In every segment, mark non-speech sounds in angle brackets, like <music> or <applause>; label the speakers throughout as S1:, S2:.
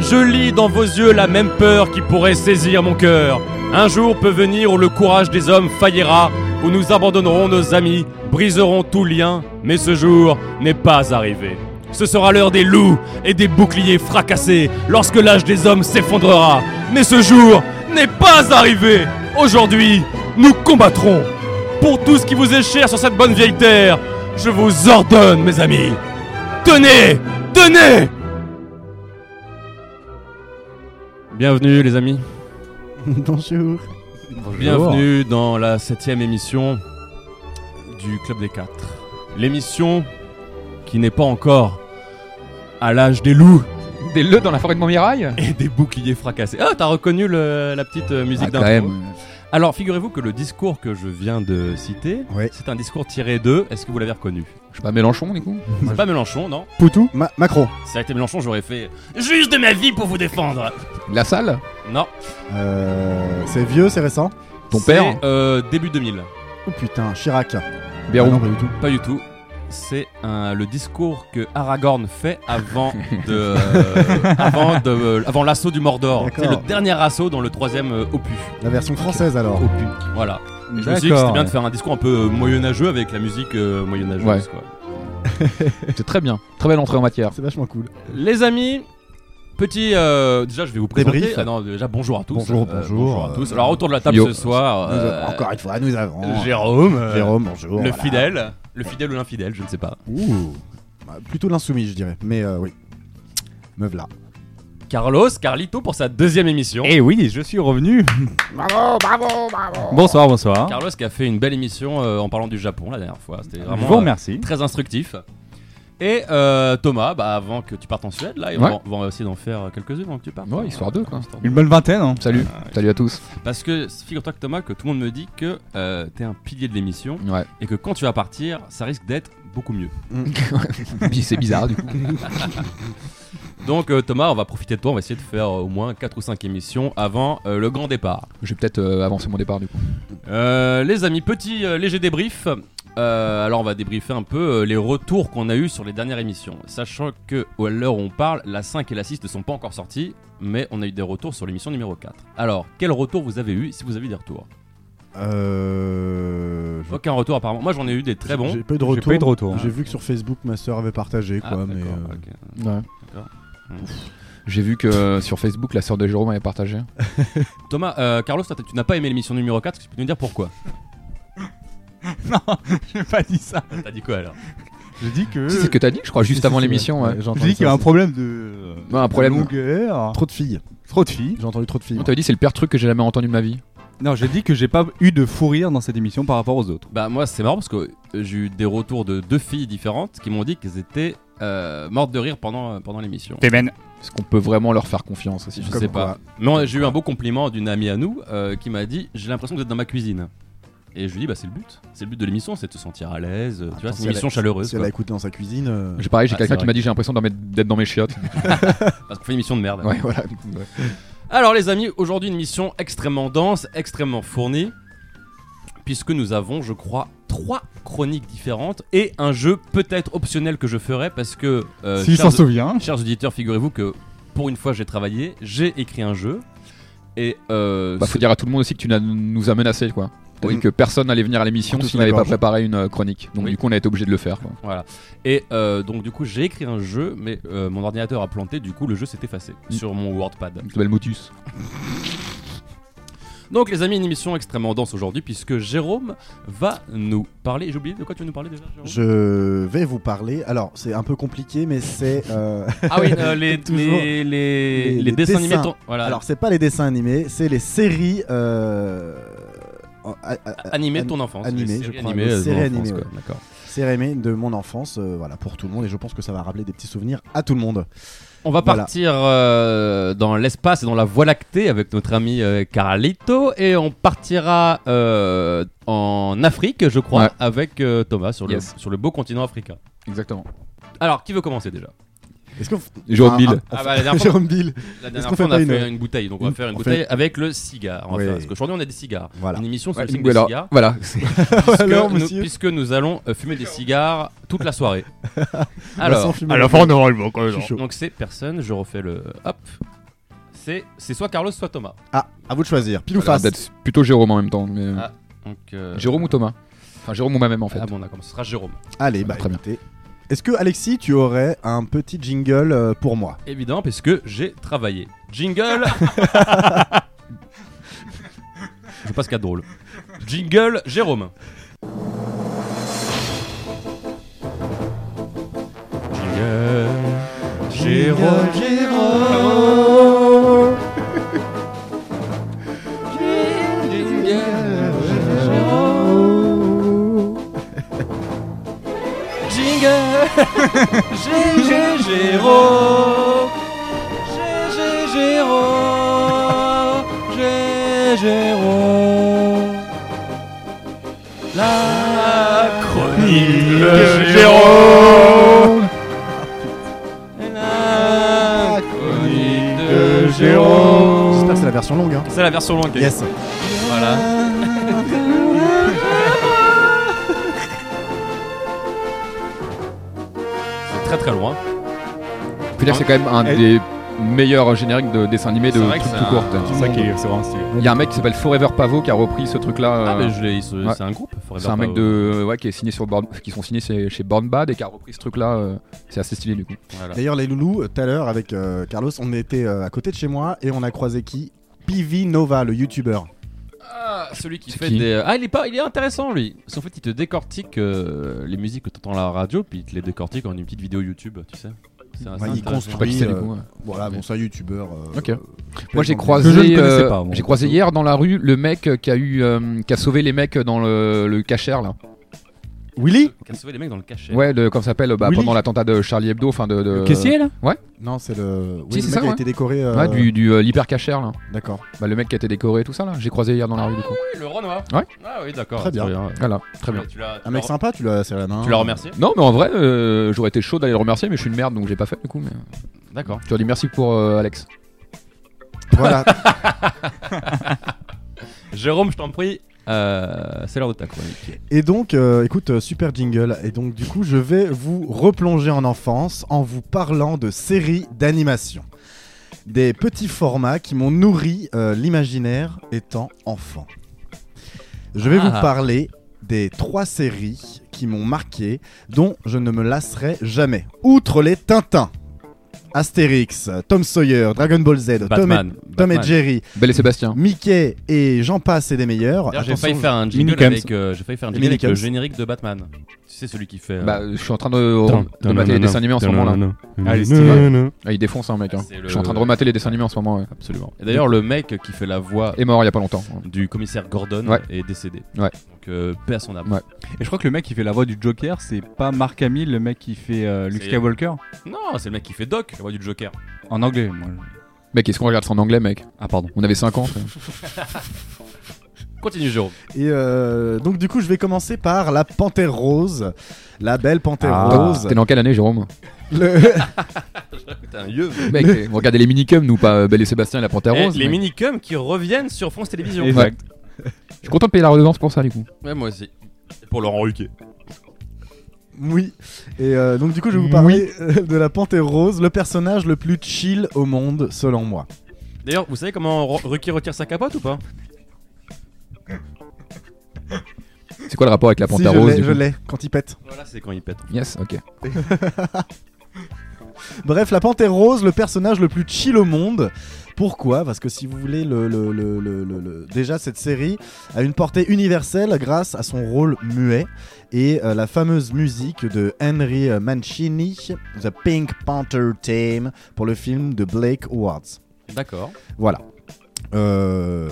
S1: Je lis dans vos yeux la même peur qui pourrait saisir mon cœur. Un jour peut venir où le courage des hommes faillira, où nous abandonnerons nos amis, briserons tout lien, mais ce jour n'est pas arrivé. Ce sera l'heure des loups et des boucliers fracassés lorsque l'âge des hommes s'effondrera. Mais ce jour n'est pas arrivé. Aujourd'hui, nous combattrons. Pour tout ce qui vous est cher sur cette bonne vieille terre, je vous ordonne, mes amis. Tenez, tenez Bienvenue, les amis.
S2: Bonjour.
S1: Bienvenue dans la septième émission du Club des Quatre. L'émission qui n'est pas encore à l'âge des loups <laughs>
S3: Des leux dans la forêt de Montmirail
S1: et des boucliers fracassés. Ah, t'as reconnu le- la petite euh, musique
S2: Ah, quand
S1: d'intro
S2: même.
S1: Alors, figurez-vous que le discours que je viens de citer,
S2: Ouais.
S1: c'est un discours tiré de. Est-ce que vous l'avez reconnu
S3: Je sais pas, Mélenchon du coup
S1: C'est pas Mélenchon, non
S2: Poutou Ma- Macron.
S1: Si ça a été Mélenchon, j'aurais fait Juge de ma vie pour vous défendre
S3: La salle
S1: Non.
S2: Euh, c'est vieux, c'est récent
S3: Ton
S1: C'est,
S3: père
S2: hein.
S1: euh, Début 2000.
S2: Oh putain, Chirac. Ah non,
S3: Béron
S2: pas du tout.
S1: Pas du tout. C'est un- le discours que Aragorn fait
S2: <laughs>
S1: avant de euh, avant de euh, avant l'assaut du Mordor.
S2: D'accord.
S1: C'est le dernier assaut dans le troisième euh, opus. euh,
S2: La version française alors.
S1: Voilà. Et je me suis dit que c'était bien de faire un discours un peu euh, moyenâgeux avec la musique euh, moyenâgeuse.
S3: Ouais.
S1: quoi.
S3: C'est très bien. Très belle entrée en matière.
S2: C'est vachement cool.
S1: Les amis, petit. euh, déjà, je vais vous présenter.
S2: Débrief.
S1: Ah non, déjà, bonjour à tous. Euh,
S2: Bonjour, bonjour.
S1: à tous. Alors, autour de la table
S3: Yo.
S1: ce soir. euh,
S2: Nous- Encore une fois, nous avons
S1: Jérôme. euh,
S2: Jérôme, bonjour.
S1: Le
S2: voilà.
S1: fidèle. Le fidèle ou l'infidèle, je ne sais pas.
S2: Ouh. Bah, plutôt l'insoumis, je dirais. Mais euh, oui. Meuf là.
S1: Carlos, Carlito pour sa deuxième émission.
S4: Eh oui, je suis revenu. Bravo, bravo, bravo. Bonsoir, bonsoir.
S1: Carlos qui a fait une belle émission euh, en parlant du Japon la dernière fois. C'était
S4: Hein Je
S1: vraiment
S4: vous
S1: euh,
S4: remercie.
S1: très instructif. Et euh, Thomas, bah, avant que tu partes en Suède, là, et on,
S3: Ouais.
S1: va, on va essayer d'en faire euh, quelques-unes avant que tu partes.
S3: Ouais, histoire d'eux, quoi.
S4: Une bonne vingtaine, hein. <laughs>
S3: Salut. Salut à tous.
S1: Parce que figure-toi que Thomas, que tout le monde me dit que euh, t'es un pilier de l'émission
S3: Ouais. <laughs>
S1: et que quand tu vas partir, ça risque d'être beaucoup mieux.
S3: Puis c'est bizarre du coup.
S1: Donc euh, Thomas, on va profiter de toi, on va essayer de faire euh, au moins 4 ou 5 émissions avant euh, le grand départ.
S3: J'ai peut-être euh, avancé mon départ du coup.
S1: Euh, les amis, petit euh, léger débrief. Euh, alors on va débriefer un peu euh, les retours qu'on a eu sur les dernières émissions. Sachant que à l'heure où on parle, la 5 et la 6 ne sont pas encore sorties, mais on a eu des retours sur l'émission numéro 4. Alors, quel retour vous avez eu si vous avez eu des retours
S2: Euh. je-
S1: Aucun retour apparemment. Moi j'en ai eu des très bons.
S2: J'ai pas eu de
S4: J'ai
S2: retour.
S4: pas eu de retour.
S2: J'ai vu que sur Facebook, ma soeur avait partagé
S1: Ah,
S2: quoi. mais
S1: d'accord,
S2: euh,
S1: ok.
S3: Ouais.
S1: D'accord.
S3: J'ai vu que euh, sur Facebook, la sœur de Jérôme avait partagé.
S1: Thomas, euh, Carlos, toi, tu n'as pas aimé l'émission numéro 4, est-ce que tu peux nous dire
S2: <laughs>
S1: pourquoi
S4: non, j'ai pas dit ça.
S1: T'as dit quoi alors
S4: J'ai dit que.
S3: Si, C'est ce que t'as dit, je crois, juste
S2: si,
S3: avant
S2: si,
S3: l'émission. Ouais.
S2: J'ai
S4: J'ai dit
S2: entendu
S4: qu'il y avait
S2: ça
S4: un
S2: aussi.
S4: problème de.
S3: Ouais, un problème.
S4: de longueur.
S2: Trop de filles.
S4: Trop de filles.
S2: J'ai entendu trop de filles.
S3: On t'avait dit, c'est le pire truc que j'ai jamais entendu de ma vie.
S4: Non, j'ai dit que j'ai pas eu de fou rire dans cette émission par rapport aux autres.
S1: Bah moi c'est marrant parce que euh, j'ai eu des retours de deux filles différentes qui m'ont dit qu'elles étaient euh, mortes de rire pendant, pendant l'émission.
S3: Est-ce qu'on peut vraiment leur faire confiance aussi
S1: Je
S2: Comme
S1: sais
S2: quoi.
S1: pas. Mais on- j'ai eu un beau compliment d'une amie à nous euh, qui m'a dit j'ai l'impression que vous êtes dans ma cuisine. Et je lui dis bah c'est le but, c'est le but de l'émission, c'est de te sentir à l'aise, euh, tu vois,
S2: Attends,
S1: c'est
S2: si
S1: une
S2: elle
S1: émission
S2: a-
S1: chaleureuse.
S2: Si elle a
S1: quoi.
S2: écouté dans sa cuisine. euh,
S3: J'ai pareil, j'ai
S1: Ah,
S3: quelqu'un
S1: c'est
S3: qui
S1: vrai.
S3: m'a dit j'ai l'impression d'en mettre- d'être dans mes chiottes.
S1: Parce qu'on fait une émission de merde.
S3: Ouais, voilà.
S1: Alors les amis, aujourd'hui une mission extrêmement dense, extrêmement fournie, puisque nous avons, je crois, trois chroniques différentes et un jeu peut-être optionnel que je ferai parce que euh,
S4: S'il
S1: chers,
S4: s'en souvient.
S1: chers auditeurs, figurez-vous que pour une fois j'ai travaillé, j'ai écrit un jeu et euh,
S3: Bah, faut dire à tout le monde aussi que tu n'as- nous as menacés, quoi. T'as
S2: Oui.
S3: dit que personne n'allait venir à l'émission
S2: Tous
S3: s'il n'avait pas
S2: d'accord.
S3: préparé une euh, chronique. Donc
S1: Oui.
S3: du coup, on a été obligé de le faire. quoi.
S1: Et euh, donc du coup j'ai écrit un jeu, mais euh, mon ordinateur a planté, du coup le jeu s'est effacé
S3: Mm.
S1: sur mon WordPad.
S3: Une belle motus.
S1: Donc les amis, une émission extrêmement dense aujourd'hui puisque Jérôme va nous parler. J'ai oublié de quoi tu veux nous parler déjà Jérôme
S2: Je vais vous parler. Alors, c'est un peu compliqué, mais c'est. euh,
S1: Ah oui,
S2: <laughs>
S1: euh, les,
S2: Toujours.
S1: les, les, les
S2: les
S1: dessins animés.
S2: dessins.
S1: ton- Voilà,
S2: Alors, c'est pas les dessins animés, c'est les séries. Euh... en- a- a- a-
S1: animés
S2: an-
S1: de ton enfance.
S2: animés,
S1: Les
S2: je
S1: séries
S2: crois,
S1: animées,
S2: les
S1: euh, de
S2: séries
S1: mon
S2: animées,
S1: enfance,
S2: ouais.
S1: quoi. D'accord.
S2: séries aimées de mon enfance, euh, voilà, pour tout le monde, et je pense que ça va rappeler des petits souvenirs à tout le monde.
S1: On va
S2: Voilà.
S1: partir euh, dans l'espace et dans la Voie lactée avec notre ami euh, Carlito et on partira euh, en Afrique, je crois,
S3: Ouais.
S1: avec euh, Thomas sur,
S3: Yes.
S1: le, sur le beau continent africain.
S3: Exactement.
S1: Alors, qui veut commencer déjà
S2: Est-ce que vous-
S3: Jérôme
S2: Ah,
S3: Bill.
S2: ah,
S1: Ah bah, la
S2: <laughs>
S1: dernière fois-
S2: Jérôme Bill,
S1: La
S2: Est-ce
S1: dernière
S2: qu'on
S1: fois,
S2: fait
S1: on a
S2: pas
S1: fait
S2: une-
S1: une, bouteille, donc on va
S2: une-
S1: faire une
S2: on
S1: bouteille
S2: fait-
S1: avec le cigare. On va
S2: Oui.
S1: faire- parce qu'aujourd'hui, on a des cigares.
S2: voilà.
S1: Une émission sur
S3: Ouais,
S1: le signe
S3: ou
S1: des
S3: alors-
S1: cigares.
S3: voilà.
S1: <laughs> Puisque,
S2: <laughs> alors,
S1: nous,
S2: monsieur
S1: puisque nous allons euh, fumer des cigares toute la soirée.
S2: <laughs> Vincent
S1: Alors,
S2: Fumel.
S4: normalement, quand
S2: Je suis chaud.
S1: donc ces personnes, je refais le. Hop, c'est c'est soit Carlos, soit Thomas.
S2: Ah, à vous de choisir.
S3: <laughs>
S2: Pile ou
S3: Alors,
S2: face.
S3: d'être plutôt Jérôme en même temps. mais-
S1: Ah, Donc, euh,
S3: Jérôme ou Thomas Enfin, Jérôme ou moi-même en fait.
S1: Ah bon, d'accord, ce sera Jérôme.
S2: Allez, bah
S3: Très bien.
S2: écoutez. Est-ce que Alexis, tu aurais un petit jingle euh, pour moi
S1: Évidemment, parce que j'ai travaillé. Jingle Je passe qu'à drôle. Jingle Jérôme. Jingle Jérôme.
S2: Jérôme.
S1: Jingle GG Jérôme GG Jérôme GG Jérôme La chronique Jérôme La chronique de
S4: euh,
S1: Jérôme
S2: J'espère que c'est la version longue. Hein.
S1: C'est la version longue.
S2: Yes.
S3: <laughs>
S1: Voilà. C'est très très loin.
S3: Puis là, c'est quand même un
S2: Et-
S3: des meilleurs génériques de dessins animés de
S1: C'est vrai que
S3: trucs
S1: c'est
S3: tout
S1: un-
S3: court.
S1: C'est
S2: ça qui est-
S4: vraiment stylé.
S3: Il y a un mec qui s'appelle Forever Pavot qui a repris ce
S1: Ah,
S3: truc-là. euh,
S1: mais je l'ai. C'est
S3: ouais.
S1: c'est un groupe. Forever
S3: c'est un mec
S1: Power.
S3: de ouais qui est signé sur Born, qui sont signés chez, chez Born Bad et qui a repris ce truc-là. euh, c'est assez stylé du coup.
S1: Voilà.
S2: D'ailleurs, les loulous, euh, tout à l'heure, avec euh, Carlos, on était euh, à côté de chez moi et on a croisé qui PV Nova, le youtubeur.
S1: Ah, celui qui
S3: C'est
S1: fait
S3: qui
S1: des. Ah, il est pas. Il est intéressant lui. Parce qu'en fait, il te décortique euh, les musiques que t'entends à la radio, puis il te les décortique en une petite vidéo YouTube, tu sais. C'est assez
S2: Ouais, il
S1: intéressant.
S3: Je sais pas qui
S2: Oui,
S3: c'est du
S2: euh,
S3: coup. hein. ouais.
S2: Voilà, bon, ça, youtubeur. euh,
S3: Ok.
S2: euh,
S3: Moi j'ai
S2: complètement-
S3: croisé,
S1: je ne connaissais
S3: euh,
S1: pas, moi.
S3: j'ai croisé hier dans la rue le mec qui a eu, euh, qui a sauvé les mecs dans le, le cachère là.
S2: Willy
S1: Qui a sauvé les mecs dans le cachet.
S3: Ouais, le, comme ça s'appelle bah,
S2: Willy.
S3: pendant l'attentat de Charlie Hebdo, enfin de. de-
S4: là
S2: Non, c'est le.
S3: Si,
S2: Oui,
S3: c'est
S2: le mec
S3: ça,
S2: qui a
S3: ouais.
S2: été décoré. euh,
S3: Ouais, du, du euh, l'hyper cachère là.
S2: D'accord.
S3: Bah, le mec qui a été décoré et tout ça là. J'ai croisé hier dans la rue du coup.
S1: Oui, le Renoir.
S3: Ouais.
S1: Ah oui, d'accord.
S2: Très bien.
S1: ouais.
S3: Voilà, très bien.
S1: Tu l'as.
S2: Un mec sympa, tu l'as serré la main.
S1: Tu l'as remercié.
S3: Non mais en vrai, euh, j'aurais été chaud d'aller le remercier, mais je suis une merde donc j'ai pas fait du coup. Mais
S1: D'accord.
S3: tu as dit merci pour euh, Alex.
S1: <laughs>
S2: Voilà.
S1: Jérôme, je t'en prie. euh, c'est l'heure de ta chronique.
S2: Et donc, euh, écoute, euh, super jingle. Et donc, du coup, je vais vous replonger en enfance en vous parlant de séries d'animation. Des petits formats qui m'ont nourri euh, l'imaginaire étant enfant. Je vais
S1: Ah.
S2: vous parler des trois séries qui m'ont marqué, dont je ne me lasserai jamais. Outre les Tintins, Astérix, Tom Sawyer, Dragon Ball Z, Tom, et,
S1: Batman.
S2: Tom et
S1: Batman.
S2: Jerry,
S3: Belle et Sébastien.
S2: Mickey et j'en passe et des meilleurs.
S1: D'ailleurs, J'ai
S2: Attention,
S1: failli faire un jingle
S4: Minicams.
S1: avec, euh, j'ai failli faire un
S2: Et
S1: jingle avec le
S2: Minicams.
S1: générique de Batman. Tu sais celui qui fait. euh,
S3: Bah, je suis en train de, de mater les dessins animés en ce moment là.
S4: Allez,
S3: Ah, il défonce hein, mec. hein.
S1: C'est le-
S3: Je suis en train de remater les dessins animés en ce moment. ouais.
S1: Absolument. Et d'ailleurs, le mec qui fait la voix
S3: Et mort il y a pas longtemps.
S1: du commissaire Gordon
S3: Ouais.
S1: est décédé.
S3: Ouais.
S1: Donc euh, paix à son âme.
S3: Ouais.
S4: Et je crois que le mec qui fait la voix du Joker, c'est pas Mark Hamill, le mec qui fait euh, Luke
S1: C'est-
S4: Skywalker
S1: Non, c'est le mec qui fait Doc, la voix du Joker.
S4: En anglais, moi. je-
S3: Mec, est-ce qu'on regarde ça en anglais, mec
S4: Ah, pardon.
S3: On avait 5 ans. frère.
S1: Continue Jérôme.
S2: Et euh, donc du coup, je vais commencer par la Panthère Rose, la belle Panthère
S4: Ah.
S2: Rose.
S3: T'es dans quelle
S2: <laughs>
S3: année, Jérôme
S2: Le-
S1: T'es un vieux.
S3: Mec, eh, vous regardez les minicums, nous, pas euh, Belle et Sébastien et la Panthère
S1: Eh,
S3: Rose.
S1: les
S3: mec.
S1: minicums qui reviennent sur France Télévisions.
S4: Et- Exact.
S3: Je suis content de payer la redevance pour ça, du coup.
S1: Ouais, moi aussi. Et Pour Laurent Ruquet.
S2: Oui. Et euh, donc du coup, je vais vous parler euh, <laughs> de la Panthère Rose, le personnage le plus chill au monde selon moi.
S1: D'ailleurs, vous savez comment Ro- Ruquet retire sa capote ou pas
S3: C'est quoi le rapport avec la
S2: si,
S3: Panthère
S2: je
S3: Rose
S2: l'ai,
S3: du
S2: je
S3: coup
S2: l'ai, quand il pète.
S1: Voilà, c'est quand il pète.
S3: Yes, ok.
S2: Bref, la Panthère Rose, le personnage le plus chill au monde. Pourquoi Parce que si vous voulez, le, le- le- le- le- le- déjà cette série a une portée universelle grâce à son rôle muet et euh, la fameuse musique de Henry Mancini, The Pink Panther Theme, pour le film de Blake Awards.
S1: D'accord.
S2: Voilà. Euh,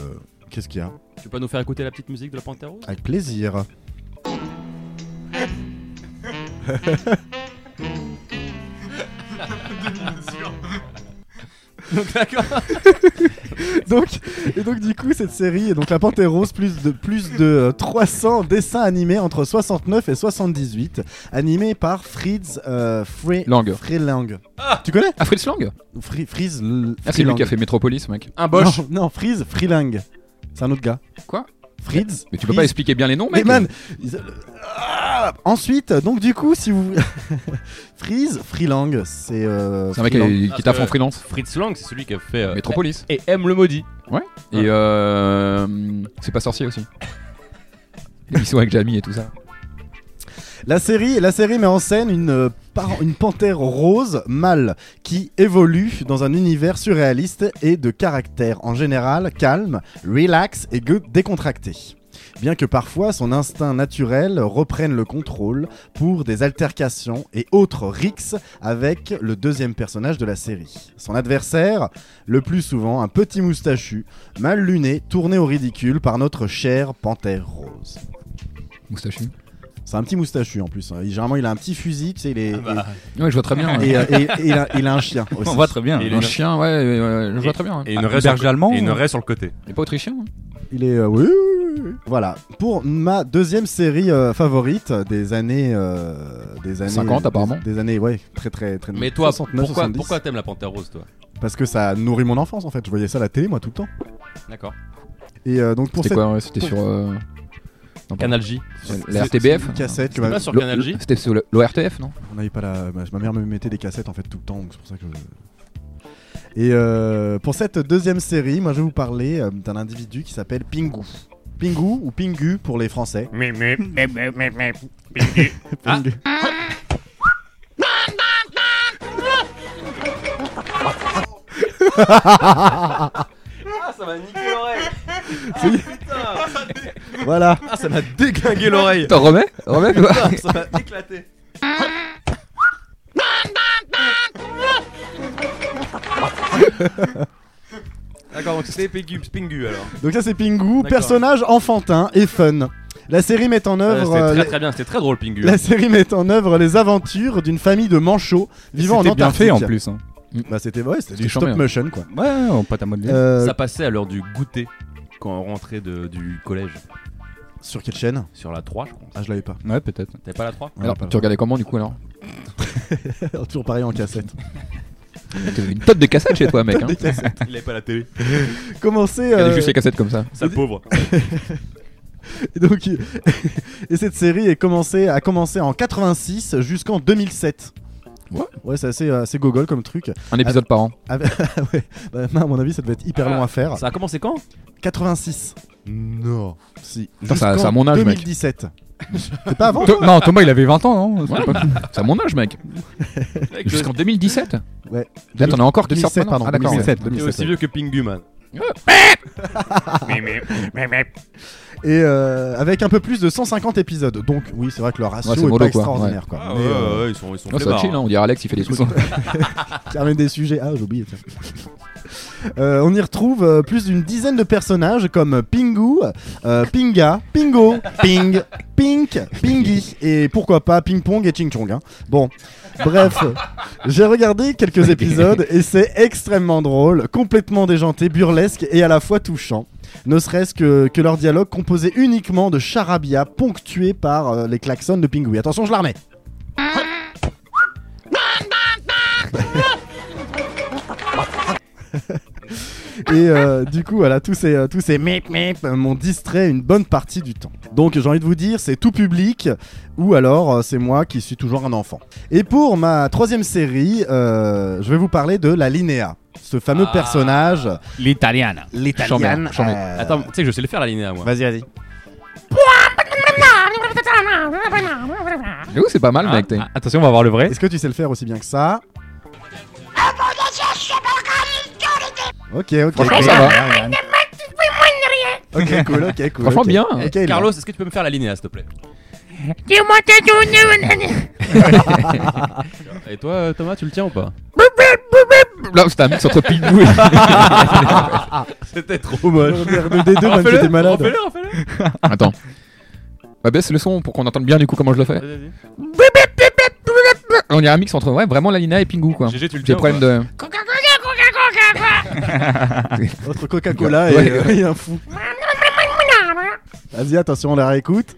S2: Qu'est-ce qu'il y a
S1: Tu peux nous faire écouter la petite musique de la Panthère Rose
S2: Avec plaisir.
S1: <laughs> D'accord.
S2: <laughs> donc, et donc du coup cette série, et donc la Panthère Rose, plus de plus de euh, 300 dessins animés entre 69 et 78, animés par Fritz euh, Free
S3: Lang.
S2: Freelang. tu connais
S3: Ah, Fritz Lang
S2: Free, Fritz L-
S3: Ah, c'est lui
S2: Freelang.
S3: qui a fait Metropolis, mec.
S1: Un boche.
S2: Non, non, Fritz Freelang. C'est un autre gars.
S3: Quoi
S2: Fritz.
S3: Mais tu peux pas
S2: Fritz-
S3: expliquer bien les noms,
S2: Mais
S3: mec
S2: man, ils- Ah, ensuite, donc du coup, si vous. <laughs> Freeze, Freelang, c'est. euh,
S3: C'est un mec
S2: Freelang.
S3: qui, qui
S1: Ah,
S3: taffe en freelance.
S1: Fritz Lang, c'est celui qui a fait euh,
S3: Métropolis.
S1: et aime le maudit.
S3: Et euh, c'est pas sorcier aussi. L'émission avec Jamie et tout ça.
S2: La série, la série met en scène une, euh, par- une panthère rose mâle qui évolue dans un univers surréaliste et de caractère en général calme, relax et gue- décontracté. Bien que parfois son instinct naturel reprenne le contrôle pour des altercations et autres rixes avec le deuxième personnage de la série. Son adversaire, le plus souvent un petit moustachu, mal luné, tourné au ridicule par notre chère panthère rose.
S3: Moustachu.
S2: C'est un petit moustachu en plus. hein. Il- généralement, il a un petit fusil, tu sais, il est.
S3: Ouais, je vois très bien.
S2: et, euh,
S3: ouais.
S2: et- et- et il, a, il a un chien aussi.
S4: On voit très bien.
S1: Et
S4: Il
S1: le-
S3: un chien, ouais, ouais, ouais, je vois très bien. ouais.
S1: Et une
S4: Ah,
S1: raie sur le
S4: berger
S1: co-
S4: allemand,
S1: et une
S4: ou-
S1: raie sur le côté.
S3: Il est pas autrichien. hein
S2: Il est. euh, oui, oui, oui, oui. Voilà. Pour ma deuxième série euh, favorite des années. euh, des années
S3: 50,
S2: des-
S3: apparemment.
S2: Des, années, ouais, très très très.
S1: Mais toi,
S2: 69,
S1: pourquoi,
S2: 70.
S1: pourquoi t'aimes la panthère rose, toi
S2: Parce que ça nourrit mon enfance en fait. Je voyais ça à la télé moi tout le temps.
S1: D'accord.
S2: Et euh, donc pour
S3: C'était
S2: cette.
S3: quoi ouais, C'était sur euh, non, pardon.
S1: Canal J.
S2: c'est-
S3: La
S2: c'est-
S3: RTBF
S2: c'est une Cassette. que ma-
S1: Pas sur
S3: Le-
S1: Canal J
S3: C'était sur le- l'ORTF, non
S2: On n'avait pas la. Ma, ma mère me mettait des cassettes en fait tout le temps, donc c'est pour ça que. je- Et euh, pour cette deuxième série, moi je vais vous parler euh, d'un individu qui s'appelle Pingu. Pingu ou Pingu pour les Français. Pingu.
S1: Ah, ça m'a niqué <laughs> l'oreille
S2: Voilà.
S1: Ah, ça m'a déglingué l'oreille
S3: T'en remets <laughs> Remets tu vois
S1: Ça m'a <laughs> éclaté D'accord, donc c'était Pingu, Pingu alors.
S2: Donc ça c'est Pingu,
S1: D'accord.
S2: personnage enfantin et fun. La série met en œuvre.
S1: c'était
S2: euh,
S1: très
S2: les-
S1: très bien, c'était très drôle Pingu. hein.
S2: La série met en œuvre les aventures d'une famille de manchots vivant en
S4: C'était
S2: Antarctique.
S4: bien fait en plus. hein.
S2: Bah c'était ouais, c'était
S3: C'était
S2: du
S3: chambé,
S2: stop
S3: hein.
S2: motion quoi.
S4: Ouais, ouais, ouais, pas ta mode.
S2: Euh,
S1: Ça passait à l'heure du goûter quand on rentrait de- du collège
S2: Sur quelle chaîne
S1: sur la 3, je crois.
S2: Ah je l'avais pas.
S4: Ouais, peut-être.
S1: T'avais pas la 3
S2: On
S3: Alors,
S2: l'a pas.
S3: tu regardais comment du coup alors
S2: <laughs> Toujours pareil en cassette.
S3: T'avais une tonne de cassettes chez toi, mec. Hein.
S2: Des <laughs> cassettes.
S1: Il avait pas la télé.
S2: Commencez.
S3: Elle
S2: euh,
S3: est juste les cassettes comme ça.
S1: Ça pauvre.
S2: Et donc, <laughs> il- et cette série est commencée, a commencé en 86 jusqu'en 2007.
S3: Ouais.
S2: Ouais, c'est assez, euh, assez gogol comme truc.
S3: Un épisode par an.
S2: Ah, ouais, bah, à mon avis, ça devait être hyper
S1: Ah.
S2: long à faire.
S1: Ça a commencé quand
S2: 86. Non. Si.
S3: Putain, ça-
S2: Jusqu'en
S3: ça a mon âge, mec.
S2: 2017. C'est pas
S3: <laughs>
S2: avant
S4: To- non, Thomas il avait 20 ans, non
S3: Ouais, c'est à mon âge, mec. Jusqu'en 2017
S2: Ouais.
S3: Là, t'en as encore qui sortent
S2: 2007, pardon.
S3: maintenant Ah, d'accord.
S2: 2007,
S3: ouais.
S1: T'es
S2: 2007,
S1: aussi vieux que Pingu, man.
S2: Et euh, avec un peu plus de 150 épisodes. Donc, oui, c'est vrai que le ratio
S3: Ouais, c'est
S2: est
S3: mollo,
S2: pas
S3: quoi.
S2: extraordinaire. Quoi.
S1: Ah
S2: Mais,
S1: ouais,
S2: euh,
S1: ouais, ils sont, ils sont
S3: Non, ça
S1: flemmards,
S3: chill, hein.
S1: hein.
S3: on dirait Alex, il fait des <laughs> trucs.
S2: <laughs> Car même des sujets. Ah, j'ai oublié. tiens. Euh, on y retrouve euh, plus d'une dizaine de personnages comme Pingu, euh, Pinga, Pingo, Ping, Pink, Pingy et pourquoi pas Ping Pong et Ching Chong. hein. Bon, bref, j'ai regardé quelques épisodes et c'est extrêmement drôle, complètement déjanté, burlesque et à la fois touchant. Ne serait-ce que, que leur dialogue composé uniquement de charabia ponctué par euh, les klaxons de Pingu. Attention, je la remets. <laughs> Et euh, du coup, voilà, tous ces, euh, tous ces mip mip euh, m'ont distrait une bonne partie du temps. Donc, j'ai envie de vous dire, c'est tout public, ou alors euh, c'est moi qui suis toujours un enfant. Et pour ma troisième série, euh, je vais vous parler de la Linéa, ce fameux
S1: Ah.
S2: personnage,
S1: L'italiana.
S3: Euh,
S2: l'italienne.
S3: Chambert,
S2: euh,
S1: Attends, tu sais que je sais le faire la linéa, moi.
S2: vas-y, vas-y.
S3: J'avoue, c'est pas mal, mec. t'es-
S1: Ah, attention, on va voir le vrai.
S2: Est-ce que tu sais le faire aussi bien que ça Ok, ok. <laughs>
S3: Franchement,
S2: ok.
S3: ça va.
S2: Ok, cool, ok, cool.
S3: Franchement,
S2: ok.
S3: bien. hein.
S1: Eh,
S2: Ok, il est
S1: Carlos, est-ce que tu peux me faire la linéa, s'il te plaît Et toi, euh, Thomas, tu le tiens ou pas
S3: Là, c'était un mix entre Pigou et.
S1: C'était trop.
S2: Oh, bah, le des
S3: <laughs>
S2: deux, même,
S1: Refais-le,
S2: j'étais malade.
S1: refais-le,
S2: <laughs>
S1: refais-le.
S3: <laughs> Attends. Bah, baisse le son pour qu'on entende bien du coup comment je le fais.
S1: Vas-y,
S3: On dirait un mix entre ouais, vraiment Lalina et Pingou quoi.
S1: vas-y. GG, tu le tiens.
S3: J'ai le problème
S1: ou pas
S3: de.
S2: Entre Coca-Cola et, euh,
S3: Ouais.
S2: et un fou. Vas-y, attention, on la réécoute.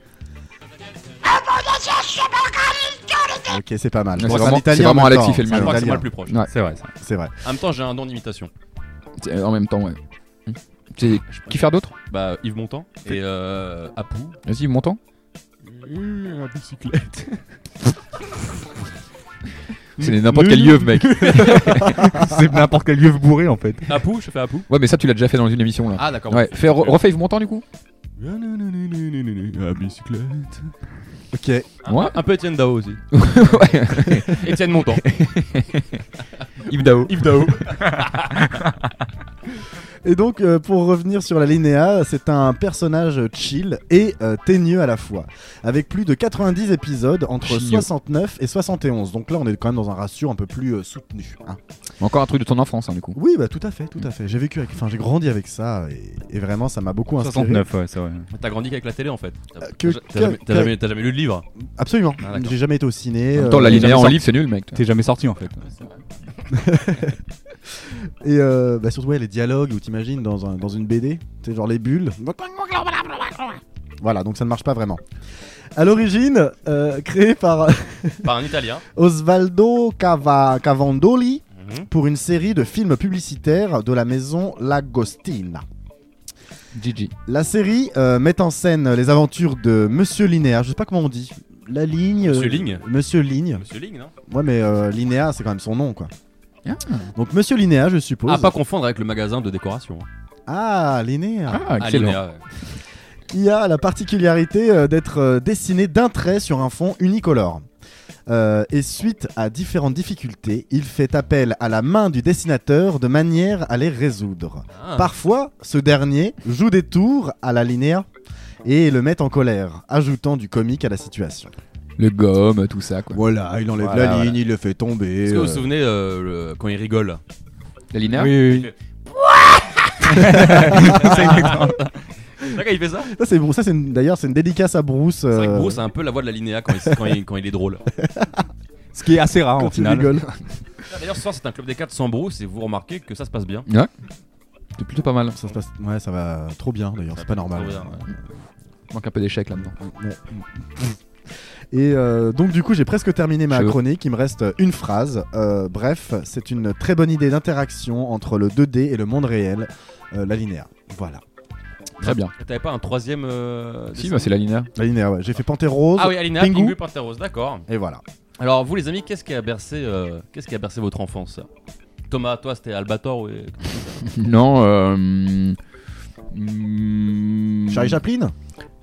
S2: Ok, c'est pas mal.
S3: C'est
S2: Bon,
S3: vraiment-
S2: un italien
S3: c'est vraiment
S2: en même
S3: Alexis
S2: temps.
S3: fait le mieux.
S2: C'est
S1: Je
S2: un
S1: crois que c'est moi le plus
S2: Italien,
S1: proche.
S3: Ouais.
S4: C'est vrai ça.
S2: C'est vrai.
S1: En même temps, j'ai un don d'imitation.
S3: Euh, En même temps, ouais. Tu sais, Qui faire d'autre
S1: Bah, Yves Montand et euh, Apu.
S3: Vas-y, montant.
S4: euh, à bicyclette.
S3: <laughs> C'est n'importe quel lieu, mec.
S4: C'est n'importe quel lieu bourré en fait.
S1: <laughs> Apou, je fais Apou.
S3: Ouais, mais ça, tu l'as déjà fait dans une émission là.
S5: Ah, d'accord.
S3: Ouais, fais, re- refais Yves Montand du coup
S4: À bicyclette.
S2: Ok.
S3: Ouais.
S1: Ah. Un peu Etienne Dao aussi.
S3: <laughs> Ouais.
S1: <laughs> Etienne Montand.
S3: Yves Dao.
S1: Yves Dao.
S2: Et donc, euh, pour revenir sur la Linéa, c'est un personnage chill et euh, teigneux à la fois, avec plus de 90 épisodes entre
S3: Chigneux.
S2: 69 et 71. Donc là, on est quand même dans un ratio un peu plus euh, soutenu. hein.
S3: Encore un truc de ton enfance, hein, du coup.
S2: Oui, bah tout à fait, tout à fait. J'ai vécu, avec- enfin, j'ai grandi avec ça et, et vraiment, ça m'a beaucoup inspiré.
S4: 69, ouais, c'est vrai.
S1: T'as grandi qu'avec la télé en fait. T'as
S2: Euh, que-
S1: t'as
S2: que-
S1: jamais, t'as
S2: que-
S1: jamais- t'as jamais lu de livre.
S2: Absolument.
S1: Ah, d'accord.
S2: j'ai jamais été au
S3: En
S2: ciné.
S3: même
S2: euh,
S3: temps, la
S2: j'ai jamais
S3: linéaire en
S2: sorti-
S3: livre, c'est nul, mec.
S4: T'es jamais sorti en fait.
S2: Et euh, bah, surtout, ouais, les dialogues où t'imagines dans, un- dans une BD, c'est genre les bulles. Voilà, donc ça ne marche pas vraiment. À l'origine, euh, créé par
S1: Par un italien.
S2: Osvaldo Cava- Cavandoli pour une série de films publicitaires de la maison Lagostina.
S3: Gigi.
S2: La série euh, met en scène les aventures de Monsieur Linéa, je sais pas comment on dit. La ligne. euh,
S1: Monsieur Ligne.
S2: Monsieur Ligne.
S1: Monsieur Ling, non
S2: Ouais, mais euh, Linéa, c'est quand même son nom, quoi.
S3: Ah.
S2: Donc Monsieur Linéa, je suppose.
S1: À Ah, pas confondre avec le magasin de décoration.
S2: Ah, Linéa.
S3: Ah,
S1: Ah,
S3: excellent.
S1: Linéa, ouais.
S2: qui a la particularité euh, d'être euh, dessiné d'un trait sur un fond unicolore. Euh, et suite à différentes difficultés, il fait appel à la main du dessinateur de manière à les résoudre.
S1: Ah.
S2: <laughs> Parfois, ce dernier joue des tours à la linéa et le met en colère, ajoutant du comique à la situation.
S3: Le gomme, tout ça, quoi.
S2: Voilà, il enlève
S3: Voilà, voilà.
S2: il le fait tomber.
S1: Est-ce que vous vous
S2: euh,
S1: souvenez euh, le- quand il rigole
S3: La linéaire
S4: oui, oui.
S1: <laughs> Là, quand il fait ça
S2: Ça, c'est Bruce. Ça, c'est une- d'ailleurs, c'est une dédicace à Bruce.
S1: C'est vrai que
S2: euh,
S1: Bruce a un peu la voix de la linéa quand il, quand il, quand il est drôle.
S4: Ce qui est assez rare
S1: hein,
S2: quand
S4: en
S2: il
S1: <laughs>
S4: final.
S2: rigole.
S1: Ah, D'ailleurs, ce soir, c'est un club des 4 sans Bruce et vous remarquez que ça se passe bien.
S3: C'est plutôt pas mal.
S2: Ça se passe- Ouais, ça va trop bien d'ailleurs. C'est pas normal.
S1: Trop bien, ouais.
S3: Manque un peu d'échec là-dedans.
S2: Et euh, donc du coup j'ai presque terminé ma
S3: Cheveux.
S2: chronique, il me reste une phrase. Euh, bref, c'est une très bonne idée d'interaction entre le 2D et le monde réel, euh, la linéaire. Voilà.
S3: Très bien.
S1: Et T'avais pas un troisième. euh,
S3: Si,
S1: dessin
S3: bah, c'est la linéaire.
S2: La linéaire, ouais. J'ai fait Panthère Rose.
S1: Ah oui, Alina,
S2: Pingu.
S1: Pingu, Panther Rose, d'accord.
S2: Et voilà.
S1: Alors, vous, les amis, qu'est-ce qui a bercé, euh, qu'est-ce qui a bercé votre enfance Thomas, toi, c'était Albator et...
S3: Non, euh. hum, hum,
S2: Charlie Chaplin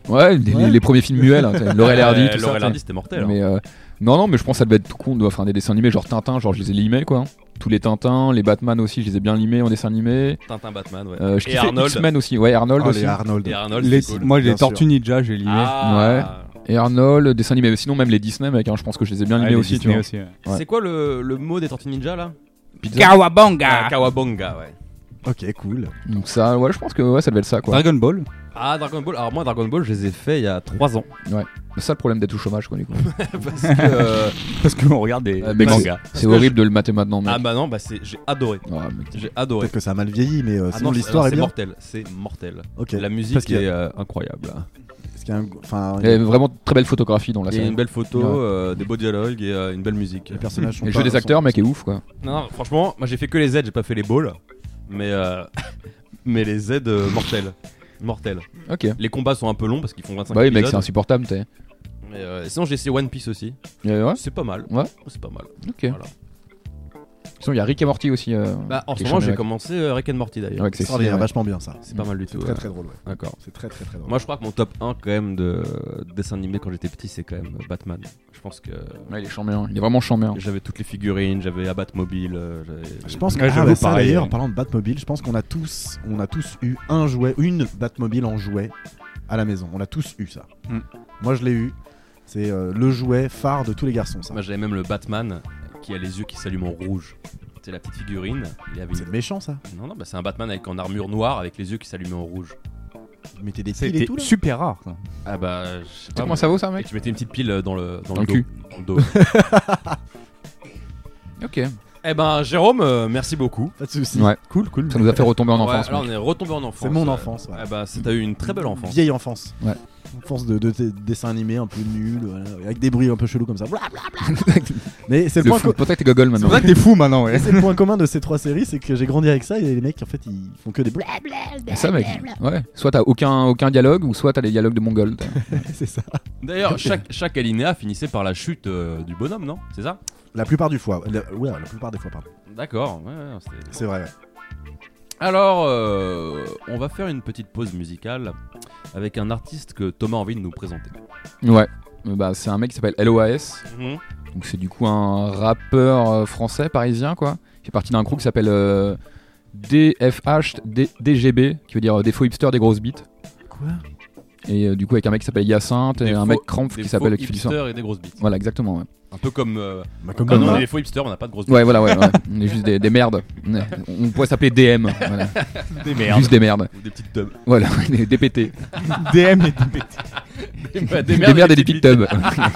S3: Ouais, les,
S2: Ouais.
S3: les premiers films muets, là. t'sais, Laurel et Hardy, tout ça.
S1: Laurel
S3: t'sais.
S1: Hardy, c'était mortel. hein.
S3: Mais euh, non, non, mais je pense que ça devait être tout con de enfin, des dessins animés, genre Tintin, genre je les ai limés quoi. Tous les Tintins, les Batman aussi, je les ai bien limés en dessin animé.
S1: Tintin, Batman, ouais.
S3: Euh, je
S1: Et
S3: kiffais
S1: Arnold.
S3: X-Men aussi, ouais, Arnold
S2: Oh, les
S3: aussi.
S2: Arnold.
S1: Et Arnold,
S4: Les-
S1: c'est cool.
S4: Moi j'ai
S2: Bien
S4: les Tortues Ninja, j'ai lié.
S1: Ah.
S3: Et Arnold, dessin animé. Mais Sinon, même les Disney, mec, hein, je pense que je les ai bien
S4: Ah,
S3: limés
S4: les
S3: aussi,
S4: Disney
S3: tu
S4: aussi, ouais.
S3: Ouais.
S1: C'est quoi le, le mot des Tortues Ninja là
S3: vois. Pizza.
S1: Ah,
S4: Kawabanga
S1: Kawabonga, ouais.
S2: Ok, cool.
S3: Donc ça, ouais, je pense que ouais, ça devait être ça quoi.
S4: Dragon Ball
S1: Ah, Dragon Ball. Alors, moi, Dragon Ball, je les ai fait il y a 3 ans. <laughs>
S3: C'est ça le problème d'être au chômage quoi, du coup.
S1: Parce
S2: <laughs>
S1: que. euh,
S4: Parce qu'on regarde des,
S3: Ah, mais
S4: des mangas.
S1: parce
S3: C'est
S1: que
S3: horrible de le mater maintenant, mec.
S1: Ah, bah non, bah c'est- j'ai adoré.
S3: Ah, mec.
S1: J'ai adoré.
S2: Peut-être que ça a mal vieilli, mais euh,
S1: Ah
S2: sinon
S1: non, c'est-
S2: l'histoire
S1: non,
S2: est
S1: c'est
S2: bien.
S1: mortel, c'est mortel.
S2: Ok.
S1: La musique
S2: Parce qu'il y a-
S1: est euh, incroyable.
S2: Parce qu'il y a un- Enfin,
S3: Et vraiment très belle photographie dans la
S1: Il y a
S3: série.
S1: une belle photo,
S3: Ouais.
S1: euh, des beaux dialogues et euh, une belle musique.
S2: les personnages sont.
S3: Et le
S2: pas-
S3: jeu des
S2: sont-
S3: acteurs, mec, est ouf quoi.
S1: Non, non, franchement, moi j'ai fait que les Z, j'ai pas fait les balls, mais euh, <laughs> mais les Z euh, mortels, mortels.
S3: Ok.
S1: Les combats sont un peu longs parce qu'ils font 25
S3: Bah oui, mec, c'est
S1: épisodes.
S3: insupportable, t'es.
S1: mais, euh, sinon j'ai essayé One Piece aussi.
S3: Euh, ouais,
S1: C'est pas mal.
S3: Ouais.
S1: C'est pas mal.
S3: ok.
S1: Voilà.
S3: Sinon, il y a Rick et Morty aussi. euh,
S1: Bah en
S3: qui
S1: ce
S3: est
S1: moment j'ai
S3: chambé,
S1: commencé euh, Rick and Morty
S3: ouais.
S1: d'ailleurs.
S3: Ouais, que c'est
S2: Extraordinaire,
S3: stylé, ouais.
S2: vachement bien ça.
S1: C'est pas mal du tout. euh.
S2: Très
S1: ouais.
S2: très drôle, ouais.
S1: D'accord.
S2: C'est très très très drôle.
S1: Moi je crois que mon top 1 quand même de dessin animé quand j'étais petit c'est quand même euh, Batman. Je pense que
S3: Ouais, il est chambé, hein. il est vraiment chambé. hein.
S1: j'avais toutes les figurines, j'avais Abatmobile, euh, j'avais-
S2: Je pense que
S4: Ouais,
S2: ah,
S4: j'avoue,
S2: bah, ça,
S4: pareil,
S2: d'ailleurs,
S4: ouais.
S2: en parlant de Batmobile, je pense qu'on a tous, on a tous eu un jouet, une Batmobile en jouet à la maison. On a tous eu ça.
S4: Hmm.
S2: Moi, je l'ai eu. C'est euh, le jouet phare de tous les garçons, ça.
S1: Moi j'avais même le Batman qui a les yeux qui s'allument en rouge. C'est la petite figurine. Il avait
S2: C'est
S1: une...
S2: méchant, ça.
S1: Non, non, bah, c'est un Batman avec en armure noire avec les yeux qui s'allumaient en rouge.
S2: Vous mettez des piles et
S4: C'était
S2: tout, là.
S4: super rare. ça.
S1: Ah bah, je sais
S3: Tu sais
S1: pas.
S3: comment
S1: moi.
S3: ça vaut ça,
S1: Et
S3: mec
S1: tu mettais une petite pile euh, dans le, dans
S3: Dans
S1: le,
S3: le
S1: dos.
S3: cul.
S1: Dans le dos. <laughs>
S3: Ok.
S1: eh ben, Jérôme, euh, merci beaucoup.
S2: Pas de soucis.
S3: Ouais.
S2: Cool, cool.
S3: Ça nous a fait retomber en
S1: Ouais,
S3: enfance.
S1: là,
S3: mec.
S1: on est retombé en enfance.
S2: C'est mon
S1: euh,
S2: enfance. ouais.
S1: Eh ben, c'est- t'as eu une très belle enfance.
S2: Vieille enfance. force de, de, de dessins animés un peu nuls, voilà, avec des bruits un peu chelous comme ça. Blablabla. <laughs> Mais c'est le,
S3: Le
S2: point
S3: fou-
S2: co-
S3: Contact et Gogol
S4: C'est
S3: maintenant.
S4: vrai que t'es fou maintenant, ouais.
S2: c'est le point commun de ces trois séries, c'est que j'ai grandi avec ça et les mecs en fait ils font que des blagues,
S3: C'est ça, mec. Ouais. Soit t'as aucun, aucun dialogue, ou soit t'as les dialogues de Mongol.
S2: c'est ça.
S1: D'ailleurs, chaque, chaque alinéa finissait par la chute euh, du bonhomme, non C'est ça
S2: La plupart du fois, la, ouais, la plupart des fois pardon.
S1: D'accord. ouais, ouais, c'était-
S2: C'est vrai. ouais.
S1: Alors, euh, on va faire une petite pause musicale avec un artiste que Thomas a envie de nous présenter.
S3: Ouais. Euh, Bah, c'est un mec qui s'appelle LOAS. Donc, c'est du coup un rappeur euh, français, parisien, quoi. Qui est parti d'un groupe qui s'appelle euh, DFH D- DGB, qui veut dire euh, des faux hipsters, des grosses bites.
S2: Quoi
S3: Et euh, du coup, avec un mec qui s'appelle Hyacinthe et
S1: Des
S3: un
S1: faux-
S3: mec Krampf
S1: Des
S3: qui s'appelle
S1: faux
S3: qui fait du son.
S1: hipsters et des grosses bites.
S3: Voilà, exactement, ouais.
S1: Un peu comme. euh,
S2: Bah, comme
S1: quand on
S2: Thomas.
S1: est des faux hipsters, on n'a pas de grosses bites.
S3: Ouais, voilà, ouais. ouais. On est juste des, des merdes. On est- On pourrait s'appeler DM. voilà.
S1: Des merdes.
S3: Juste des merdes.
S1: Ou des petites euh, tubs.
S3: Voilà, des, des pétés.
S4: DM et DPT.
S1: <laughs> Des,
S3: Des, merdes et des petites tubs.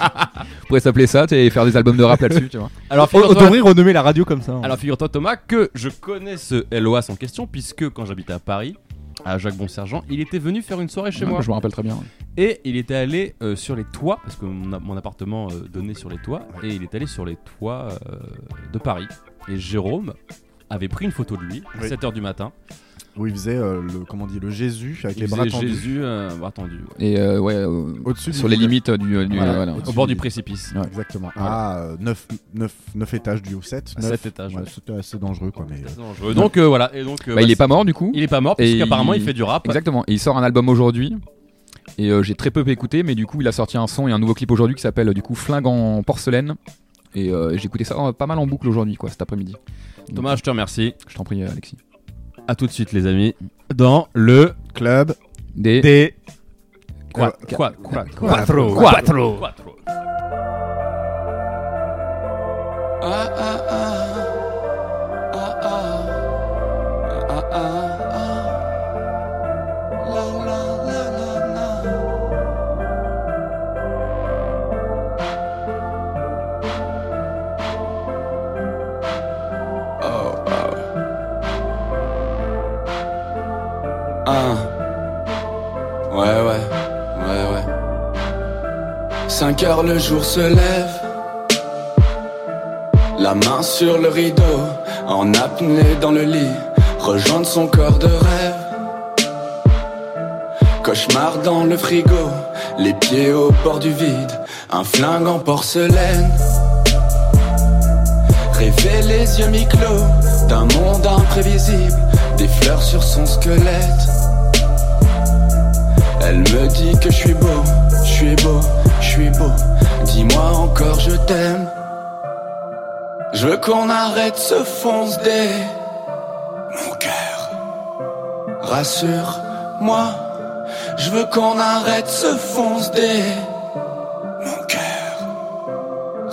S3: <laughs> On pourrait s'appeler ça tu sais, et faire des albums de rap là-dessus, tu vois.
S1: Alors,
S4: On
S1: figure-toi
S4: devrait renommer la radio comme ça. hein.
S1: Alors figure-toi Thomas que je connais ce LOAS en question puisque quand j'habitais à Paris, à Jacques Bonsergent, il était venu faire une soirée chez
S3: Ouais,
S1: moi
S3: Je me rappelle très bien.
S1: et il était allé euh, sur les toits parce que mon, a- mon appartement euh, donnait sur les toits et il est allé sur les toits euh, de Paris et Jérôme avait pris une photo de lui à
S2: Oui.
S1: 7h du matin.
S2: Où il faisait euh, le comment on dit le Jésus avec
S1: Il
S2: les
S1: faisait
S2: bras tendus
S1: Jésus, euh, bras tendus, ouais.
S3: Et euh, ouais, euh,
S2: au-dessus du
S3: sur les
S2: village.
S3: limites euh, du. euh, du-
S2: Voilà.
S3: voilà.
S1: au bord du précipice.
S2: Exactement.
S1: Voilà.
S2: Ah, 9, 9, 9 étages du haut 7.
S1: À 7 étages. ouais.
S2: C'était assez dangereux quoi. Mais...
S1: C'est dangereux. Donc euh, voilà. Et donc, euh,
S3: Bah, il est pas mort du coup.
S1: il est pas mort
S3: Et
S1: puisqu'apparemment il...
S3: il-
S1: fait du rap.
S3: Exactement. Et il sort un album aujourd'hui. Et euh, j'ai très peu écouté, mais du coup, il a sorti un son et un nouveau clip aujourd'hui qui s'appelle euh, du coup Flingue en porcelaine. Et euh, j'ai écouté ça euh, pas mal en boucle aujourd'hui, quoi, cet après-midi. Donc,
S1: Thomas, je te remercie.
S3: je t'en prie, euh, Alexis.
S1: À tout de suite les amis dans le
S2: Club.
S3: Des.
S4: Des-
S1: quoi
S3: Euh,
S1: quoi quoi
S4: Quattro.
S1: Quattro.
S5: Ah ah ah ah ah ah ah ah la la la la la Oh oh Ah Ouais ouais ouais ouais 5 heures le jour se lève la main sur le rideau, en apnée dans le lit, rejoindre son corps de rêve. Cauchemar dans le frigo, les pieds au bord du vide, un flingue en porcelaine. Rêver les yeux mi-clos d'un monde imprévisible, des fleurs sur son squelette. Elle me dit que je suis beau, je suis beau, je suis beau. Dis-moi encore je t'aime. Je veux qu'on arrête ce fonce dé. Mon cœur. Rassure-moi. Je veux qu'on arrête ce fonce dé. Mon cœur.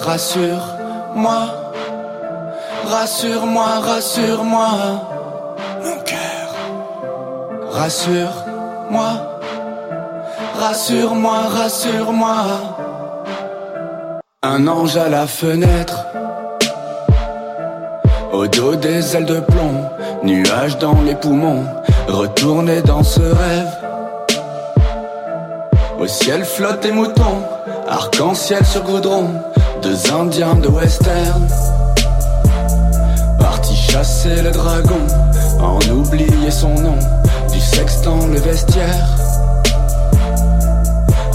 S5: Rassure-moi. Rassure-moi, rassure-moi. Mon cœur. Rassure-moi. Rassure-moi, rassure-moi. Un ange à la fenêtre. Au dos des ailes de plomb, nuages dans les poumons, retourner dans ce rêve. Au ciel flottent des moutons, arc-en-ciel sur goudron, deux indiens de western. Parti chasser le dragon, en oublier son nom, du sexe dans le vestiaire.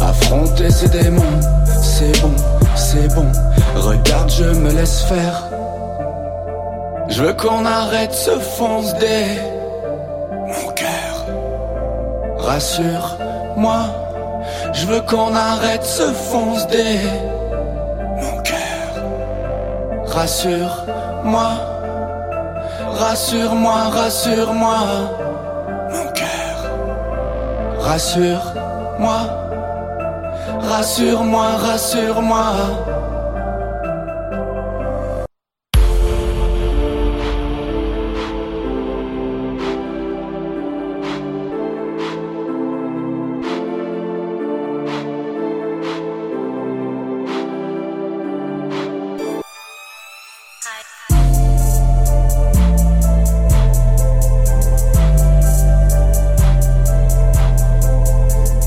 S5: Affronter ses démons, c'est bon, c'est bon, regarde, je me laisse faire. Je veux qu'on arrête ce fonce dé. Mon cœur. Rassure-moi. Je veux qu'on arrête ce fonce dé. Mon cœur. Rassure-moi. Rassure-moi, rassure-moi. Mon cœur. Rassure-moi. Rassure-moi, rassure-moi.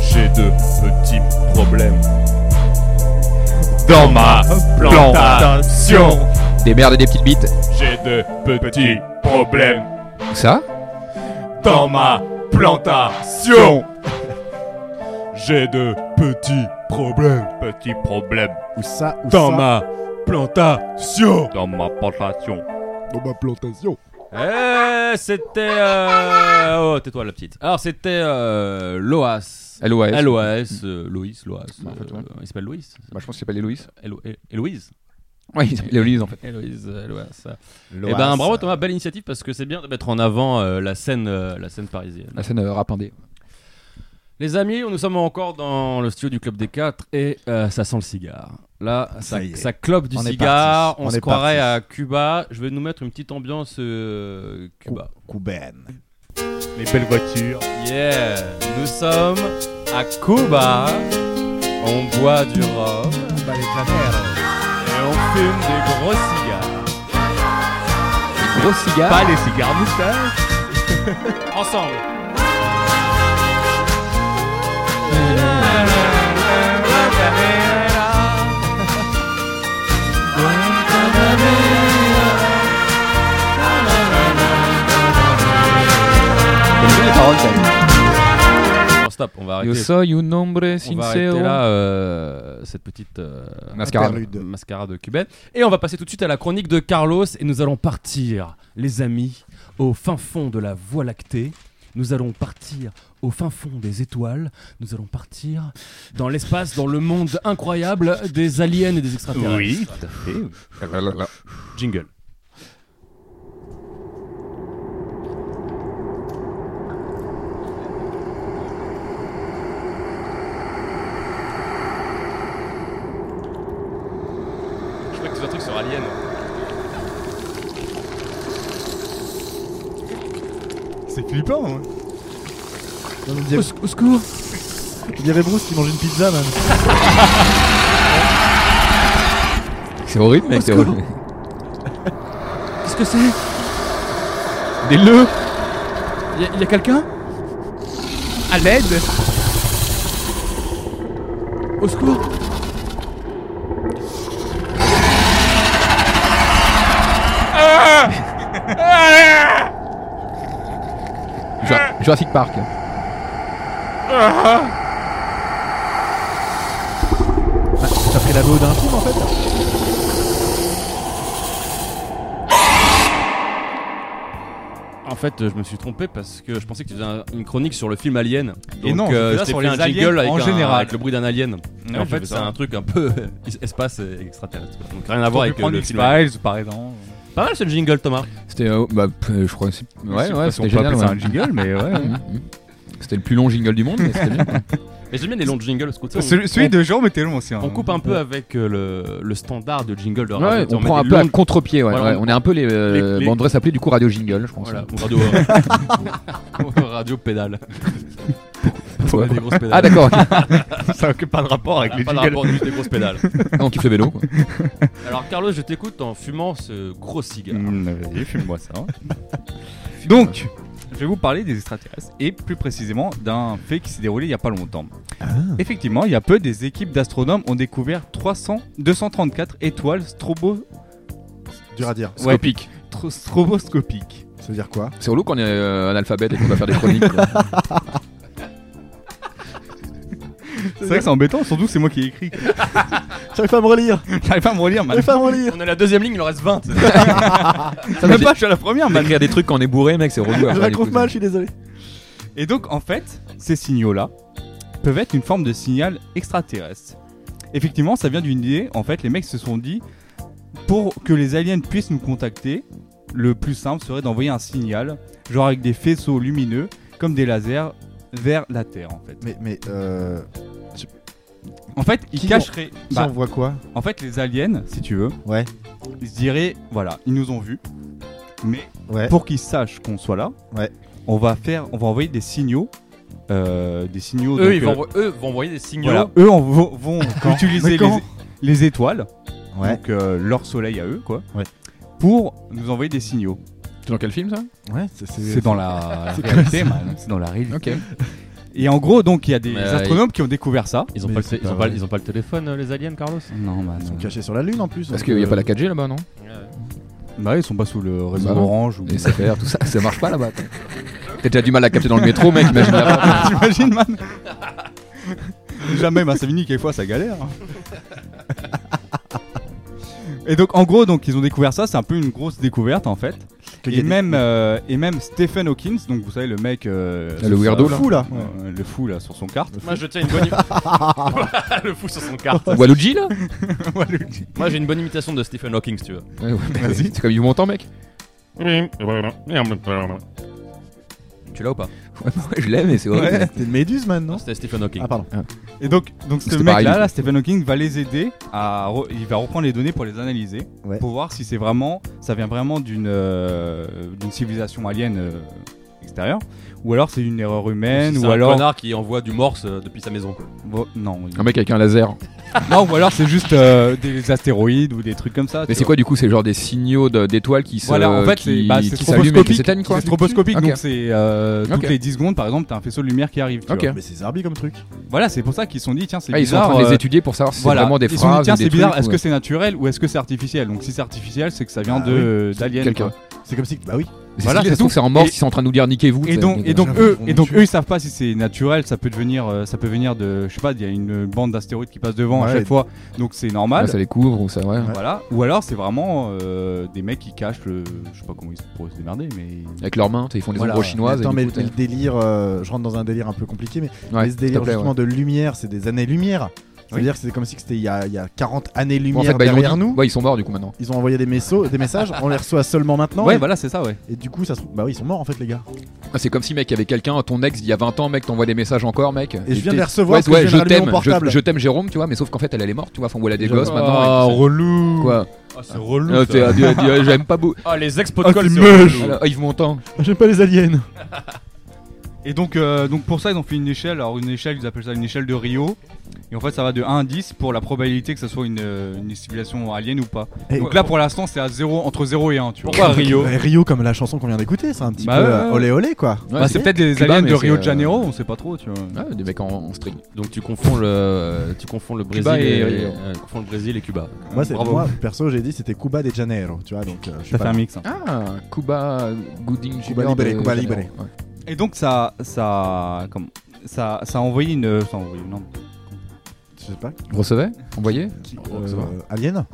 S1: J'ai deux petits dans ma plantation.
S3: Des merdes et des petites bites.
S1: J'ai de petits problèmes
S3: Ça
S1: dans ma plantation. J'ai de petits problèmes, petits problèmes
S2: Ou ça, ou
S1: dans
S2: ça.
S1: ma plantation. Dans ma plantation.
S2: Dans ma plantation.
S1: Eh, c'était. euh, Oh, tais-toi la petite. Alors, c'était euh, Loas.
S3: LOAS.
S1: LOAS, euh, Loïs, Loas.
S3: Bah, en fait, ouais.
S1: euh, il s'appelle Loïs.
S3: Bah, je pense qu'il s'appelle Héloïse.
S1: Hélo- Hé- Héloïse.
S3: <laughs> Ouais, il s'appelle Héloïse en fait.
S1: Héloïse, euh, Loas. Eh ben, bravo Thomas, belle initiative parce que c'est bien de mettre en avant euh, la, scène, euh, la scène parisienne.
S3: La scène euh, rap indé.
S1: Les amis, nous sommes encore dans le studio du Club des 4 et euh, ça sent le cigare. Là, ça,
S2: Ça y est.
S1: ça clope du
S2: On est
S1: cigare,
S2: parti.
S1: on,
S2: On
S1: se
S2: est
S1: croirait
S2: parti.
S1: à Cuba. Je vais nous mettre une petite ambiance euh, Cuba.
S2: Couben.
S1: Les belles voitures. Yeah, nous sommes à Cuba. On boit du rhum et on fume des gros cigares.
S3: Gros cigare.
S1: les cigares moustaches Ensemble
S3: les paroles quand même.
S1: Bon, Stop, on va
S3: Yo
S1: arrêter.
S3: soy un hombre
S1: On va arrêter
S3: sincero.
S1: là euh, cette petite euh,
S3: Mascarade.
S2: Interlude.
S1: mascarade cubaine. Et on va passer tout de suite à la chronique de Carlos et nous allons partir, les amis, au fin fond de la Voie lactée. Nous allons partir au fin fond des étoiles. Nous allons partir dans l'espace, dans le monde incroyable des aliens et des extraterrestres. Oui.
S3: Eh
S1: Jingle. Je crois que c'est un truc sur Alien.
S2: C'est flippant, hein. Au, secours Il y avait Bruce qui mange une pizza, même.
S3: C'est horrible, mec. c'est horrible.
S1: <laughs> Qu'est-ce que c'est
S3: Des
S1: Il y a, quelqu'un À l'aide Au secours
S3: <laughs> Jura- Jurassic Park.
S2: T'as pris la BO d'un film, en fait
S1: En fait, je me suis trompé parce que je pensais que tu faisais un- une chronique sur le film Alien.
S4: Et non,
S1: Donc, euh,
S4: je fais ça
S1: je t'ai
S4: sur
S1: fait
S4: les
S1: un jingle
S4: aliens
S1: avec,
S4: en
S1: un-
S4: général.
S1: avec le bruit d'un alien. Et
S4: Ouais,
S1: en
S4: je
S1: fait,
S4: fais
S1: c'est
S4: ça.
S1: un truc un peu <laughs> espace et extraterrestre. quoi. Donc rien à voir
S4: T'aurais
S1: avec
S4: pu
S1: euh,
S4: prendre
S1: le film. Alien.
S4: X-Files, par exemple.
S1: Pas mal ce jingle, Thomas.
S3: C'était. euh, bah, pff, je crois. que c'est- Ouais, ouais,
S4: c'est on
S3: c'était
S4: peut
S3: génial.
S4: appeler ça un
S3: ouais.
S4: jingle, mais ouais.
S3: Mhm, mhm. C'était le plus long jingle du monde, mais c'était bien. quoi.
S1: Mais j'aime bien les longs jingles parce que tu sais,
S4: <laughs> Bah, Celui, celui de Jean était long aussi. hein.
S1: on, on coupe un peu avec euh, le, le standard de jingle de radio.
S3: Ouais,
S1: Tu sais,
S3: on
S1: met
S3: prend un
S1: des
S3: peu à
S1: longues-
S3: contre-pied, ouais.
S1: Voilà,
S3: ouais,
S1: on-
S3: On est un peu les. euh,
S1: les-
S3: bon, On devrait s'appeler du coup Radio Jingle, je pense.
S1: Voilà, ou radio, <laughs> ou radio pédale. On a
S3: Pourquoi
S1: des grosses pédales.
S3: Ah, d'accord, ok.
S4: <laughs> Ça n'a que pas de rapport avec
S1: Ah,
S4: les
S1: pas de
S4: jingles.
S1: rapport, juste des grosses pédales.
S3: <laughs> on kiffe le vélo. quoi.
S1: Alors Carlos, je t'écoute en fumant ce gros cigare.
S4: Mmh,
S3: Mm,
S1: <laughs>
S4: Vas-y, fume-moi ça.
S3: hein.
S4: Donc, je vais vous parler des extraterrestres et plus précisément d'un fait qui s'est déroulé il n'y a pas longtemps. Effectivement, il y a peu, des équipes d'astronomes ont découvert 300, 234 étoiles strobo,
S2: Dur à dire.
S3: Scopique.
S4: tro- stroboscopiques.
S2: Ça veut dire quoi
S3: C'est relou qu'on est euh, analphabète et qu'on va faire des chroniques. quoi.
S4: C'est vrai que c'est embêtant, surtout que c'est moi qui ai écrit.
S2: J'arrive pas à me relire
S4: J'arrive pas à me relire, man.
S2: J'arrive pas à me relire
S1: On est à la deuxième ligne, il en reste 20.
S4: Même pas, je suis à la première, man.
S3: Écrire des trucs quand on est bourré, mec, c'est relou. hein.
S2: Je
S3: après,
S2: la
S3: du
S2: trouve
S3: coup,
S2: mal, je suis désolé.
S4: Et donc, en fait, ces signaux-là peuvent être une forme de signal extraterrestre. Effectivement, ça vient d'une idée. En fait, les mecs se sont dit pour que les aliens puissent nous contacter, le plus simple serait d'envoyer un signal, genre avec des faisceaux lumineux, comme des lasers, vers la Terre, en fait.
S2: Mais, mais, euh.
S4: En fait, ils
S2: Qui
S4: cacheraient.
S2: Qui
S4: Bah,
S2: envoie quoi
S4: en fait, les aliens, si tu veux,
S2: Ouais.
S4: ils se diraient voilà, ils nous ont vus, mais
S2: Ouais.
S4: pour qu'ils sachent qu'on soit là,
S2: Ouais.
S4: on va faire, on va envoyer des signaux, euh, des signaux.
S1: eux,
S4: donc,
S1: ils
S4: euh,
S1: vont, envo- eux vont envoyer des signaux.
S4: Voilà, eux en vont, vont utiliser
S2: Mais <laughs> quand
S4: les, les étoiles,
S2: Ouais.
S4: donc euh, leur soleil à eux, quoi,
S2: Ouais.
S4: pour nous envoyer des signaux.
S3: C'est dans quel film ça
S2: Ouais, c'est.
S4: <laughs> C'est dans la, la réalité, man. C'est dans la réalité.
S3: Ok.
S4: Et en gros, donc, il y a des
S3: Mais, euh,
S4: astronomes qui ont découvert ça.
S1: Ils ont,
S2: Mais
S1: pas le,
S2: c'est
S1: ils
S2: pas
S1: ont pas-
S2: vrai.
S1: ils ont pas le téléphone, euh, les aliens, Carlos
S4: Non, bah,
S2: Ils sont
S4: non.
S2: cachés sur la Lune en plus.
S3: Parce
S2: donc,
S3: qu'il n'y a
S2: euh,
S3: pas la 4G là-bas, non
S4: Bah, ils sont pas sous le réseau
S3: Bah non.
S4: orange ou.
S3: <laughs> Les SFR, tout ça, ça marche pas là-bas. quoi. T'as déjà du mal à capter dans le métro, mec, imagine <laughs> là-bas.
S4: T'imagines, man <laughs> Jamais, Massavini, quelquefois, ça galère. hein. Et donc, en gros, donc, ils ont découvert ça. C'est un peu une grosse découverte, en fait.
S2: qu'il y a
S4: Et
S2: des-
S4: même, euh, et même Stephen Hawkins, donc vous savez, le mec. euh,
S3: Le
S4: sur
S3: weirdo,
S4: sa-
S3: là.
S2: Fou là.
S4: Ouais, le fou, là, sur son carte.
S1: Moi, je tiens une bonne. le fou <laughs> sur son carte.
S3: Waluigi là
S1: Moi, j'ai une bonne imitation de Stephen Hawking, si tu veux.
S3: Ouais, ouais, mais C'est comme ils montent mec.
S1: Tu l'as ou pas
S3: <laughs> Ouais, bah ouais, je l'aime, mais c'est horrible.
S2: Ouais, T'es une méduse
S1: Non,
S2: maintenant.
S1: c'était Stephen Hawking.
S2: Ah pardon.
S4: Et donc, donc ce
S3: C'était pareil, du
S4: mec-là,
S3: coup.
S4: là, Stephen Hawking, va les aider à. re- Il va reprendre les données pour les analyser.
S2: Ouais.
S4: Pour voir si c'est vraiment. Ça vient vraiment d'une euh, d'une civilisation alien euh, extérieure. Ou alors c'est une erreur humaine.
S1: C'est
S4: ou
S1: un
S4: alors.
S1: connard qui envoie du morse euh, depuis sa maison. quoi.
S4: Bon,
S3: <laughs>
S4: non, oui.
S3: Un mec avec un laser.
S4: non, ou alors c'est juste euh, des astéroïdes ou des trucs comme ça.
S3: Mais
S4: tu
S3: c'est
S4: vois.
S3: quoi du coup C'est genre des signaux de- d'étoiles qui se
S4: Voilà, en fait,
S3: qui,
S4: c'est bah, c'est
S3: qui s'allument et qui
S4: stroboscopique.
S3: s'éteignent quoi
S4: C'est stroboscopique,
S3: Ok.
S4: donc c'est euh, toutes
S3: Ok.
S4: les 10 secondes, par exemple, t'as un faisceau de lumière qui arrive. tu
S3: Ok.
S4: vois.
S2: Mais c'est zarbi comme truc.
S4: Voilà, c'est pour ça qu'ils se sont dit, tiens, c'est
S3: Ah, ils sont en
S4: bizarre.
S3: train de les
S4: euh,
S3: étudier pour savoir si c'est
S4: voilà.
S3: vraiment des
S4: Ils se sont dit,
S3: phrases.
S4: tiens,
S3: ou des
S4: c'est bizarre.
S3: trucs,
S4: Est-ce
S3: ou-
S4: que c'est naturel ou est-ce que c'est artificiel Donc si c'est artificiel, c'est que ça vient
S2: Ah
S4: de d'aliens.
S3: quelqu'un.
S4: quoi.
S2: C'est comme si. Bah oui.
S3: Mais
S4: Voilà,
S3: c'est ça
S4: c'est
S3: se trouve,
S4: tout.
S3: c'est en morse,
S4: Et-
S3: ils sont en train de nous dire niquez-vous.
S4: Et
S3: t'sais,
S4: donc, et donc
S2: J'avoue,
S4: eux,
S2: on
S4: et donc
S2: tue.
S4: eux, ils savent pas si c'est naturel. Ça peut devenir, euh, ça peut venir de, je sais pas, il y a une bande d'astéroïdes qui passe devant à
S2: Ouais.
S4: chaque fois, donc c'est
S3: Ouais,
S4: normal.
S3: ça les couvre ou ça, ouais.
S4: Voilà. Ou alors c'est vraiment euh, des mecs qui cachent le, je sais pas comment ils pourraient se démerder, mais
S3: Avec leurs mains, t'sais, ils font des
S4: Voilà.
S3: ombres chinoises. et
S2: Attends,
S3: du
S2: mais,
S3: coup,
S2: mais le délire, euh, je rentre dans un délire un peu compliqué, mais,
S3: t'as- ouais,
S2: mais ce délire
S3: s'il te plaît,
S2: justement
S3: ouais.
S2: de lumière, c'est des années-lumière.
S4: Oui.
S2: C'est-à-dire que c'est comme si que c'était il y a, il y a 40
S3: Bon, en
S2: années-lumière
S3: fait, bah, ils,
S2: derrière
S3: l'ont dit.
S2: nous.
S3: Ouais, ils sont morts du coup maintenant.
S2: Ils ont envoyé des, messo- des messages, on les reçoit seulement maintenant.
S4: ouais,
S3: bah.
S2: et,
S4: voilà, c'est ça, ouais.
S2: et du coup, ça se trouve. Bah oui, ils sont morts en fait, les gars.
S3: Ah, c'est comme si, mec, il y avait quelqu'un, ton ex, il y a 20 ans, mec, t'envoie des messages encore, mec.
S2: Et je viens de
S3: t'es-
S2: les recevoir
S3: Ouais,
S2: parce que
S3: ouais,
S2: je
S3: je
S2: viens d'allumer
S3: t'aime,
S2: mon
S3: je,
S2: portable.
S3: je t'aime Jérôme, tu vois, mais sauf qu'en fait, elle, elle est morte, tu vois. Enfin, voilà, des
S2: Déjà.
S3: gosses maintenant. et tout ça.
S1: relou
S3: Quoi
S1: Ah, c'est relou
S3: Ah, t'es-
S1: ça.
S3: ah, dis- ah, dis- ah, J'aime pas beaucoup.
S1: Ah, les ex-podcols,
S2: Ah,
S1: c'est
S2: c'est moche.
S1: relou.
S3: Ah, Yves Montand.
S2: <laughs> J'aime pas les aliens.
S4: Et donc, euh, donc pour ça, ils ont fait une échelle. Alors une échelle, ils appellent ça une échelle de Rio. Et en fait, ça va de 1 à 10 pour la probabilité que ça soit une, euh, une civilisation alien ou pas.
S2: Et-
S4: donc là, pour l'instant, c'est à 0, entre 0 et 1, tu vois.
S1: Pourquoi Rio
S2: Bah, Rio, comme la chanson qu'on vient d'écouter, c'est un petit
S4: Bah
S2: peu
S4: ouais,
S2: euh,
S4: ouais.
S2: olé olé quoi.
S3: Ouais,
S4: Bah,
S3: c'est-
S4: c'est peut-être les
S3: Cuba,
S4: aliens
S3: mais
S4: de
S3: c'est,
S4: Rio de
S3: euh, Ah,
S4: Janeiro, on sait pas trop, tu vois.
S3: Ouais, des mecs en, en string.
S1: Donc tu confonds le, tu confonds le Brésil
S3: Cuba
S1: et,
S3: et-
S1: euh, tu confonds le Brésil et Cuba.
S2: Moi, c'est,
S4: Bravo.
S2: moi, perso, j'ai dit c'était Cuba de Janeiro, tu vois, donc euh, je suis
S4: Ça fait
S2: pas
S4: un mix. hein.
S3: Ah, Cuba Gooding
S2: Cuba
S3: Jr. de
S2: Libre, Cuba
S3: Janeiro.
S2: Libre.
S3: Ouais.
S4: Et donc, ça, ça, comment, ça, ça a envoyé une. Ça a envoyé une- non.
S2: Je sais pas.
S3: Vous recevez Envoyez Oh,
S2: Euh, <laughs> Alien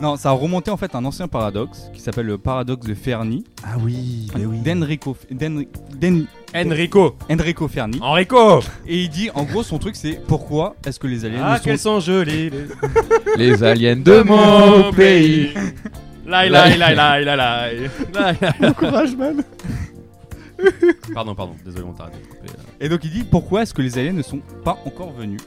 S4: Non, ça a remonté en fait un ancien paradoxe qui s'appelle le paradoxe de Fermi.
S2: Ah oui, mais oui.
S4: D'Enrico. d'Enri- d'En-
S1: Enrico
S4: Enrico Fermi.
S3: Ah.
S1: Enrico
S4: Et il dit, en gros, son truc, c'est pourquoi est-ce que les aliens
S1: Ah,
S4: ne
S1: quels
S4: sont
S1: sont jolis
S3: Les aliens de mon pays
S1: Laï, laï,
S3: laï,
S1: laï,
S3: laï,
S1: laï, laï,
S2: Bon courage, man.
S1: Pardon, pardon, désolé, on t'a arrêté de couper.
S4: Et donc il dit, pourquoi est-ce que les aliens ne sont pas encore venus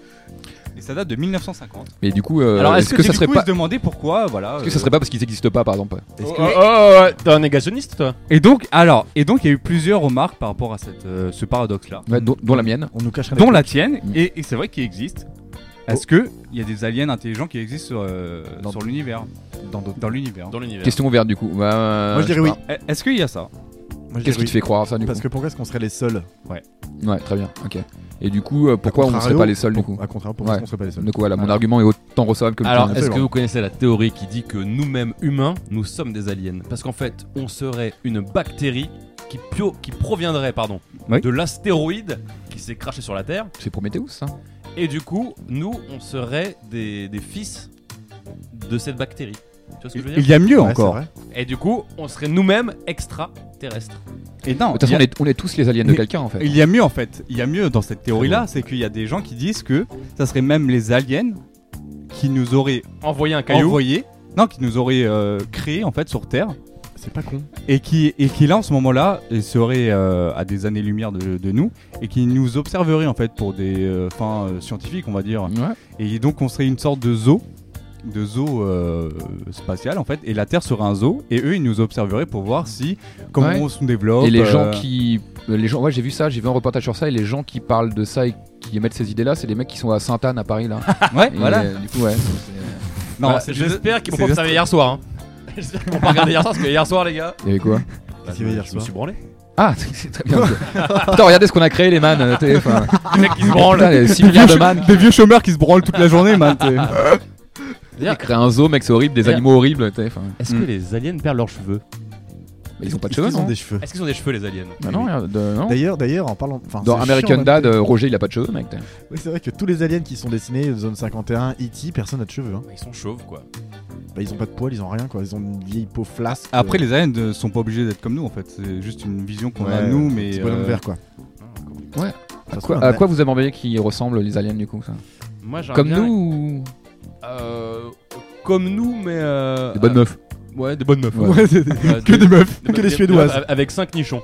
S4: Et ça date de 1950.
S3: Mais du coup, euh,
S1: Alors,
S3: est-ce que, ça
S4: du
S3: serait
S4: coup,
S3: pas
S4: il se demandait pourquoi, voilà.
S3: est-ce que
S4: euh,
S3: ça serait pas parce qu'ils n'existent pas, par exemple
S2: Est-ce que-
S1: Oh, oh, oh, t'es un négationniste, toi
S4: Et donc, alors, et donc il y a eu plusieurs remarques par rapport à cette, euh, ce paradoxe-là,
S3: Ouais, dont, dont la mienne.
S2: On nous cacherait
S4: dont la tienne,
S3: Mm.
S4: et, et c'est vrai qu'il existe. Est-ce que il y a des aliens intelligents qui existent sur, euh,
S2: Dans-
S4: sur l'univers Dans l'univers.
S1: Dans l'univers.
S3: Question ouverte, du coup. Bah, euh,
S2: Moi, je dirais
S3: sais
S2: oui.
S3: pas.
S4: Eh, Est-ce qu'il y a ça
S2: Moi, je
S3: Qu'est-ce qui
S2: dirais
S3: te fait croire à ça,
S2: oui.
S3: du coup
S2: Parce que pourquoi est-ce qu'on serait les seuls
S3: Ouais, très bien, ok. Et du coup, euh, pourquoi
S2: À
S3: on ne serait
S2: contrario,
S3: pas les seuls, du coup
S2: À contraire, pourquoi
S3: Ouais.
S2: est-ce qu'on serait pas les seuls
S3: Donc voilà, mon argument est autant recevable que le
S1: Alors, est-ce
S3: tien.
S1: que
S2: Absolument.
S1: vous connaissez la théorie qui dit que nous-mêmes humains, nous sommes des aliens Parce qu'en fait, on serait une bactérie qui, pio- qui proviendrait pardon,
S4: Oui.
S1: de l'astéroïde qui s'est craché sur la Terre.
S3: C'est Prometheus, ça
S1: Et du coup, nous, on serait des, des fils de cette bactérie. Tu vois ce que je veux
S4: Il
S1: dire
S4: y a mieux
S2: Ouais,
S4: encore.
S2: c'est vrai.
S1: Et du coup, on serait nous-mêmes extraterrestres.
S4: Et non,
S3: De toute façon,
S4: il y a-
S3: on, est, on est tous les aliens de
S4: Mais-
S3: quelqu'un, en fait.
S4: Il y a mieux en fait, il y a mieux dans cette théorie-là, c'est qu'il y a des gens qui disent que ça serait même les aliens qui nous auraient
S1: Envoyer un caillou.
S4: envoyés, non, qui nous auraient euh, créés en fait sur Terre,
S2: C'est pas con.
S4: et qui, et qui là en ce moment-là et seraient euh, à des années-lumière de, de nous, et qui nous observeraient en fait pour des euh, fins euh, scientifiques, on va dire.
S3: Ouais.
S4: Et donc on serait une sorte de zoo, de zoo euh, spatial en fait, et la Terre serait un zoo, et eux ils nous observeraient pour voir si, comment
S3: Ouais.
S4: on se développe.
S3: Et les gens
S4: euh,
S3: qui. euh, Les gens, ouais, j'ai vu ça, j'ai vu un reportage sur ça, et les gens qui parlent de ça et qui émettent ces idées-là, c'est les mecs qui sont à Sainte-Anne à Paris, là.
S4: <laughs> Ouais,
S3: Et,
S4: voilà.
S3: euh, du coup, ouais.
S4: Non,
S1: Voilà,
S4: c'est-
S1: Bah, J'espère qu'ils m'ont
S4: c'est
S1: pas <laughs> observé hier soir. hein. J'espère qu'ils m'ont pas regardé hier soir, parce que hier soir, les gars.
S3: Il y avait quoi
S2: Qu'est-ce qu'il y avait hier
S1: je me
S2: soir
S1: suis branlé.
S3: Ah, c'est très bien. Putain, regardez ce qu'on a créé, les man. euh, t'es- enfin,
S1: Le mec qui se
S3: putain,
S1: branle.
S3: les 6 milliards de man.
S4: Des vieux chômeurs qui se branlent toute la journée, man. t'es-
S3: D'ailleurs, créer un zoo, mec, c'est horrible, des
S1: D'ailleurs-
S3: animaux horribles. t'es, enfin,
S1: Est-ce que les aliens perdent leurs cheveux
S3: mais ils ont pas de
S2: Est-ce qu'ils
S3: cheveux,
S2: ont
S3: non
S2: des cheveux.
S1: Est-ce qu'ils ont des cheveux, les aliens
S3: Bah non, regarde, euh, non.
S2: D'ailleurs, d'ailleurs, en parlant. enfin,
S3: Dans
S2: c'est
S3: American
S2: chiant, en même
S3: Dad,
S2: temps.
S3: euh, Roger, il a pas de cheveux, mec. t'es.
S2: Oui, c'est vrai que tous les aliens qui sont dessinés, Zone 51, E.T., personne n'a de cheveux. hein.
S1: Ils sont chauves, quoi.
S2: Bah, ils ont pas de poils, ils ont rien quoi. Ils ont une vieille peau flasque.
S4: Après,
S2: euh,
S4: les aliens euh, sont pas obligés d'être comme nous en fait. C'est juste une vision qu'on a
S2: ouais,
S4: nous, mais.
S2: petit bonhomme
S4: euh,
S2: vert quoi. Ça
S3: Ouais. À
S2: se
S3: quoi,
S2: trouve,
S3: à
S2: un-
S3: quoi vous avez envoyé qui ressemblent les aliens du coup ça
S1: Moi, j'aimerais
S3: Comme
S1: bien-
S3: nous ou
S1: Euh, Comme nous, mais. euh,
S3: Des bonnes
S1: euh,
S3: meufs
S1: Ouais, des bonnes meufs.
S3: Ouais.
S4: Ouais, c'est-
S1: Euh,
S4: que des meufs.
S2: que des
S1: meufs-
S2: Suédoises.
S1: meufs Avec 5 nichons.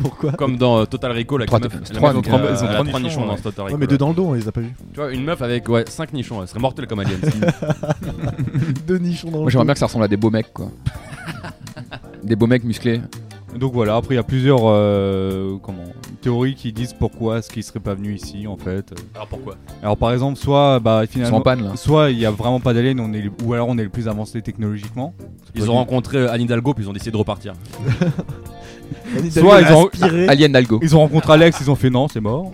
S2: Pourquoi
S1: Comme dans euh, Total Recall, la
S3: Trois-
S1: meuf. la
S3: trois-
S1: meuf,
S3: ils ont
S1: euh,
S4: trois- ils ont
S1: elle a
S4: trois
S1: trois
S4: nichons,
S1: nichons dans
S4: ouais.
S1: Total Recall.
S2: Ouais, mais deux dans le dos, on les a pas vus.
S1: Tu vois, une meuf avec 5 nichons, elle serait mortelle comme alien.
S2: deux nichons dans
S3: Moi
S2: le
S3: j'aimerais
S2: dos.
S3: bien que ça ressemble à des beaux mecs
S4: <laughs>
S3: quoi. des beaux mecs musclés.
S4: Donc voilà, après il y a plusieurs euh, comment, théories qui disent pourquoi est-ce qu'ils seraient pas venus ici en fait.
S1: Alors pourquoi
S4: Alors par exemple, soit bah
S3: Ils sont en
S4: finalement
S3: panne hein. là.
S4: soit il y a vraiment pas d'aliens on est les- ou alors on est le plus avancé technologiquement.
S1: Ils ont rencontré euh, Anne Hidalgo, puis ils ont décidé de repartir.
S4: Soit ils ont-
S2: aspiré.
S3: Alien Dalgo.
S4: Ils ont rencontré Alex, ils ont fait non, c'est mort.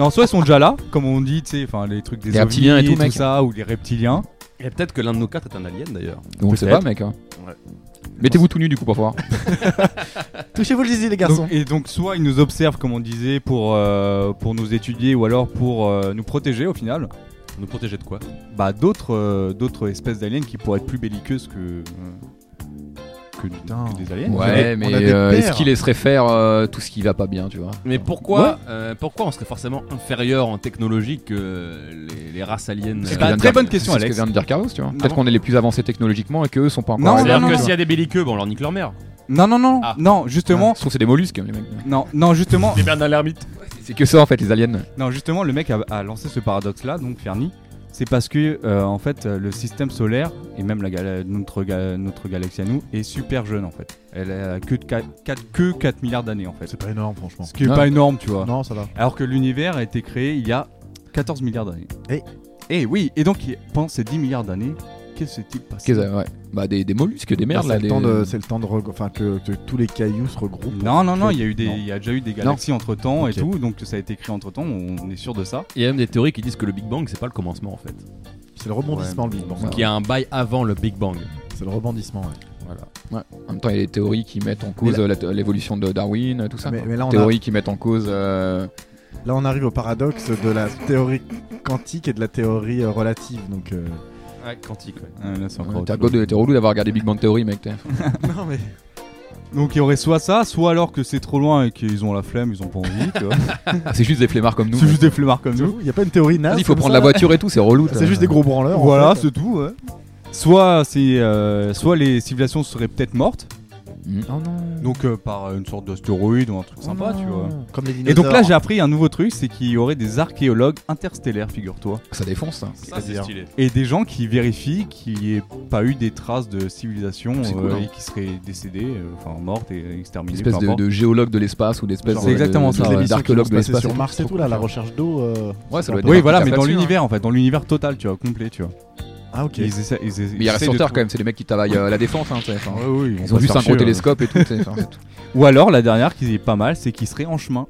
S4: Non, soit ils sont déjà là, comme on dit, tu sais, enfin les trucs des
S3: Les reptiliens et
S4: ovnis
S3: tout, mec.
S4: ça, ou les reptiliens.
S1: Et peut-être que l'un de nos quatre est un alien d'ailleurs.
S3: On le sait
S1: Peut-être.
S3: pas mec. hein.
S1: Ouais.
S3: Mettez-vous tout nu du coup pour voir.
S2: Touchez-vous le zizi, les garçons.
S4: Donc- et donc soit ils nous observent, comme on disait, pour euh, pour nous étudier ou alors pour euh, nous protéger au final.
S1: Nous protéger de quoi
S4: Bah d'autres euh, d'autres espèces d'aliens qui pourraient être plus belliqueuses que euh, que, que des aliens.
S3: Ouais,
S2: des-
S3: mais
S2: Eh, on a des
S3: euh, est-ce
S2: pères.
S3: qu'ils laisseraient faire euh, tout ce qui va pas bien, tu vois
S1: Mais pourquoi, euh, pourquoi on serait forcément inférieur en technologie que les, les races aliens
S3: C'est ce
S1: euh,
S3: que
S4: bah,
S3: vient de
S4: très
S3: dire-
S4: bonne question,
S3: c'est ce que
S4: Alex.
S3: vient de dire Carlos, tu vois. Peut-être
S1: bon
S3: qu'on est les plus avancés technologiquement et qu'eux sont pas encore.
S4: Non,
S3: aliens,
S1: C'est-à-dire
S4: non,
S1: que
S4: non.
S1: s'il y a des belliqueux, bon, on leur nique leur mère.
S4: Non non non
S1: Ah.
S4: non
S3: tu vois.
S4: justement
S3: Je trouve que c'est des mollusques, les mecs.
S4: non non justement
S1: C'est Bernard l'ermite.
S3: C'est que ça en fait, les aliens.
S4: non justement le mec a, a lancé ce paradoxe là donc Fermi c'est parce que euh, en fait euh, le système solaire et même la gala- notre ga- notre galaxie à nous est super jeune en fait elle a que de qua- quatre- que 4 milliards d'années en fait
S2: C'est pas Ah, énorme, franchement.
S4: ce qui est
S3: Non.
S4: pas énorme tu vois
S2: Non, ça va.
S4: alors que l'univers a été créé il y a 14 milliards d'années
S2: Eh.
S4: et oui et donc il- pendant ces 10 milliards d'années qu'est-ce qui s'est passé
S3: Qu'est-ce que ça- ouais. Bah des, des mollusques, des merdes
S2: Bah, c'est
S3: là. Des...
S2: le temps de, c'est le temps de, reg- enfin que, que tous les cailloux se regroupent.
S4: non, non, non,
S2: Ok.
S4: il y, a eu des,
S2: Non.
S4: il y a déjà eu des galaxies entre temps
S2: Ok.
S4: et tout, donc ça a été créé entre temps, on est sûr de ça.
S1: Il y a même des théories qui disent que le Big Bang, c'est pas le commencement en fait.
S2: C'est le rebondissement, le Big Bang.
S3: Ouais.
S1: Qu'il y a un bail avant le Big Bang.
S2: C'est le rebondissement. ouais.
S3: Ouais. En même temps, il y a des théories qui mettent en cause euh, la th- l'évolution de Darwin, euh, tout ça.
S2: Mais,
S3: quoi.
S2: mais là, on a-
S3: théories qui mettent en cause. euh,
S2: là, on arrive au paradoxe de la théorie quantique et de la théorie euh, relative. Donc, euh,
S1: Ouais, quantique, ouais.
S4: Euh, là, c'est encore
S3: T'as
S4: autre
S3: quoi de- t'es relou d'avoir regardé Big Bang Theory, mec. t'es-
S2: non mais
S4: Donc il y aurait soit ça, soit alors que c'est trop loin et qu'ils ont la flemme, ils ont pas envie. tu vois.
S3: Ah, c'est juste des flemmards comme <laughs> nous.
S4: c'est juste des flemmards comme nous.
S2: il y a pas une théorie naze.
S3: Vas-y, il faut
S2: comme
S3: prendre
S2: Ah, ça,
S3: la voiture et tout, c'est relou.
S4: Ah,
S2: C'est juste des gros branleurs. en
S4: Voilà,
S2: fait.
S4: c'est tout. Ouais. Soit c'est, euh, soit les civilisations seraient peut-être mortes,
S3: Oh non.
S4: donc euh, par euh, une sorte d'astéroïde ou un truc sympa, tu vois.
S2: Comme les
S4: Et donc là,
S2: dinosaures.
S4: j'ai appris un nouveau truc, c'est qu'il y aurait des archéologues interstellaires, figure-toi,
S3: Ça défonce ça.
S1: Ça, c'est
S2: C'est-à-dire
S1: stylé.
S4: et des gens qui vérifient qu'il n'y ait pas eu des traces de civilisation
S3: C'est cool,
S4: euh,
S3: hein.
S4: et qui seraient décédées, euh, enfin mortes et
S3: Une
S4: exterminées.
S3: espèce
S4: peu
S3: de,
S4: importe.
S3: de géologue de l'espace ou d'espèce
S2: Genre,
S3: de-
S4: c'est exactement
S3: de-
S4: ça,
S2: Toutes
S4: ouais.
S2: les missions qui vont
S3: d'archéologue
S2: se
S3: de
S2: passer
S3: l'espace.
S2: sur
S3: et
S2: Mars et
S3: tout, c'est
S2: tout
S3: trop
S2: là,
S3: cool,
S2: la
S3: ça.
S2: recherche d'eau. euh,
S3: Ouais, ça doit être
S4: Oui,
S3: des
S4: voilà,
S3: trucs
S4: mais
S3: à
S4: dans
S3: faire dessus,
S4: l'univers en fait, dans l'univers total, tu vois, complet, tu vois.
S2: Ah ok.
S3: <laughs>
S4: Ils essaient- ils essaient-
S3: Mais il
S4: ils
S3: reste
S4: essaient
S3: sur
S4: de
S3: Terre quand même, c'est les mecs qui travaillent euh, à la défense. Hein, t'sais, enfin,
S4: Ouais, ouais, vont
S3: ils
S4: pas
S3: ont juste
S4: se
S3: un gros
S4: faire chier,
S3: télescope et tout. t'sais, enfin, c'est tout.
S4: ouais. Ou alors la dernière qui est pas mal, c'est qu'ils seraient en chemin.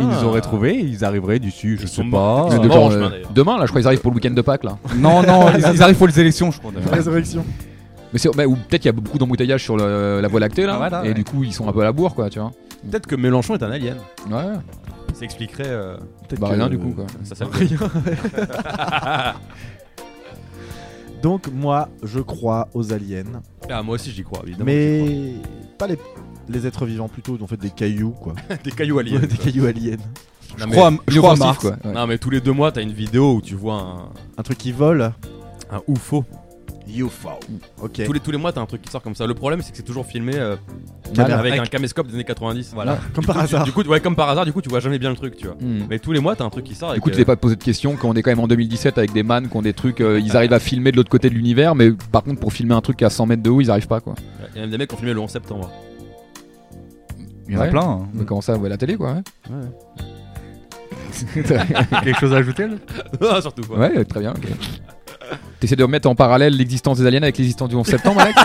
S4: Ils nous auraient
S1: trouvé
S4: trouvé, Ah. ils arriveraient d'ici,
S1: Ils
S4: je sais
S1: sont
S4: pas.
S1: morts. Ils sont
S3: De
S1: morts.
S4: Euh,
S3: genre,
S1: en chemin,
S3: euh,
S1: d'ailleurs.
S3: demain, là, je crois qu'ils arrivent pour le week-end de Pâques. là.
S4: Non, <laughs> non, ils, ils arrivent pour les élections, je crois.
S3: Bah,
S4: d'ailleurs.
S2: Résurrection.
S3: Mais c'est- mais- ou peut-être qu'il y a beaucoup d'embouteillages sur le- la voie lactée là,
S4: Ah, voilà,
S3: et
S4: ouais.
S3: du coup ils sont un peu à la bourre quoi, tu vois.
S1: Peut-être que Mélenchon est un alien.
S3: Ouais,
S1: Ça expliquerait. euh,
S3: bah
S2: que-
S3: rien du coup quoi.
S1: ça, <laughs> ça-
S2: Donc moi, je crois aux aliens,
S1: Ah, moi aussi, j'y crois, évidemment. j'y
S2: mais pas les les êtres vivants plutôt, en fait des cailloux quoi.
S1: crois. <laughs> des cailloux
S2: <laughs>
S1: aliens.
S2: des
S1: ça.
S2: cailloux aliens.
S1: Non,
S4: Je
S1: mais-
S4: crois, à- je crois à
S3: Inoffensif,
S4: Mars.
S3: quoi. ouais.
S1: Non, mais tous les deux mois, t'as une vidéo où tu vois un,
S2: Un truc qui vole.
S1: un UFO.
S2: UFO. Ok.
S1: Tous les, tous les mois, t'as un truc qui sort comme ça. Le problème, c'est que c'est toujours filmé euh,
S2: Caméra.
S1: avec un caméscope des années 90. Voilà.
S2: Comme par hasard.
S1: Du coup, ouais, comme par hasard, du coup, tu vois jamais bien le truc, tu vois.
S3: Hmm.
S1: Mais tous les mois, t'as un truc qui sort.
S3: Du coup,
S1: avec,
S3: tu t'es pas posé de questions quand on est quand même en 2017 avec des man qui ont des trucs, euh, ils arrivent à filmer de l'autre côté de l'univers, mais par contre pour filmer un truc à 100 mètres de haut, ils arrivent pas quoi.
S1: euh, Il y a même des mecs qui ont filmé le 11 septembre. <laughs>
S4: Il y en a
S3: Ouais.
S4: plein. hein.
S3: Mais comment ça, ouais, la télé quoi. hein. Ouais,
S4: Quelque chose à ajouter là
S1: Ah, Surtout, <laughs> quoi.
S3: <laughs> Ouais, très bien. ok. T'essaies de remettre en
S1: <laughs>
S3: parallèle l'existence des aliens avec l'existence du 11 septembre, Alex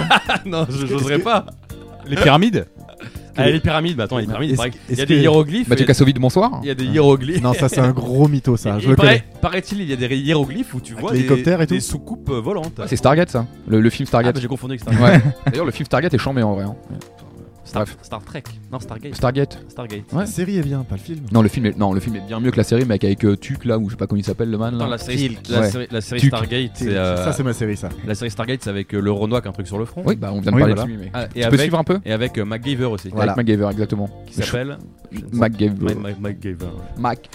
S1: non, je- j'oserais pas.
S4: Les pyramides
S2: que.
S1: Ah, les pyramides, bah attends, les pyramides, il
S2: Est-ce-
S1: paraît que- il y
S2: est-ce
S1: a des
S2: que-
S1: hiéroglyphes. il y
S3: Mathieu
S1: a-
S3: Kassovide, bonsoir.
S1: il y a des hiéroglyphes.
S2: Non, ça c'est un gros mytho, ça.
S1: Et-
S2: Je
S1: et
S2: le connais.
S1: paraît- Paraît-il, il y a des hiéroglyphes où tu vois
S2: l'hélicoptère
S1: des,
S2: et tout
S1: des soucoupes euh, volantes.
S3: Ah, C'est Stargate, ça. Le, le film
S1: Ah,
S3: Stargate.
S1: bah, j'ai confondu avec Stargate.
S3: Ouais. D'ailleurs, le film Stargate est chambé en vrai. hein.
S1: Star,
S3: Bref.
S1: Star Trek. Non, Stargate.
S3: Stargate.
S1: Stargate.
S3: Ouais.
S2: La série est bien, pas le film.
S3: Non le, film est, non, le film est bien mieux que la série, mec, avec euh, Tuc là, ou je sais pas comment il s'appelle le man.
S1: Attends,
S3: Là.
S1: la série,
S3: Kill.
S1: la
S3: Ouais.
S1: série, la série
S3: Tuc.
S1: Stargate, c'est, euh,
S2: Ça, c'est ma série, ça.
S1: la série Stargate, c'est avec euh, le Renoir qui a un truc sur le front.
S3: Oui, bah on vient de
S2: Oui,
S3: parler
S2: voilà.
S3: de film. Mais...
S1: Ah,
S3: tu
S1: et
S3: peux
S1: avec-
S3: suivre un peu
S1: Et avec euh, MacGyver aussi,
S2: Ouais. Voilà.
S3: Avec MacGyver, exactement.
S1: qui s'appelle
S3: MacGyver.
S1: Ma- Ma- MacGyver.
S3: Mac.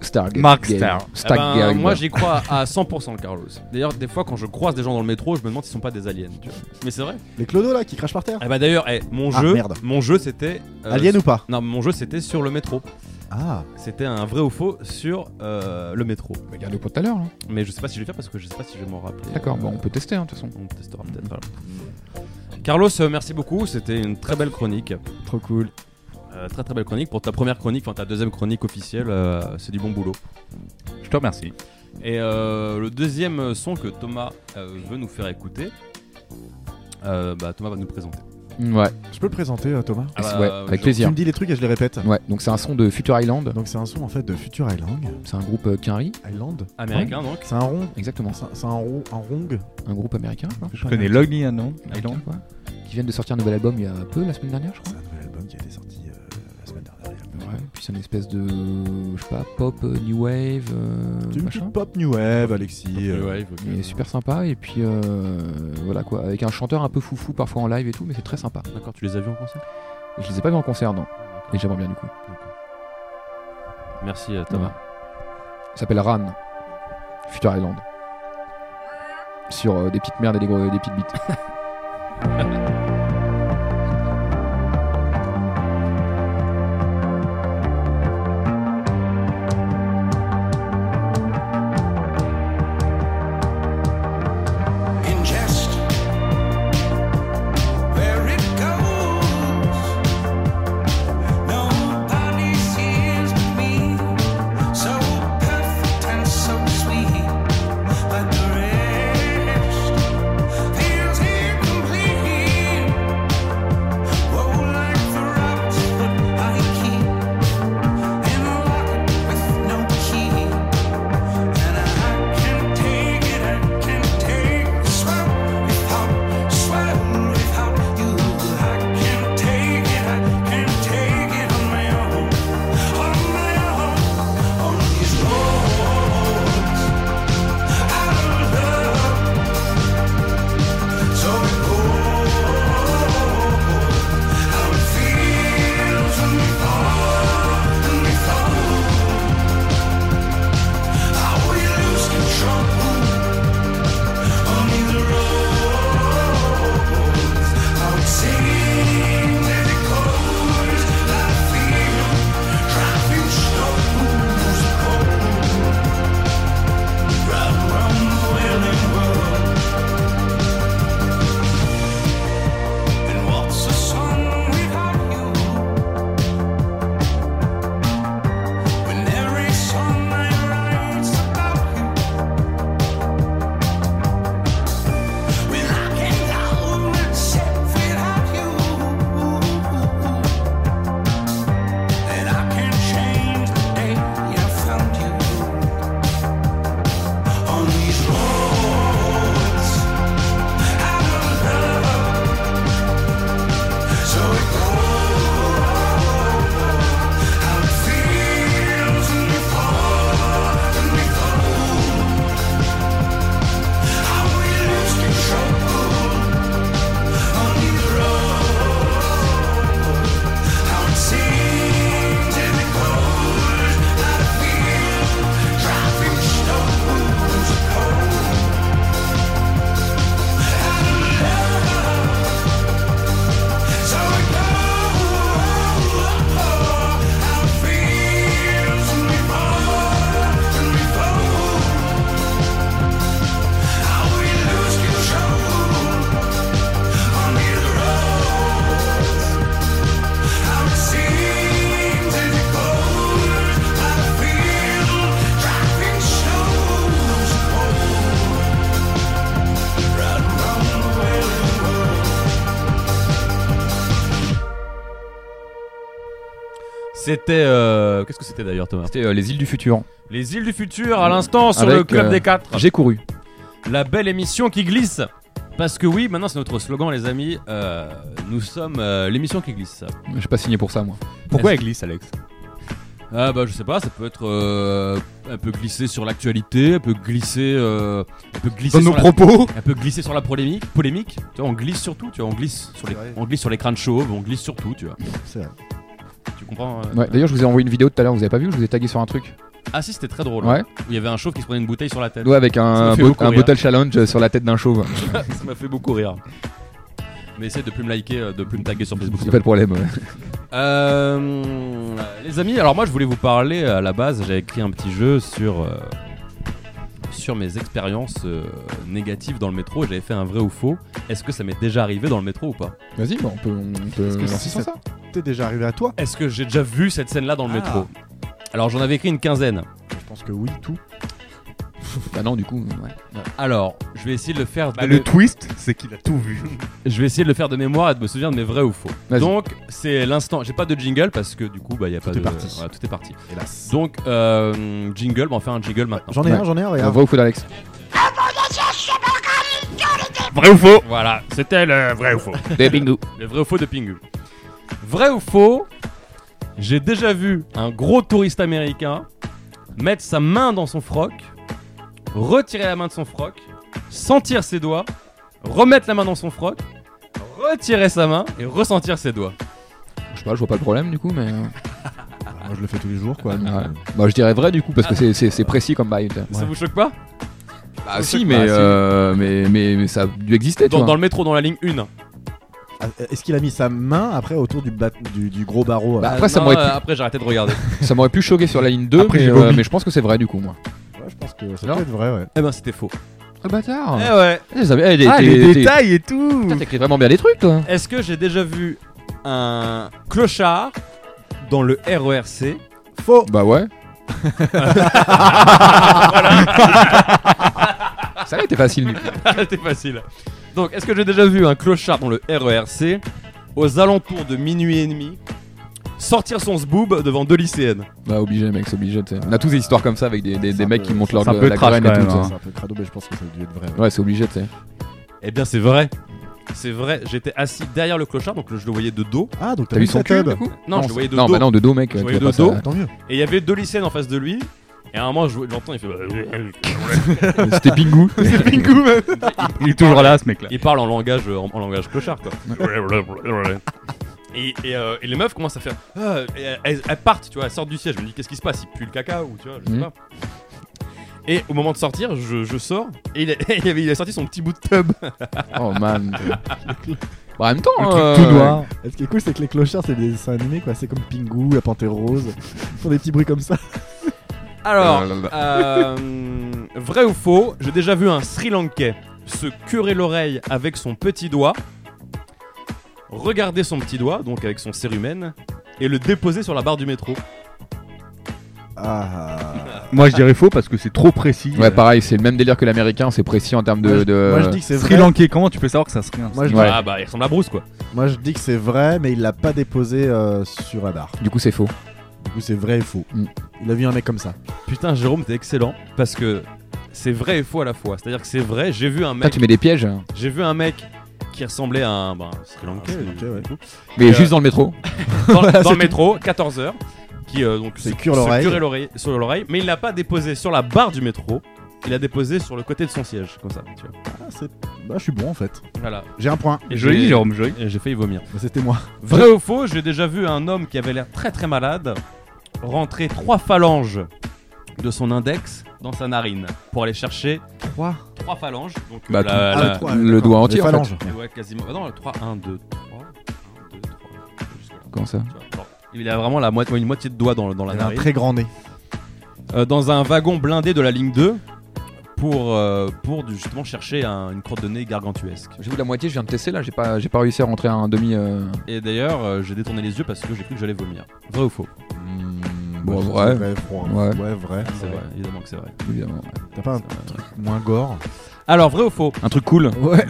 S3: Stargate.
S4: Mark
S3: Game.
S4: Star.
S1: Eh ben,
S3: Stargate.
S1: moi j'y crois à 100% Carlos. D'ailleurs des fois quand je croise des gens dans le métro je me demande s'ils sont pas des aliens. tu vois. Mais c'est vrai.
S2: Les clodos là qui crachent par terre.
S1: Eh bah d'ailleurs eh, mon
S2: Ah,
S1: jeu
S2: merde.
S1: mon jeu c'était euh,
S2: Alien ou pas
S1: Non mon jeu c'était sur le métro.
S2: Ah,
S1: C'était un vrai ou faux sur euh, le métro.
S3: Regarde-le bah, pour tout à l'heure. là.
S1: Mais je sais pas si je vais le faire parce que je sais pas si je vais m'en rappeler.
S3: D'accord,
S1: Euh,
S3: bon, on peut tester hein, de toute façon.
S1: on testera peut-être. alors. Carlos euh, merci beaucoup c'était une très belle chronique.
S2: trop cool.
S1: Euh, très très belle chronique pour ta première chronique enfin ta deuxième chronique officielle euh, c'est du bon boulot.
S4: Je te remercie.
S1: Et euh, le deuxième son que Thomas euh, veut nous faire écouter, euh, bah, Thomas va nous le présenter.
S3: Mm, Ouais,
S2: Je peux le présenter, euh, Thomas
S1: Ah bah,
S3: ouais,
S1: euh,
S3: avec
S1: je-
S2: Tu
S3: plaisir.
S2: me dis les trucs et je les répète.
S3: Ouais, donc c'est un son de Future Island.
S2: Donc c'est un son en fait de Future Island.
S3: C'est un groupe euh, Quinry,
S2: Island.
S1: Américain donc.
S2: C'est un rond.
S3: exactement.
S2: C'est un- c'est un rond, un rong.
S3: Un groupe américain, je crois.
S4: Je connais Lonely Unknown
S3: Américain,
S4: Island.
S3: quoi. Qui viennent de sortir un nouvel album il y a peu, la semaine dernière, je crois.
S2: C'est un nouvel album qui a été sorti euh, la semaine dernière. il y a peu.
S3: Ouais, puis c'est une espèce de. Je sais pas, pop, euh, new wave, euh,
S2: C'est une
S3: machin.
S2: petite pop new wave, Alexis. euh,
S1: Ouais, il faut que-
S3: Il est super sympa, et puis euh, voilà quoi. Avec un chanteur un peu foufou parfois en live et tout, mais c'est très sympa.
S1: D'accord, tu les as vus en concert
S3: Et Je les ai pas vus en concert, non. Et j'aimerais bien du coup.
S1: Merci euh, Thomas.
S3: Ouais. Ça s'appelle Ran, Future Island. Sur euh, des petites merdes et des, gros- des petites bites.
S5: ingest. There it goes. Nobody sees me. So perfect and so sweet. But the rest feels incomplete.
S1: C'était. euh, Qu'est-ce que c'était d'ailleurs, Thomas
S3: C'était euh, Les îles du futur.
S1: Les îles du futur, à l'instant, sur le
S3: Avec,
S1: Club
S3: euh,
S1: des 4.
S3: J'ai couru.
S1: La belle émission qui glisse. Parce que oui, maintenant c'est notre slogan, les amis. euh, nous sommes euh, l'émission qui glisse.
S3: J'ai pas signé pour ça, moi.
S4: Pourquoi elle glisse, Alex
S1: Ah bah je sais pas, ça peut être euh, un peu glissé sur l'actualité, un peu glissé, euh, un peu glissé sur la-
S4: propos
S1: un peu glissé sur la polémique, polémique. Tu vois, on glisse sur tout, tu vois, on glisse sur les,
S2: C'est vrai.
S1: on glisse sur les crânes chauves, on glisse sur tout, tu vois.
S2: C'est vrai.
S1: Tu comprends euh
S3: Ouais, D'ailleurs, je vous ai envoyé une vidéo tout à l'heure, vous avez pas vu Je vous ai tagué sur un truc.
S1: Ah si, c'était très drôle.
S3: Ouais.
S1: Où Il y avait un chauve qui se prenait une bouteille sur la tête.
S3: Ouais, avec
S1: Ça me
S3: un,
S1: fait
S3: bo-
S1: beaucoup
S3: un
S1: rire.
S3: bottle challenge sur la tête d'un chauve.
S1: ça m'a fait beaucoup rire. Mais essaye de plus me liker, euh, de plus me taguer sur Facebook.
S3: C'est pas le problème. ouais.
S1: Euh, les amis, alors moi je voulais vous parler à la base, j'ai écrit un petit jeu sur, euh, sur mes expériences euh, négatives dans le métro, j'avais fait un vrai ou faux. Est-ce que ça m'est déjà arrivé dans le métro ou pas
S3: Vas-y, bah, on peut, on peut
S2: Est-ce que
S3: lancer
S2: si
S3: sur
S2: ça-
S3: ça.
S2: T'es déjà arrivé à toi
S1: Est-ce que j'ai déjà vu cette scène-là dans le métro Ah. Alors j'en avais écrit une quinzaine.
S2: Je pense que oui, tout.
S3: Bah non, du coup, ouais.
S1: Alors, je vais essayer de Bah, le faire de, mé-
S4: Le twist, c'est qu'il a tout <laughs> vu.
S1: je vais essayer de le faire de mémoire et de me souvenir de mes vrais ou faux.
S3: Vas-y.
S1: Donc, c'est l'instant, j'ai pas de jingle parce que du coup, bah y a pas
S2: est
S1: de
S2: parti.
S1: voilà, tout est parti.
S2: Hélas.
S1: Donc euh, jingle, bah, on fait un jingle maintenant.
S2: J'en ai
S3: Ouais.
S2: un, j'en ai un,
S3: On
S2: regarde.
S3: va au
S1: <laughs>
S3: foot, Alex.
S1: Vrai ou faux Voilà, c'était le vrai ou faux.
S3: Des bingous.
S1: Le vrai ou faux de Pingu. Vrai ou faux J'ai déjà vu un gros touriste américain mettre sa main dans son froc, retirer la main de son froc, sentir ses doigts, remettre la main dans son froc, retirer sa main et ressentir ses doigts.
S3: Je sais pas, je vois pas le problème du coup, mais. euh,
S2: Moi, je le fais tous les jours, quoi. donc,
S3: ouais.
S2: euh,
S3: Bah, je dirais vrai du coup, parce que c'est- c'est c'est précis comme bail. tu vois.
S1: Ça vous choque pas
S3: Bah,
S1: Je sais
S3: si,
S1: pas,
S3: mais,
S1: si.
S3: euh, mais, mais, mais ça a dû exister, tu
S1: dans,
S3: vois.
S1: dans le métro, dans la ligne 1.
S2: ah, Est-ce qu'il a mis sa main après autour du, bat- du, du gros barreau
S3: Bah,
S2: euh,
S3: après, ça
S1: Non,
S3: m'aurait
S1: euh,
S3: pu-
S1: après, j'ai arrêté de regarder.
S3: Ça m'aurait pu choquer sur la ligne 2,
S2: Après,
S3: mais,
S2: j'ai
S3: euh,
S2: vomi.
S3: mais je pense que c'est vrai du coup, moi.
S2: ouais, Je pense que ça
S3: Non.
S2: peut être vrai, ouais.
S1: eh ben, c'était faux.
S3: Ah, le bâtard
S1: Eh ouais.
S4: Ah, les détails et tout
S3: Putain, t'écris vraiment bien des trucs, toi
S1: Est-ce que j'ai déjà vu un clochard dans le E RERC
S2: Faux
S3: Bah ouais. Ça a été facile, du coup.
S1: <laughs> C'était facile. Donc, est-ce que j'ai déjà vu un clochard dans le RERC aux alentours de minuit et demi sortir son zboob devant deux lycéennes
S3: Bah obligé, mec, c'est obligé. tu sais. On a tous des histoires comme ça avec des, des,
S2: C'est
S3: des
S2: un
S3: mecs
S2: peu-
S3: qui montent leur
S4: c'est un peu
S3: la
S4: trash,
S3: graine
S4: quand
S3: et
S4: même,
S3: tout.
S4: hein.
S3: ça.
S2: C'est un peu crado, mais je pense que ça a dû être vrai. ouais.
S3: Ouais, c'est obligé, tu sais.
S1: Eh bien, c'est vrai. C'est vrai, j'étais assis derrière le clochard, donc le- je le voyais de dos.
S2: Ah, donc
S3: T'as
S2: t'as
S3: vu
S2: vu
S3: son
S2: sa
S3: cul,
S2: tub
S3: du coup
S1: Non, je le voyais de
S3: Non,
S1: dos.
S3: bah non, de dos, mec.
S1: Je
S3: tu
S1: voyais
S3: vois
S1: de
S3: pas
S1: dos.
S3: ça.
S2: Tant mieux.
S1: Et il y avait deux lycéennes en face de lui. Et à un moment, je l'entends, il fait. bah,
S3: C'était Pingu.
S4: Il est toujours là, ce mec-là.
S1: Il parle en langage, en, en langage clochard, quoi. Et, et, euh, et les meufs commencent à faire. Ah, et elles, elles partent, tu vois, elles sortent du siège. Je me dis, qu'est-ce qui se passe Ils puent le caca ou tu vois, je sais
S3: Mhm.
S1: pas. Et au moment de sortir, je, je sors et il a, <laughs> il, avait, il a sorti son petit bout de tub.
S3: Oh man. Bah, en même temps. euh,
S4: tout noir.
S2: Et Ce qui est cool, c'est que les clochards, c'est des dessins animés, quoi. C'est comme Pingu, la panthère rose. Ils font des petits bruits comme ça.
S1: Alors,
S3: Là, là, là.
S1: euh, vrai ou faux, j'ai déjà vu un Sri Lankais se curer l'oreille avec son petit doigt, regarder son petit doigt, donc avec son cérumen, et le déposer sur la barre du métro.
S2: Ah.
S4: Moi, je dirais faux parce que c'est trop précis.
S3: Ouais, pareil, c'est le même délire que l'américain, c'est précis en termes
S2: Moi,
S3: de.
S2: je-
S3: de-
S2: Moi, je dis que c'est
S4: Sri
S2: vrai.
S4: Lankais, comment tu peux savoir que ça serait un
S2: Moi je,
S3: Ouais.
S1: Ah bah, il ressemble à Bruce, quoi.
S2: dis, moi, je dis que c'est vrai, mais il l'a pas déposé euh, sur la barre.
S3: Du coup, c'est faux.
S2: Du coup, c'est vrai et faux.
S3: Mm.
S2: Il a vu un mec comme ça.
S1: Putain, Jérôme, t'es excellent parce que c'est vrai et faux à la fois. C'est-à-dire que c'est vrai, j'ai vu un
S3: Putain,
S1: mec,
S3: tu mets des pièges.
S1: j'ai vu un mec qui ressemblait à un ben, Sri Lankais
S2: Un Sri Lankais, ouais.
S1: du coup,
S3: Mais
S1: Euh,
S3: juste dans le métro.
S1: dans,
S2: <laughs>
S1: dans le métro, 14 h qui euh, donc
S2: Se
S1: se-
S2: cure
S1: se
S2: l'oreille.
S1: curait l'oreille sur l'oreille, mais il l'a pas déposé sur la barre du métro. Il l'a déposé sur le côté de son siège, comme ça. Tu vois.
S2: Ah, c'est- bah, je suis bon en fait.
S1: Voilà.
S2: J'ai un point.
S1: Et
S4: Joli,
S1: j'ai-
S4: Jérôme, joli.
S1: et J'ai failli vomir.
S2: Bah, C'était moi.
S1: Vrai ou faux, j'ai déjà vu un homme qui avait l'air très très malade rentrer trois phalanges de son index dans sa narine pour aller chercher
S2: 3.
S1: trois phalanges. Donc
S3: Bah,
S1: la-
S3: tout-
S1: la-
S3: Ah, le doigt entier, en fait.
S2: phalange.
S1: Et ouais, quasiment. Ah non, 3, 1, 2, 3. 1, 2, 3. Jusque-là.
S3: Comment ça
S1: Tu vois, genre, Il a vraiment la moitié, une moitié de doigt dans, le- dans la
S2: Il a un
S1: narine.
S2: très grand nez.
S1: Euh, dans un wagon blindé de la ligne 2 pour, euh, pour du- justement chercher un- une crotte de nez gargantuesque.
S3: J'ai vu la moitié, je viens de tester là, j'ai pas, j'ai pas réussi à rentrer à un demi. euh,
S1: Et d'ailleurs, euh, j'ai détourné les yeux parce que j'ai cru que j'allais vomir. Vrai ou faux
S3: Bon,
S2: Bah,
S3: vrai.
S2: c'est froid.
S3: Mm, Ouais.
S2: Ouais, vrai.
S1: C'est vrai, évidemment que c'est vrai.
S3: évidemment.
S2: T'as pas un
S1: C'est vrai.
S2: truc moins gore
S1: Alors, vrai ou faux
S3: Un truc cool.
S2: Ouais.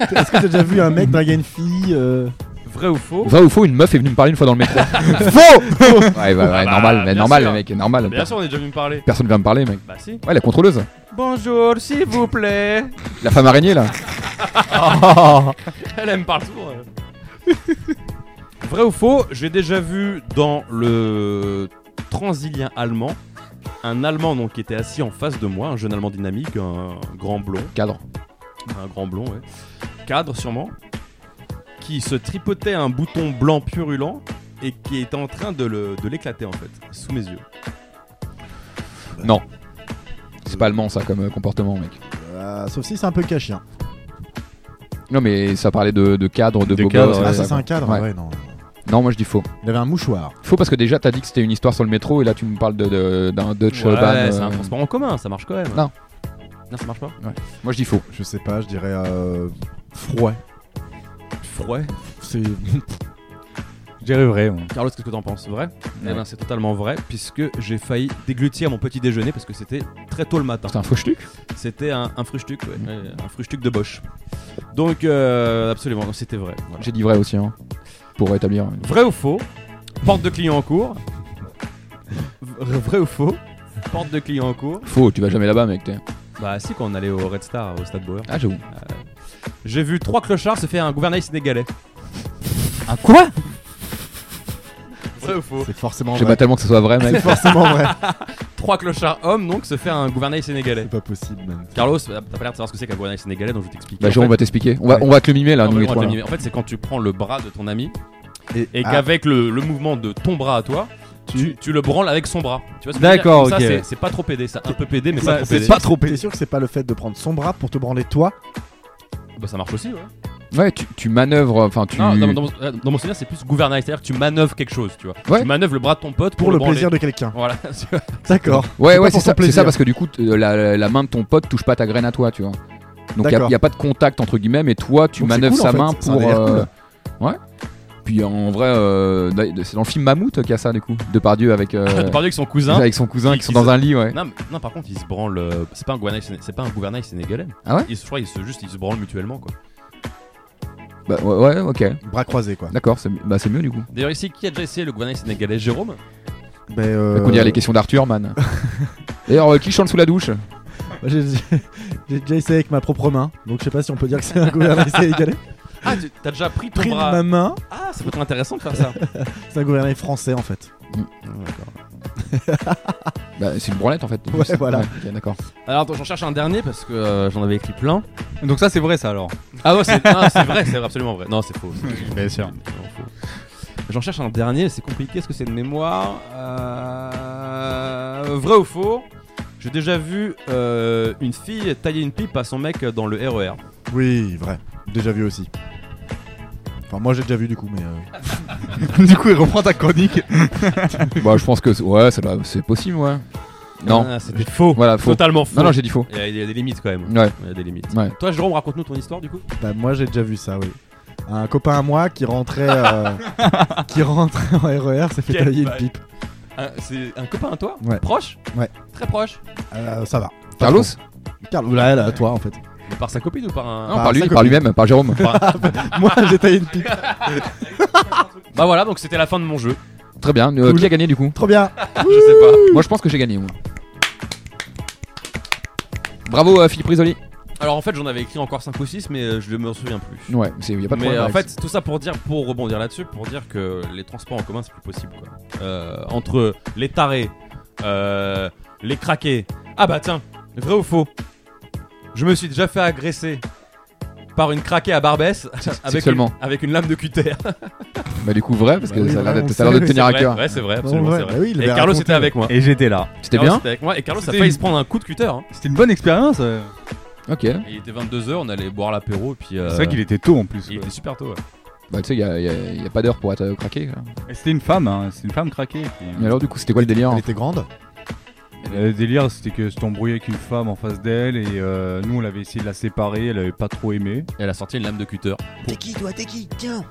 S2: Est-ce que t'as déjà vu un mec draguer une fille euh,
S4: Vrai ou faux
S3: Vrai ou faux, une meuf est venue me parler une fois dans le <laughs> métro.
S2: Faux
S3: ouais, ouais, ouais,
S1: bah,
S3: normal, mais
S1: bien
S3: normal,
S1: sûr.
S3: mec, normal.
S1: Bien sûr, on est déjà venu me parler.
S3: Personne vient me parler, mec.
S1: Bah si.
S3: Ouais, la contrôleuse.
S4: Bonjour, s'il vous plaît.
S3: La femme araignée, là.
S1: Elle aime partout. hein. <laughs> Vrai ou faux, j'ai déjà vu dans le Transilien allemand un Allemand donc qui était assis en face de moi, un jeune Allemand dynamique, un grand blond,
S3: Cadre.
S1: un grand blond, ouais, cadre sûrement, qui se tripotait un bouton blanc purulent et qui était en train de le- de l'éclater en fait sous mes yeux.
S3: C'est pas allemand, ça, comme euh, comportement, mec.
S2: Euh, Sauf si c'est un peu cachien.
S3: Non, mais ça parlait de, de cadre, de,
S1: De
S3: beau
S1: cadre,
S3: gosse,
S1: Ouais,
S2: ah,
S3: tout
S2: ça,
S3: ça,
S2: c'est un cadre,
S3: Ouais.
S2: ouais. non.
S3: quoi. Non, moi je dis faux.
S2: Il avait un mouchoir.
S3: Faux parce que déjà t'as dit que c'était une histoire sur le métro et là tu me parles de- de- d'un Dutch
S1: Ouais,
S3: euh, ban.
S1: c'est un
S3: euh,
S1: transport en commun, ça marche quand même.
S3: Non.
S1: Non, ça marche pas.
S3: Moi je dis faux.
S2: Je sais pas, je dirais. Euh, froid.
S1: Ouais.
S2: C'est.
S4: J'irai vrai, moi.
S1: Carlos, qu'est-ce que t'en penses Vrai Eh ben, c'est totalement vrai, puisque j'ai failli déglutir mon petit déjeuner parce que c'était très tôt le matin.
S3: C'est un faux schtuck
S1: C'était un, un frustuc, ouais, ouais, un frustuc de Bosch. Donc, euh, absolument, non, c'était vrai. voilà.
S3: J'ai dit vrai aussi, hein. Pour rétablir.
S1: Vrai ou faux Porte de client en cours. V- Vrai ou faux Porte de client en cours.
S3: Faux, tu vas jamais là-bas, mec. t'es-
S1: Bah, si, quand on allait au Red Star, au Stade Bauer.
S3: Ah, j'avoue.
S1: J'ai vu trois clochards se faire un gouvernail sénégalais.
S4: Ah quoi
S1: Vrai ou faux
S2: C'est forcément
S3: J'aime pas
S2: vrai.
S3: tellement que ce soit vrai,
S2: C'est <laughs>
S3: mec. Bah,
S2: forcément vrai.
S1: Trois clochards hommes, donc, se faire un gouvernail sénégalais.
S2: C'est pas possible, même.
S1: Carlos, t'as pas l'air de savoir ce que c'est qu'un gouvernail sénégalais, donc je vais t'expliquer.
S3: Bah,
S1: En
S3: Jérôme
S1: fait-
S3: va t'expliquer. On va,
S2: Ouais.
S3: on va te le mimer là,
S1: Non,
S3: nous
S1: mais
S3: les
S1: on va
S3: trois.
S1: te
S3: là.
S1: le mimer. En fait, c'est quand tu prends le bras de ton ami et
S2: ah,
S1: qu'avec le, le mouvement de ton bras à toi, tu, tu le branles avec son bras. Tu vois ce que je veux
S4: D'accord,
S1: dire Comme
S4: ok.
S1: Ça, c'est- c'est pas trop pédé, ça. Un peu pédé, mais
S4: Ça,
S1: pas trop
S4: c'est
S1: pédé.
S2: pas trop T'es sûr que c'est pas le fait de prendre son bras pour te branler toi
S1: Bah, ça marche aussi, ouais.
S3: Ouais, tu, tu manœuvres. Enfin, tu.
S1: Non, dans, dans mon- euh, dans mon souvenir, c'est plus gouvernail, c'est-à-dire que tu manœuvres quelque chose, tu vois.
S3: Ouais.
S1: Tu manœuvres le bras de ton pote pour,
S2: pour le
S1: branler.
S2: plaisir de <laughs> quelqu'un.
S1: Voilà. <laughs>
S2: D'accord.
S3: Ouais,
S2: C'est pas pour
S3: ouais, c'est
S2: ton
S3: ça, c'est
S2: plaisir.
S3: ça, parce que du coup, t- euh, la, la main de ton pote touche pas ta graine à toi, tu vois. Donc il
S2: D'accord.
S3: n'y a, pas de contact entre guillemets, mais toi, tu
S2: Donc c'est
S3: manœuvres
S2: cool, en
S3: sa
S2: fait.
S3: main
S2: C'est un
S3: pour.
S2: délire
S3: euh, Ouais. Puis en vrai, euh, d'ailleurs, c'est dans le film Mammouth qu'il y a ça, du coup. Depardieu avec, euh,
S1: Tu parles avec son cousin.
S3: avec son
S1: hein.
S3: cousin
S1: qui-
S3: qui sont
S1: qui
S3: dans
S1: se-
S3: un lit, ouais.
S1: Non, mais- non, par contre, il se branle. euh, C'est pas un gouvernail, séné- c'est pas un gouvernail sénégalais.
S3: Ah ouais
S1: Ils se- Je crois ils se juste, ils se branlent mutuellement, quoi.
S3: Bah, ouais, ouais, ok.
S2: Bras croisés, quoi.
S3: D'accord, c'est bah, c'est mieux du coup.
S1: D'ailleurs, ici, qui a déjà essayé le gouvernail sénégalais Jérôme
S2: Mais, euh,
S3: Qu'on dirait les questions d'Arthur,
S2: <laughs>
S3: man. D'ailleurs, euh, qui chante sous la douche
S2: bah, J'ai j'ai déjà essayé avec ma propre main, donc je sais pas si on peut dire que c'est un <laughs> gouvernail sénégalais.
S1: Ah, tu- t'as déjà pris ton
S2: Pris de
S1: bras.
S2: ma main,
S1: Ah, ça peut être intéressant de faire ça.
S2: c'est un gouvernail français en fait.
S3: Bah, c'est une branlette en fait.
S2: Ouais,
S3: Juste.
S2: voilà.
S3: ok, d'accord.
S1: Alors, attends, j'en cherche un dernier parce que euh, j'en avais écrit plein.
S4: Donc ça c'est vrai ça alors.
S1: Ah ouais, c'est ah, c'est vrai, c'est absolument vrai. Non, c'est faux. C'est
S4: Bien sûr.
S1: vraiment faux. J'en cherche un dernier, c'est compliqué, est-ce que c'est de mémoire Euh, Vrai ou faux J'ai déjà vu euh, une fille tailler une pipe à son mec dans le E RER.
S2: Oui, vrai. Déjà vu aussi. Enfin, moi j'ai déjà vu du coup, mais. euh,
S4: du coup il reprend ta chronique.
S3: bah, je pense que c'est- ouais, ça doit- c'est possible, ouais. Non,
S1: Ah, c'était faux.
S3: voilà, faux.
S1: Totalement faux.
S3: Non, non, j'ai dit faux.
S1: il, y a, il y a des limites quand même.
S3: Ouais.
S1: Il y a des limites.
S3: Ouais.
S1: Toi, Jérôme, raconte-nous ton histoire du coup.
S2: Bah moi j'ai déjà vu ça, oui. Un copain à moi qui rentrait,
S1: <laughs>
S2: euh, qui rentrait en RER s'est fait
S1: Quelle
S2: tailler une
S1: vache.
S2: pipe.
S1: Un- Ah, C'est un copain à toi
S2: Ouais.
S1: Proche
S2: Ouais.
S1: Très proche.
S2: Euh, ça va. Pas
S3: Carlos
S2: trop. Carlos, là, là, toi en fait. <laughs>
S1: Mais par sa copine ou par un.
S3: Non,
S2: Par
S3: par
S2: sa
S3: lui, par
S2: copine.
S3: lui-même, par Jérôme.
S2: moi j'ai taillé une pipe.
S1: Bah voilà, donc c'était la fin de mon jeu.
S3: Très bien. Euh,
S2: Cool.
S3: Qui a gagné du coup
S2: Trop bien.
S1: Je sais pas.
S3: Moi, je pense que j'ai gagné. Moi. Bravo euh, Philippe Risoli.
S1: Alors en fait j'en avais écrit encore 5 ou 6 mais euh, je ne me souviens plus.
S3: Ouais, c'est y a pas de
S1: mais euh,
S3: problème.
S1: en
S3: Alex.
S1: fait tout ça pour dire, pour rebondir là-dessus, pour dire que les transports en commun c'est plus possible quoi. Euh, entre les tarés, euh, les craqués. Ah bah tiens, vrai ou faux Je me suis déjà fait agresser par une craquée à Barbès avec une,
S3: sexuellement.
S1: avec une lame de cutter.
S3: bah du coup vrai parce que
S2: Bah oui,
S3: ça a l'air
S2: vrai,
S3: d'être-
S2: on
S3: ça a l'air de
S2: sait,
S3: tenir à
S1: C'est vrai,
S3: cœur.
S1: Ouais c'est vrai, absolument
S2: Bon, ouais,
S1: c'est vrai.
S2: bah oui, il
S1: Et
S2: avait
S1: Carlos
S2: raconté.
S1: était avec moi.
S4: Et j'étais là.
S3: C'était
S1: Carlos
S3: bien.
S1: était avec moi et Carlos a
S4: C'était
S1: failli
S4: une-
S1: se prendre un coup de cutter. hein.
S4: C'était une bonne expérience. euh.
S3: Ok.
S1: Il était 22h, on allait boire l'apéro puis. euh,
S4: C'est vrai qu'il était tôt en plus.
S1: il
S4: quoi.
S1: était super tôt. ouais.
S3: Bah tu sais, y a, y a- y a pas d'heure pour être euh, craqué. quoi.
S4: Et C'était une femme, hein. c'est une femme craquée. et puis- euh.
S3: Mais alors du coup, c'était quoi le délire
S2: Elle
S3: hein
S2: était grande.
S4: Le délire, c'était que je t'embrouillais avec une femme en face d'elle et euh, nous on avait essayé de la séparer, elle avait pas trop aimé.
S1: Et Elle a sorti une lame de cutter.
S2: T'es qui toi T'es qui Tiens.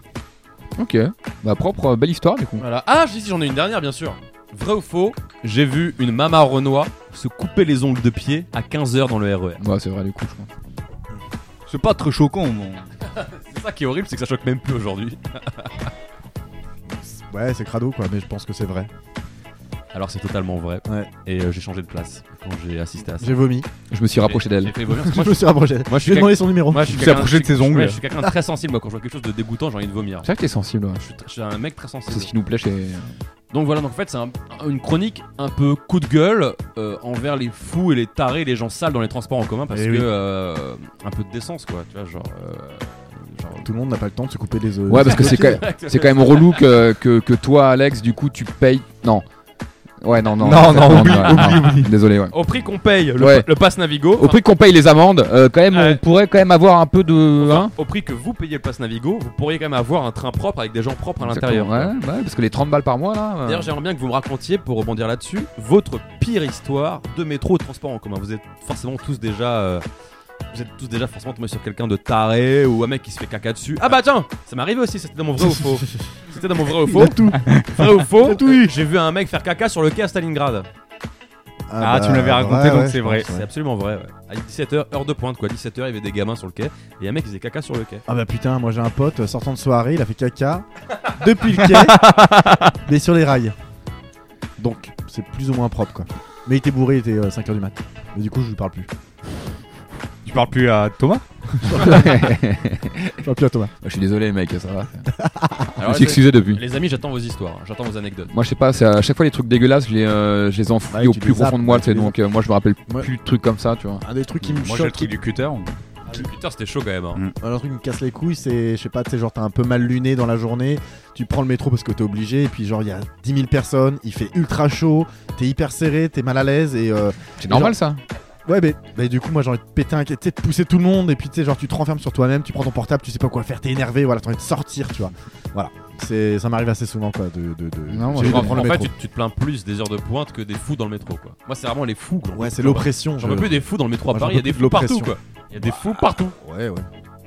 S3: Ok. Bah propre, euh, belle histoire du coup.
S1: Voilà. Ah, j'ai- si, j'en ai une dernière, bien sûr. Vrai ou faux J'ai vu une maman Renoir se couper les ongles de pied à 15h dans le E RER.
S3: Ouais, c'est vrai du coup. Je pense.
S4: C'est pas très choquant, bon.
S1: C'est ça qui est horrible, c'est que ça choque même plus aujourd'hui.
S2: Ouais, c'est crado quoi, mais je pense que c'est vrai.
S1: Alors c'est totalement vrai.
S2: Ouais.
S1: Et euh, j'ai changé de place quand j'ai assisté à ça.
S2: J'ai vomi.
S3: Je me suis rapproché
S1: J'ai
S3: d'elle.
S1: fait vomir, parce que
S2: je
S1: moi,
S2: me suis rapproché.
S1: je- moi, je
S2: J'ai
S1: suis
S2: demandé son numéro.
S1: Moi, je suis
S4: Tu t'es
S1: quelqu'un-
S4: approché de
S1: je suis-
S4: ses ongles.
S1: ouais, je suis quelqu'un de très sensible. Moi, quand je vois quelque chose de dégoûtant, j'ai envie de vomir.
S3: C'est vrai que t'es sensible, ouais.
S1: Je suis, je suis un mec très sensible.
S3: C'est ce qui nous plaît chez.
S1: Donc voilà, donc en fait, c'est un- une chronique un peu coup de gueule euh, envers les fous et les tarés, les gens sales dans les transports en commun parce
S2: Eh
S1: que
S2: oui.
S1: euh, un peu de décence quoi, tu vois, genre. euh, genre-
S2: Tout le monde n'a pas le temps de se couper les œufs. Ah, bah,
S3: Ouais, parce que c'est quand même, <laughs> c'est quand même relou que, que, que toi, Alex, du coup, tu payes. Non. Ouais, non, non.
S4: Non, non, oublie,
S3: ouais,
S4: oublie,
S3: non. Désolé, ouais.
S1: Au prix qu'on paye le,
S3: Ouais.
S1: le pass Navigo,
S3: Au prix qu'on paye les amendes, euh, quand même,
S1: Ouais.
S3: on pourrait quand même avoir un peu de.
S1: enfin,
S3: Hein
S1: au prix que vous payez le pass Navigo, vous pourriez quand même avoir un train propre avec des gens propres à l'intérieur.
S3: Exactement, hein Ouais, ouais, parce que les 30 balles par mois, là. euh,
S1: D'ailleurs, j'aimerais bien que vous me racontiez, pour rebondir là-dessus, votre pire histoire de métro ou de transport en commun. Vous êtes forcément tous déjà. euh, vous êtes tous déjà forcément tombés sur quelqu'un de taré ou un mec qui se fait caca dessus. Ah bah tiens, ça m'est arrivé aussi, c'était dans mon vrai ou faux. C'était dans mon vrai ou
S2: Il
S1: faux.
S2: a tout.
S1: Vrai ou faux
S2: Il a tout eu.
S1: J'ai vu un mec faire caca sur le quai à Stalingrad.
S4: Ah, tu me l'avais raconté, donc c'est
S2: je
S4: vrai.
S2: pense,
S1: C'est
S2: bah, ouais.
S1: absolument vrai. ouais. À 17h, heure de pointe quoi. 17h, il y avait des gamins sur le quai et il y a un mec qui faisait caca sur le quai.
S2: Ah bah putain, moi j'ai un pote euh, sortant de soirée, il a fait caca <laughs> depuis le quai, mais sur les rails. Donc c'est plus ou moins propre quoi. Mais il était bourré, il était 5h du mat. Mais du coup je lui parle plus.
S4: Tu parles plus à Thomas
S2: Je parle plus à Thomas.
S3: Je suis désolé, mec,
S1: <laughs>
S3: ça va. Je
S1: Alors,
S3: me suis
S1: les,
S3: excusé depuis.
S1: les amis, j'attends vos histoires, hein. j'attends vos anecdotes.
S3: Moi, je sais pas, c'est à chaque fois les trucs dégueulasses, je les, euh, je les enfouis
S2: Ouais,
S3: au
S2: tu
S3: plus
S2: les zappes,
S3: profond de moi,
S2: ouais,
S3: tu sais.
S2: tu les
S3: Donc, euh, moi, je me rappelle
S2: Ouais.
S3: plus de trucs comme ça, tu vois.
S2: Un des trucs qui me
S4: Moi j'ai le
S2: choque,
S4: truc
S2: qui-
S4: du cutter.
S1: Putain, Ah, c'était chaud quand même. hein.
S2: un truc qui me casse les couilles, c'est je sais pas, tu sais genre t'as un peu mal luné dans la journée, tu prends le métro parce que t'es obligé, et puis genre il y a 10 000 personnes, il fait ultra chaud, t'es hyper serré, t'es mal à l'aise et euh,
S3: C'est normal, ça.
S2: Ouais, mais mais du coup, moi j'ai envie de péter un tu sais, de pousser tout le monde, et puis tu sais, genre tu te renfermes sur toi-même, tu prends ton portable, tu sais pas quoi faire, t'es énervé, voilà, t'as envie de sortir, tu vois. Voilà, c'est ça m'arrive assez souvent, quoi, de. de, de
S3: Non, moi,
S2: j'ai envie
S3: je
S2: de
S1: En,
S3: comprends.
S2: prendre
S1: en
S2: le
S1: fait,
S2: métro.
S1: tu, tu te plains plus des heures de pointe que des fous dans le métro. Quoi. Moi, c'est vraiment les fous. quoi.
S2: Ouais, c'est
S1: J'en peux-
S2: l'oppression.
S1: J'en
S2: je-
S1: peux plus des fous dans le métro à
S2: Moi, j'en
S1: Paris. Il y a
S2: peux
S1: des
S2: plus
S1: fous
S2: de
S1: partout.
S2: l'oppression. Bah.
S1: Quoi. Il y a des fous partout.
S2: Ouais, ouais.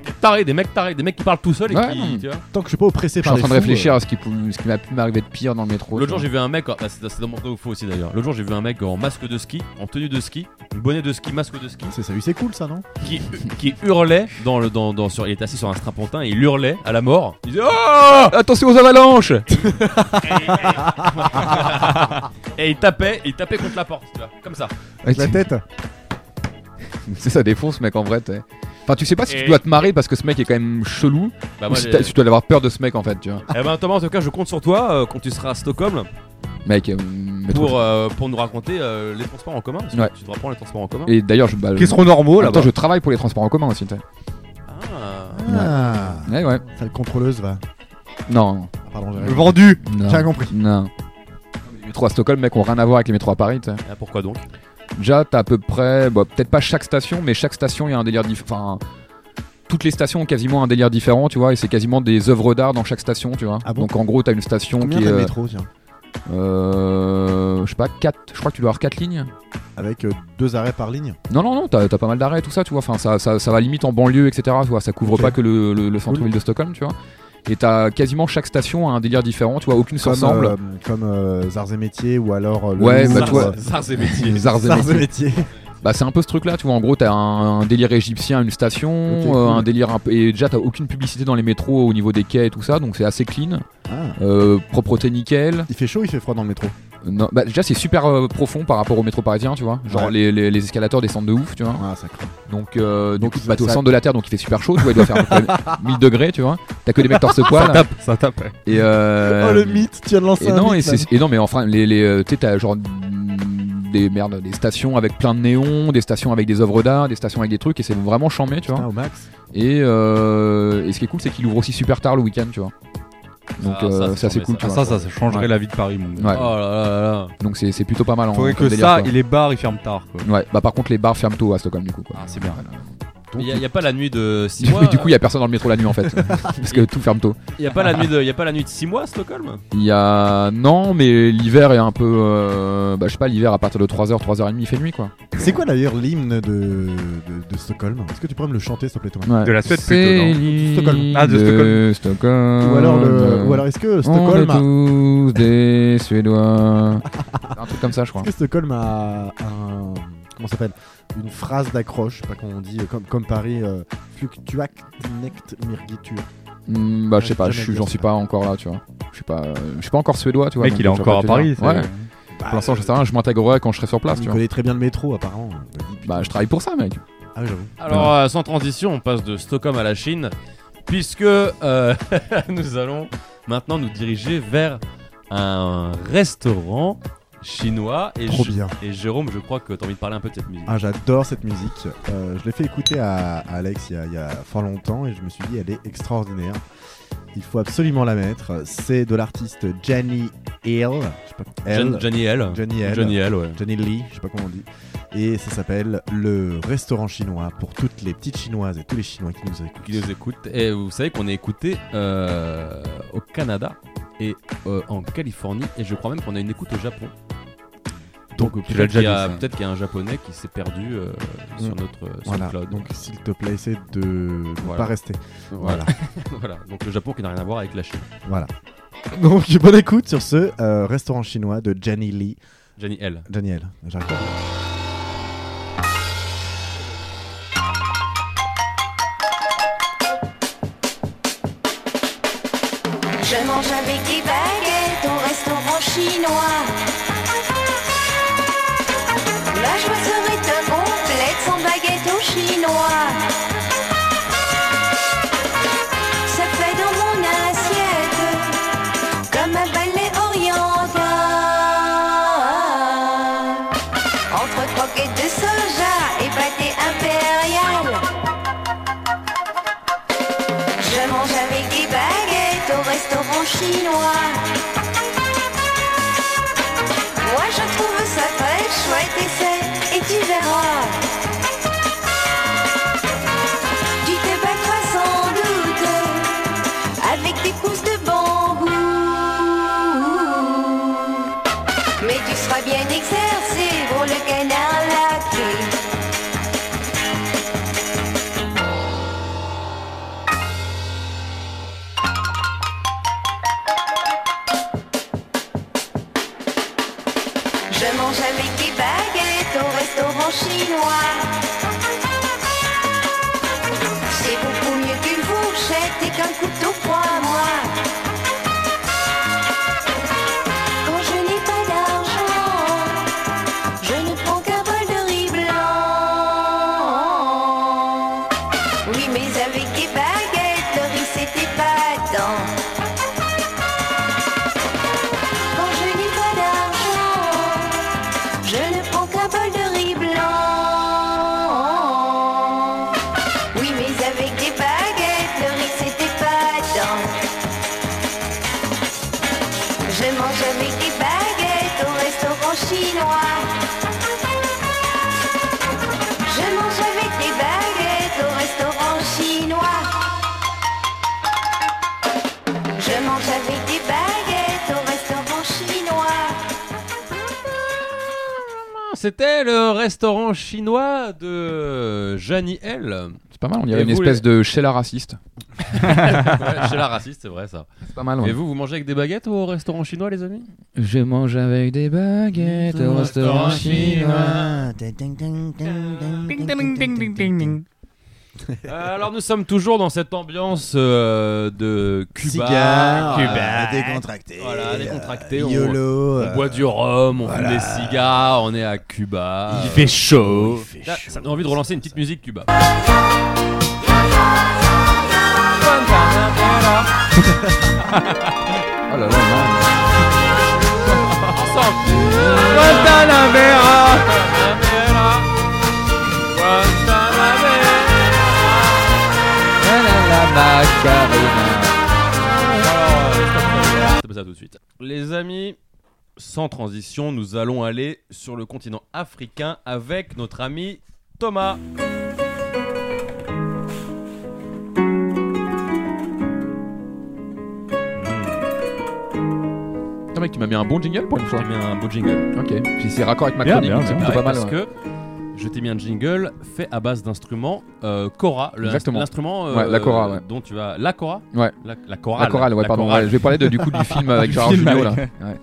S1: Des tarés, des mecs tarés, des mecs qui parlent tout seuls et
S3: Ouais,
S1: qui.
S3: non.
S1: tu vois.
S2: Tant que je suis pas oppressé
S3: Je suis
S2: par
S3: en
S2: les
S3: train de
S2: fous,
S3: réfléchir à ce qui, pou- ce qui m'a pu m'arriver de pire dans le métro.
S1: L'autre jour,
S3: tu
S1: j'ai vu un mec. ah, c'est c'est dans mon vrai ou faux aussi d'ailleurs. L'autre jour, j'ai vu un mec en masque de ski, en tenue de ski, bonnet de ski, masque de ski,
S2: euh, c'est ça, oui, c'est cool ça, non
S1: qui, qui hurlait dans le. Dans, dans, sur, il était assis sur un strapontin et il hurlait à la mort. Il disait Oh
S3: vois. Attention aux avalanches
S1: Et il tapait, il tapait contre la porte, tu vois, comme ça.
S2: Avec la tête
S3: Ah, <laughs> C'est ça défonce mec en vrai t'es- Enfin tu sais pas si
S1: Et-
S3: tu dois te marrer parce que ce mec est quand même chelou
S1: Bah,
S3: ou
S1: moi,
S3: si,
S1: j'ai-
S3: t'as- si tu dois avoir peur de ce mec en fait tu vois.
S1: Eh ben, Thomas, en tout cas, je compte sur toi euh, quand tu seras à Stockholm.
S3: Mec euh, mais
S1: pour,
S3: trop-
S1: euh, pour nous raconter euh, les transports en commun. Parce que
S3: Ouais.
S1: tu devras prendre les transports en commun.
S3: Et d'ailleurs je bah,
S4: Qui seront normaux
S3: en même temps,
S4: là-bas
S3: je travaille pour les transports en commun hein, aussi t'es.
S1: Ah.
S2: Ah
S3: Eh Ouais ouais.
S2: Ça, le contrôleuse va.
S3: Non.
S2: Ah, pardon, j'ai
S4: Le
S2: rien-
S4: vendu
S3: Non.
S2: j'ai rien compris.
S3: Non. Les métros à Stockholm mec ont rien à voir avec les métros à Paris t'sais.
S1: Ah, Pourquoi donc
S3: Déjà t'as à peu près bah, peut-être pas chaque station mais chaque station il y a un délire différent. Enfin toutes les stations ont quasiment un délire différent tu vois et c'est quasiment des œuvres d'art dans chaque station tu vois.
S2: Ah bon
S3: Donc en gros t'as une station
S2: Combien
S3: qui
S2: t'as
S3: est
S2: de
S3: euh,
S2: métro, tiens
S3: euh, je sais pas 4 je crois que tu dois avoir 4 lignes.
S2: Avec euh, deux arrêts par ligne
S3: Non, non, non, t'as t'as pas mal d'arrêts, tout ça, tu vois. Enfin, ça, ça, ça va limite en banlieue, etc. Tu vois, ça couvre
S2: Ok.
S3: pas que le, le- le centre-ville de Stockholm, tu vois. Et t'as quasiment chaque station a un délire différent, tu vois, aucune
S2: Comme,
S3: s'ensemble.
S2: euh, Comme euh, Zars et Métiers ou alors. euh, le
S3: Ouais,
S2: Louvre,
S3: bah, tu
S1: <laughs>
S3: vois,
S2: euh,
S1: Zars
S3: <laughs>
S1: et métier.
S3: Les arts et
S2: Zars et
S3: métiers.
S2: Métiers.
S3: Bah, c'est un peu ce truc là, tu vois. En gros, t'as un, un délire égyptien à une station,
S2: Ok, cool.
S3: euh, un délire un peu. Et déjà, t'as aucune publicité dans les métros au niveau des quais et tout ça, donc c'est assez clean.
S2: Ah.
S3: Euh, propreté nickel.
S2: Il fait chaud, il fait froid dans le métro.
S3: Non, bah, déjà, c'est super euh, profond par rapport au métro parisien, tu vois. Genre,
S2: Ouais.
S3: les, les- les escalators descendent de ouf, tu vois.
S2: Ah, ça craint.
S3: Donc, euh,
S2: Du
S3: donc
S2: coup, ça-
S3: bah, t'es au
S2: ça-
S3: centre de la Terre, donc il fait super chaud, tu vois, il doit faire à peu
S4: <laughs>
S3: près 1000 degrés, tu vois. T'as que des mecs torse-poil.
S4: ça tape.
S3: Et euh,
S2: Oh le mythe, tu viens de lancer
S3: Et
S2: un
S3: non, et,
S2: mythe,
S3: c'est- et non, mais enfin, les, les, euh, tu sais, t'as genre mm, des merdes, des stations avec plein de néons, des stations avec des œuvres d'art, des stations avec des trucs, et c'est vraiment chambé, tu
S2: là. Putain,
S3: vois.
S2: au max.
S3: Et, euh, et ce qui est cool, c'est qu'il ouvre aussi super tard le week-end, tu vois. Donc
S1: Ah, ça,
S3: euh,
S1: c'est
S3: ça, c'est
S1: chambé,
S3: cool,
S1: ça.
S3: tu
S4: Ah,
S3: vois.
S4: ça, ça ça changerait
S3: Ouais.
S4: la vie de Paris, mon gars.
S1: Oh
S3: Ouais.
S1: là là là.
S3: Donc c'est c'est plutôt pas mal. en-
S4: Faudrait
S3: comme
S4: que
S3: délire,
S4: ça
S3: quoi.
S4: et les bars ils ferment tard quoi.
S3: Ouais. Bah par contre, les bars ferment tôt à Stockholm du coup. Quoi.
S4: Ah, c'est bien.
S1: Il n'y a, y a pas la nuit de 6
S3: Du coup-
S1: mois.
S3: du coup, il y a personne dans le métro la nuit
S1: <laughs>
S3: en fait, parce que tout ferme tôt.
S1: Il n'y a pas la nuit de, y a pas la nuit de 6 mois à Stockholm
S3: Il y a. Non, mais l'hiver est un peu. euh, Bah, je sais pas, l'hiver à partir de 3h, 3h30, il fait nuit quoi.
S2: C'est quoi d'ailleurs l'hymne de, de, de Stockholm Est-ce que tu pourrais me le chanter s'il te plaît Thomas
S3: Ouais.
S4: De la Suède
S3: C'est
S4: plutôt,
S3: l'île
S2: Stockholm.
S4: Ah, de Stockholm.
S3: Stockholm.
S2: Ou alors, le, ou alors est-ce que Stockholm
S3: Euh, On est
S2: a,
S3: tous des Suédois. un truc comme ça, je crois.
S2: est-ce que Stockholm a un comment ça s'appelle une phrase d'accroche, je sais pas comment on dit, euh, comme, comme Paris, euh, Fluktuact Nect Mirgitur.
S3: Hmm, bah, je sais
S2: Ouais,
S3: pas,
S2: j'ai
S3: je
S2: jamais
S3: suis-
S2: vu
S3: j'en
S2: ça.
S3: suis pas encore là, tu vois. Je suis pas, euh, je suis pas encore suédois, tu vois.
S4: Mec,
S3: donc
S4: il est
S3: je saurais
S4: encore à
S3: pas te
S4: Paris.
S3: dire. Ouais, pour l'instant, je sais rien, je m'intégrerai quand je serai sur place, tu
S2: Tu
S3: vois.
S2: connais très bien le métro, apparemment.
S3: Bah, je travaille pour ça, mec.
S2: Ah, oui, j'avoue.
S1: Alors, euh, sans transition, on passe de Stockholm à la Chine, puisque euh, <laughs> nous allons maintenant nous diriger vers un restaurant chinois. Et,
S2: Trop
S1: Jé-
S2: bien.
S1: et Jérôme, je crois que t'as envie de parler un peu de cette musique.
S2: Ah, j'adore cette musique. Euh, je l'ai fait écouter à, à Alex il y, a, il y a fort longtemps et je me suis dit, elle est extraordinaire. Il faut absolument la mettre. C'est de l'artiste Jenny Hill. Je sais pas,
S1: Jan-
S2: elle,
S1: Johnny L.
S2: Johnny Hill.
S1: Johnny L, ouais.
S2: Johnny Lee, je sais pas comment on dit. Et ça s'appelle Le Restaurant Chinois pour toutes les petites chinoises et tous les chinois qui nous écoutent.
S1: qui nous écoute. Et vous savez qu'on est écouté euh, au Canada et euh, en Californie, et je crois même qu'on a une écoute au Japon.
S2: Donc,
S1: peut-être
S4: tu l'as déjà
S1: qu'il y a-
S4: dit, ça.
S1: Peut-être qu'il y a un japonais qui s'est perdu euh, sur
S2: Mm.
S1: notre euh,
S2: Voilà,
S1: SoundCloud. <laughs>
S2: donc s'il te plaît, essaie de ne
S1: Voilà.
S2: pas rester.
S1: <laughs>
S2: Voilà.
S1: voilà. Donc le Japon qui n'a rien à voir avec la Chine.
S2: voilà. Donc <laughs> bonne écoute sur ce euh, restaurant chinois de Jenny Lee.
S1: Jenny L.
S2: Daniel, j'arrive.
S6: Je mange avec des baguettes au restaurant chinois. La joie serait incomplète sans baguette au chinois. Ça fait dans mon assiette comme un ballet oriental. Entre croquettes de soja et pâté impérial. Je mange avec des baguettes au restaurant chinois. Moi je trouve ça très chouette, essaie et tu verras. Tu te battras sans doute avec des pousses de bambou. Mais tu seras bien exercé pour le canard laqué. Je mange avec des baguettes au restaurant chinois. C'est beaucoup mieux qu'une fourchette et qu'un couteau point moi. Quand je n'ai pas d'argent, je ne prends qu'un bol de riz blanc. Oui, mais avec des baguettes, le riz c'était pas tant. Quand je n'ai pas d'argent, je ne prends qu'un bol de riz blanc. Oui, mais avec des baguettes, le riz c'était pas tant. Je mange avec des baguettes au restaurant chinois. Je mange avec des baguettes au restaurant chinois. Je mange avec des baguettes au restaurant chinois.
S1: C'était le restaurant chinois de euh, Johnny L.
S3: C'est pas mal, on
S1: Et
S3: y avait une
S1: vous,
S3: espèce de Sheila raciste.
S1: Ouais, chez la raciste, c'est vrai ça.
S3: C'est pas mal,
S1: Et vous, vous mangez avec des baguettes au restaurant chinois, les amis
S3: Je mange avec des baguettes au restaurant chinois.
S7: Ding ding ding ding ding ding.
S1: Euh, Alors nous sommes toujours dans cette ambiance euh, de Cuba.
S2: Cigare,
S1: Cuba.
S2: euh, décontracté.
S1: Voilà, décontracté,
S2: euh,
S1: on-
S2: YOLO.
S1: On boit du rhum, on fume des cigares, on est à Cuba.
S2: Il fait chaud.
S1: Là, ça donne envie de relancer une petite musique Cuba.
S3: Oh là là, non.
S1: Ensemble. Stop euh, ça tout de suite. Les amis, sans transition, nous allons aller sur le continent africain avec notre ami Thomas.
S3: Non, mec, tu m'as mis un bon jingle pour une
S1: Je
S3: fois.
S1: t'ai mis un beau jingle.
S3: Ok, puis c'est raccord avec ma
S4: Bien,
S3: chronique,
S4: bien,
S3: donc c'est
S4: bien.
S3: plutôt pas mal.
S1: parce
S3: ouais.
S1: que je t'ai mis un jingle fait à base d'instruments euh, Cora, le-
S3: Exactement.
S1: l'instrument euh,
S3: Ouais, la Cora, ouais.
S1: dont tu vas la Cora,
S3: Ouais.
S1: la, la chorale,
S3: La chorale, ouais, pardon.
S1: chorale.
S3: ouais, je vais parler de- du coup du film avec
S4: Du
S3: Gérard
S4: film
S3: Jugnot, là.
S4: avec-
S3: Ouais.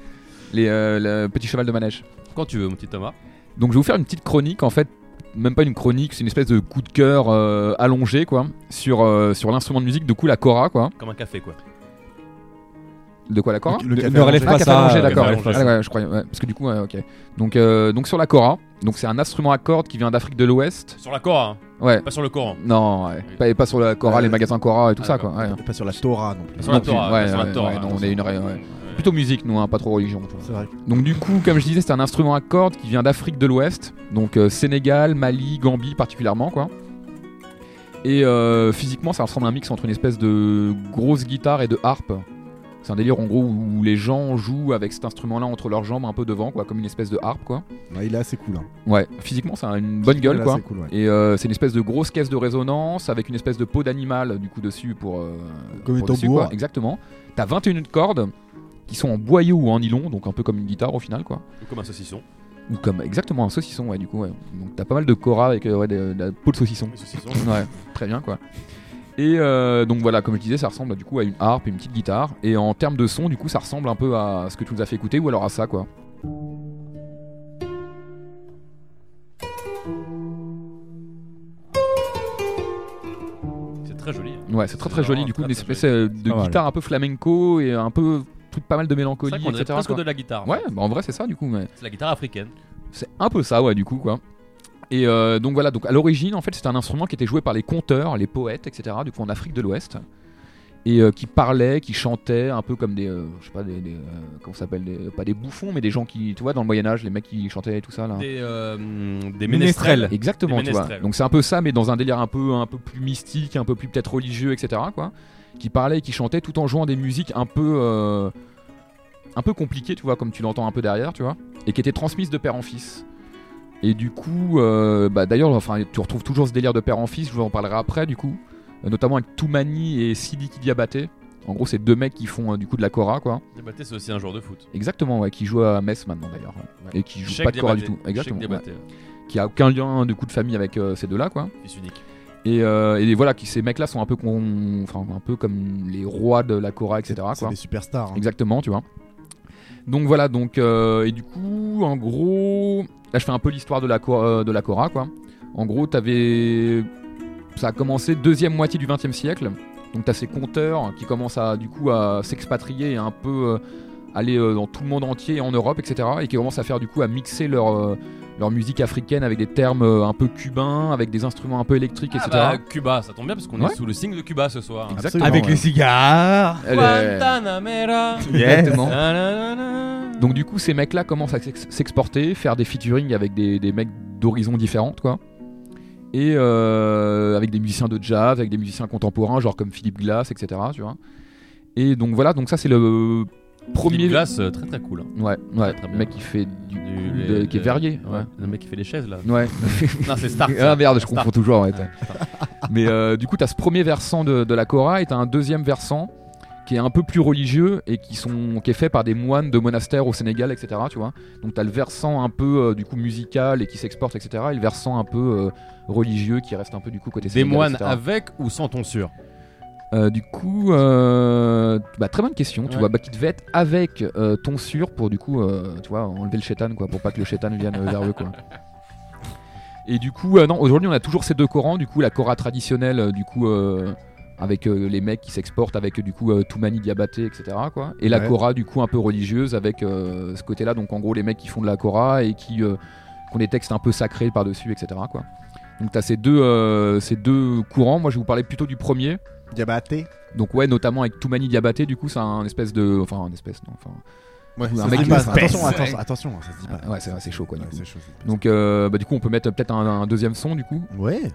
S3: Les, euh, le petit cheval de manège.
S1: Quand tu veux, mon petit Thomas.
S3: Donc je vais vous faire une petite chronique en fait même pas une chronique, c'est une espèce de coup de cœur euh, allongé quoi sur euh, sur l'instrument de musique, du coup la cora quoi.
S1: Comme un café, quoi.
S3: De quoi la cora
S2: Le- le
S4: Ne
S2: café
S4: relève
S2: allongé.
S4: pas
S3: Ah, café
S4: ça.
S3: allongé,
S4: euh,
S3: d'accord.
S1: café allongé.
S3: Ah, ouais, je croyais, ouais, parce que du coup, ouais, ok. Donc, euh, donc sur la cora, donc c'est un instrument à cordes qui vient d'Afrique de l'Ouest.
S1: Sur la Cora, hein,
S3: Ouais.
S1: pas sur le Coran.
S3: Non, ouais. Pas, et pas sur la cora,
S2: Euh,
S3: les magasins cora et tout
S1: ah,
S3: ça,
S1: d'accord.
S3: quoi. ouais.
S2: Pas sur la Torah non plus.
S1: Sur la
S3: Non plus,
S1: Torah,
S3: ouais,
S1: pas sur la
S3: ouais,
S1: Torah,
S3: ouais, non,
S1: attention.
S3: on est une- ouais.
S1: Ouais.
S3: Plutôt musique, nous, hein, pas trop religion. tu vois.
S2: C'est vrai.
S3: Donc du coup, comme je disais, c'est un instrument à cordes qui vient d'Afrique de l'Ouest, donc euh, Sénégal, Mali, Gambie particulièrement, quoi. Et euh, physiquement, ça ressemble à un mix entre une espèce de grosse guitare et de harpe. C'est un délire en gros où les gens jouent avec cet instrument-là entre leurs jambes un peu devant, quoi, comme une espèce de harpe, quoi.
S2: Ouais, il est assez cool. Hein.
S3: Ouais, physiquement, ça a une bonne gueule,
S2: Là,
S3: quoi.
S2: c'est cool, ouais.
S3: Et euh, c'est une espèce de grosse caisse de résonance avec une espèce de peau d'animal du coup dessus pour. euh,
S2: Comme
S3: pour
S2: les
S3: dessus,
S2: tambours.
S3: quoi. Exactement. T'as 21 cordes qui sont en boyau ou en nylon, donc un peu comme une guitare au final quoi.
S1: Ou Comme un saucisson.
S3: Ou comme exactement un saucisson, ouais, du coup, ouais. Donc t'as pas mal de cora avec euh, ouais, de, de la peau de saucisson.
S1: Un saucisson.
S3: ouais, très bien quoi. Et euh, donc voilà, comme je disais, ça ressemble du coup à une harpe et une petite guitare. Et en termes de son, du coup, ça ressemble un peu à ce que tu nous as fait écouter ou alors à ça quoi.
S1: C'est très joli. hein.
S3: Ouais, c'est très très
S1: vraiment
S3: joli, du coup,
S1: très,
S3: une
S1: très
S3: espèce
S1: joli.
S3: euh, de
S4: Pas mal.
S3: guitare un peu flamenco et un peu tout pas mal de
S1: C'est
S3: mélancolie,
S1: vrai qu'on dirait
S3: etc.
S1: presque
S3: quoi.
S1: de la guitare.
S3: Ouais, bah en vrai c'est ça du coup, mais
S1: C'est la guitare africaine.
S3: c'est un peu ça ouais du coup quoi. Et euh, donc voilà, donc à l'origine en fait c'était un instrument qui était joué par les conteurs, les poètes, etc. Du coup en Afrique de l'Ouest et euh, qui parlaient, qui chantaient un peu comme des, euh, je sais pas des, des, euh, comment ça s'appelle, des- pas des bouffons mais des gens qui, tu vois dans le Moyen Âge les mecs qui chantaient et tout ça là.
S1: Des, euh, mm, des
S4: Ménestrels.
S1: ménestrels.
S3: Exactement,
S1: Des
S3: tu vois.
S1: ménestrels.
S3: Donc c'est un peu ça, mais dans un délire un peu, un peu plus mystique, un peu plus peut-être religieux, etc. Quoi, qui parlait et qui chantait tout en jouant des musiques un peu, euh, un peu compliquées, tu vois, comme tu l'entends un peu derrière, tu vois, et qui étaient transmises de père en fils. Et du coup, euh, bah, d'ailleurs, enfin, tu retrouves toujours ce délire de père en fils. Je vous en parlerai après, du coup, Euh, notamment avec Toumani et Sidiki Diabaté. En gros, c'est deux mecs qui font euh, du coup de la cora, quoi.
S1: Diabaté, c'est aussi un joueur de foot.
S3: Exactement, ouais, qui jouent à Metz maintenant d'ailleurs, ouais.
S1: Ouais.
S3: et qui jouent
S1: Cheikh
S3: pas de cora du
S1: Diabaté.
S3: tout.
S1: Cheikh
S3: Exactement. ouais.
S1: Diabaté,
S3: Qui a aucun lien de coup de famille avec euh, ces deux-là, quoi.
S1: fils unique.
S3: Et, euh, et voilà, qui, ces mecs-là sont un peu, con- enfin, un peu comme les rois de la Cora, etc.
S2: C'est- C'est
S3: quoi.
S2: des superstars. hein.
S3: Exactement, tu vois. Donc voilà, donc euh, et du coup, en gros, là je fais un peu l'histoire de la Cora, euh, de la Cora, quoi. En gros, t'avais, ça a commencé deuxième moitié du XXe siècle. Donc t'as ces conteurs qui commencent à du coup à s'expatrier et un peu euh, aller euh, dans tout le monde entier, en Europe, etc. Et qui commencent à faire du coup à mixer leur euh, leur musique africaine avec des termes euh, un peu cubains, avec des instruments un peu électriques,
S1: Ah
S3: etc.
S1: bah, Cuba, ça tombe bien parce qu'on
S3: Ouais.
S1: est sous le signe de Cuba ce soir.
S2: Absolument,
S4: Avec
S2: ouais.
S4: les cigares.
S3: Elle
S1: <laughs>
S3: est-
S1: Guantanamera.
S3: Exactement.
S1: Na, na, na, na.
S3: Donc du coup, ces mecs-là commencent à s'ex- s'exporter, faire des featuring avec des, des mecs d'horizons différents, quoi. Et euh, avec des musiciens de jazz, avec des musiciens contemporains, genre comme Philippe Glass, etc. Tu vois. Et donc voilà, donc ça c'est le premier.
S1: Philippe Glass, euh, très très cool. hein.
S3: Ouais,
S1: Très,
S3: ouais.
S1: très
S3: Le
S1: bien.
S3: mec qui fait du,
S1: Du-
S3: de-
S1: les-
S3: qui est
S1: les-
S3: verrier.
S1: Ouais. Le mec qui fait les chaises là. <laughs>
S3: Ouais.
S1: non, c'est
S3: <laughs>
S1: Stark.
S3: Ah
S1: ça.
S3: merde, je
S1: Stark.
S3: confonds toujours. ouais.
S1: Ouais, Stark.
S3: <laughs> Mais euh, du coup, t'as ce premier versant de, de la Cora et t'as un deuxième versant qui est un peu plus religieux et qui, sont, qui est fait par des moines de monastères au Sénégal, etc. Tu vois Donc t'as le versant un peu euh, du coup musical et qui s'exporte, etc. Et le versant un peu euh, religieux qui reste un peu du coup côté
S1: Des
S3: sénégal,
S1: moines
S3: etc..
S1: avec ou sans tonsure
S3: Euh, du coup, euh, bah, très bonne question. Tu
S1: Ouais.
S3: vois, bah, qui devait être avec euh, tonsure pour du coup, euh, tu vois, enlever le chétan quoi, pour pas que le chétan vienne euh, vers eux quoi. Et du coup, euh, non, aujourd'hui on a toujours ces deux Corans. Du coup, la Cora traditionnelle, euh, du coup, euh, avec euh, les mecs qui s'exportent, avec euh, du coup euh, Toumani Diabaté, etc. Quoi. Et la
S2: Ouais.
S3: Cora, du coup, un peu religieuse, avec euh, ce côté-là. Donc en gros, les mecs qui font de la Cora et qui, euh, qui ont des textes un peu sacrés par-dessus, etc. Quoi. Donc t'as ces deux, euh, ces deux courants. Moi, je vais vous parler plutôt du premier.
S2: Diabaté.
S3: Donc ouais, notamment avec Toumani Diabaté, du coup, c'est un espèce de, enfin un espèce, non, enfin,
S2: Ouais,
S3: Ou
S2: ça
S3: un
S2: se
S3: mec
S2: dit
S3: qui
S2: pas,
S3: se pèse. Ah,
S2: attention, attention, attention, hein, ça se dit pas.
S3: ouais, c'est c'est chaud quoi. Du
S2: Ouais,
S3: coup.
S2: c'est chaud, c'est-
S3: Donc euh, bah, du coup, on peut mettre peut-être un, un deuxième son du coup.
S2: Ouais.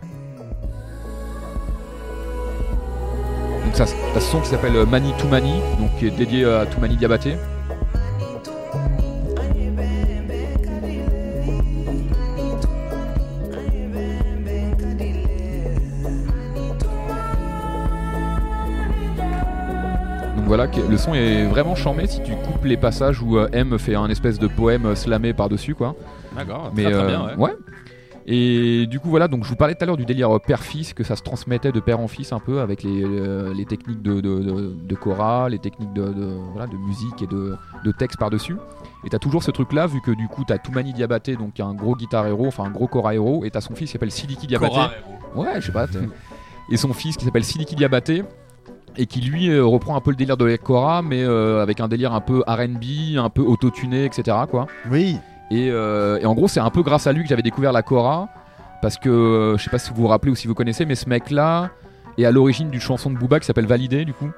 S3: Donc ça, c'est- t'as ce son qui s'appelle euh, Mani Toumani, donc qui est dédié euh, à Toumani Diabaté. Donc voilà, que- le son est vraiment chambé si tu coupes les passages où euh, M fait un espèce de poème euh, slamé par-dessus quoi.
S1: D'accord,
S3: Mais
S1: très, très
S3: euh,
S1: bien. ouais.
S3: ouais. Et du coup, voilà, donc je vous parlais tout à l'heure du délire euh, père-fils, que ça se transmettait de père en fils un peu avec les, euh, les techniques de, de, de- de chorale, les techniques de, de- voilà, de musique et de, de texte par-dessus. Et t'as toujours ce truc-là, vu que du coup, t'as Toumani Diabaté, donc qui est un gros guitare héros, enfin un gros cora héros, et t'as son fils qui s'appelle Sidiki Diabaté.
S1: Cora,
S3: Ouais, je sais pas. t'es- et son fils qui s'appelle Sidiki Diabaté. Et qui lui euh, reprend un peu le délire de l'Ekora, mais euh, avec un délire un peu RB, un peu autotuné, etc. Quoi.
S2: Oui.
S3: Et, euh, et en gros, c'est un peu grâce à lui que j'avais découvert la Cora. Parce que euh, je sais pas si vous vous rappelez ou si vous connaissez, mais ce mec-là est à l'origine d'une chanson de Booba qui s'appelle Validé, du coup.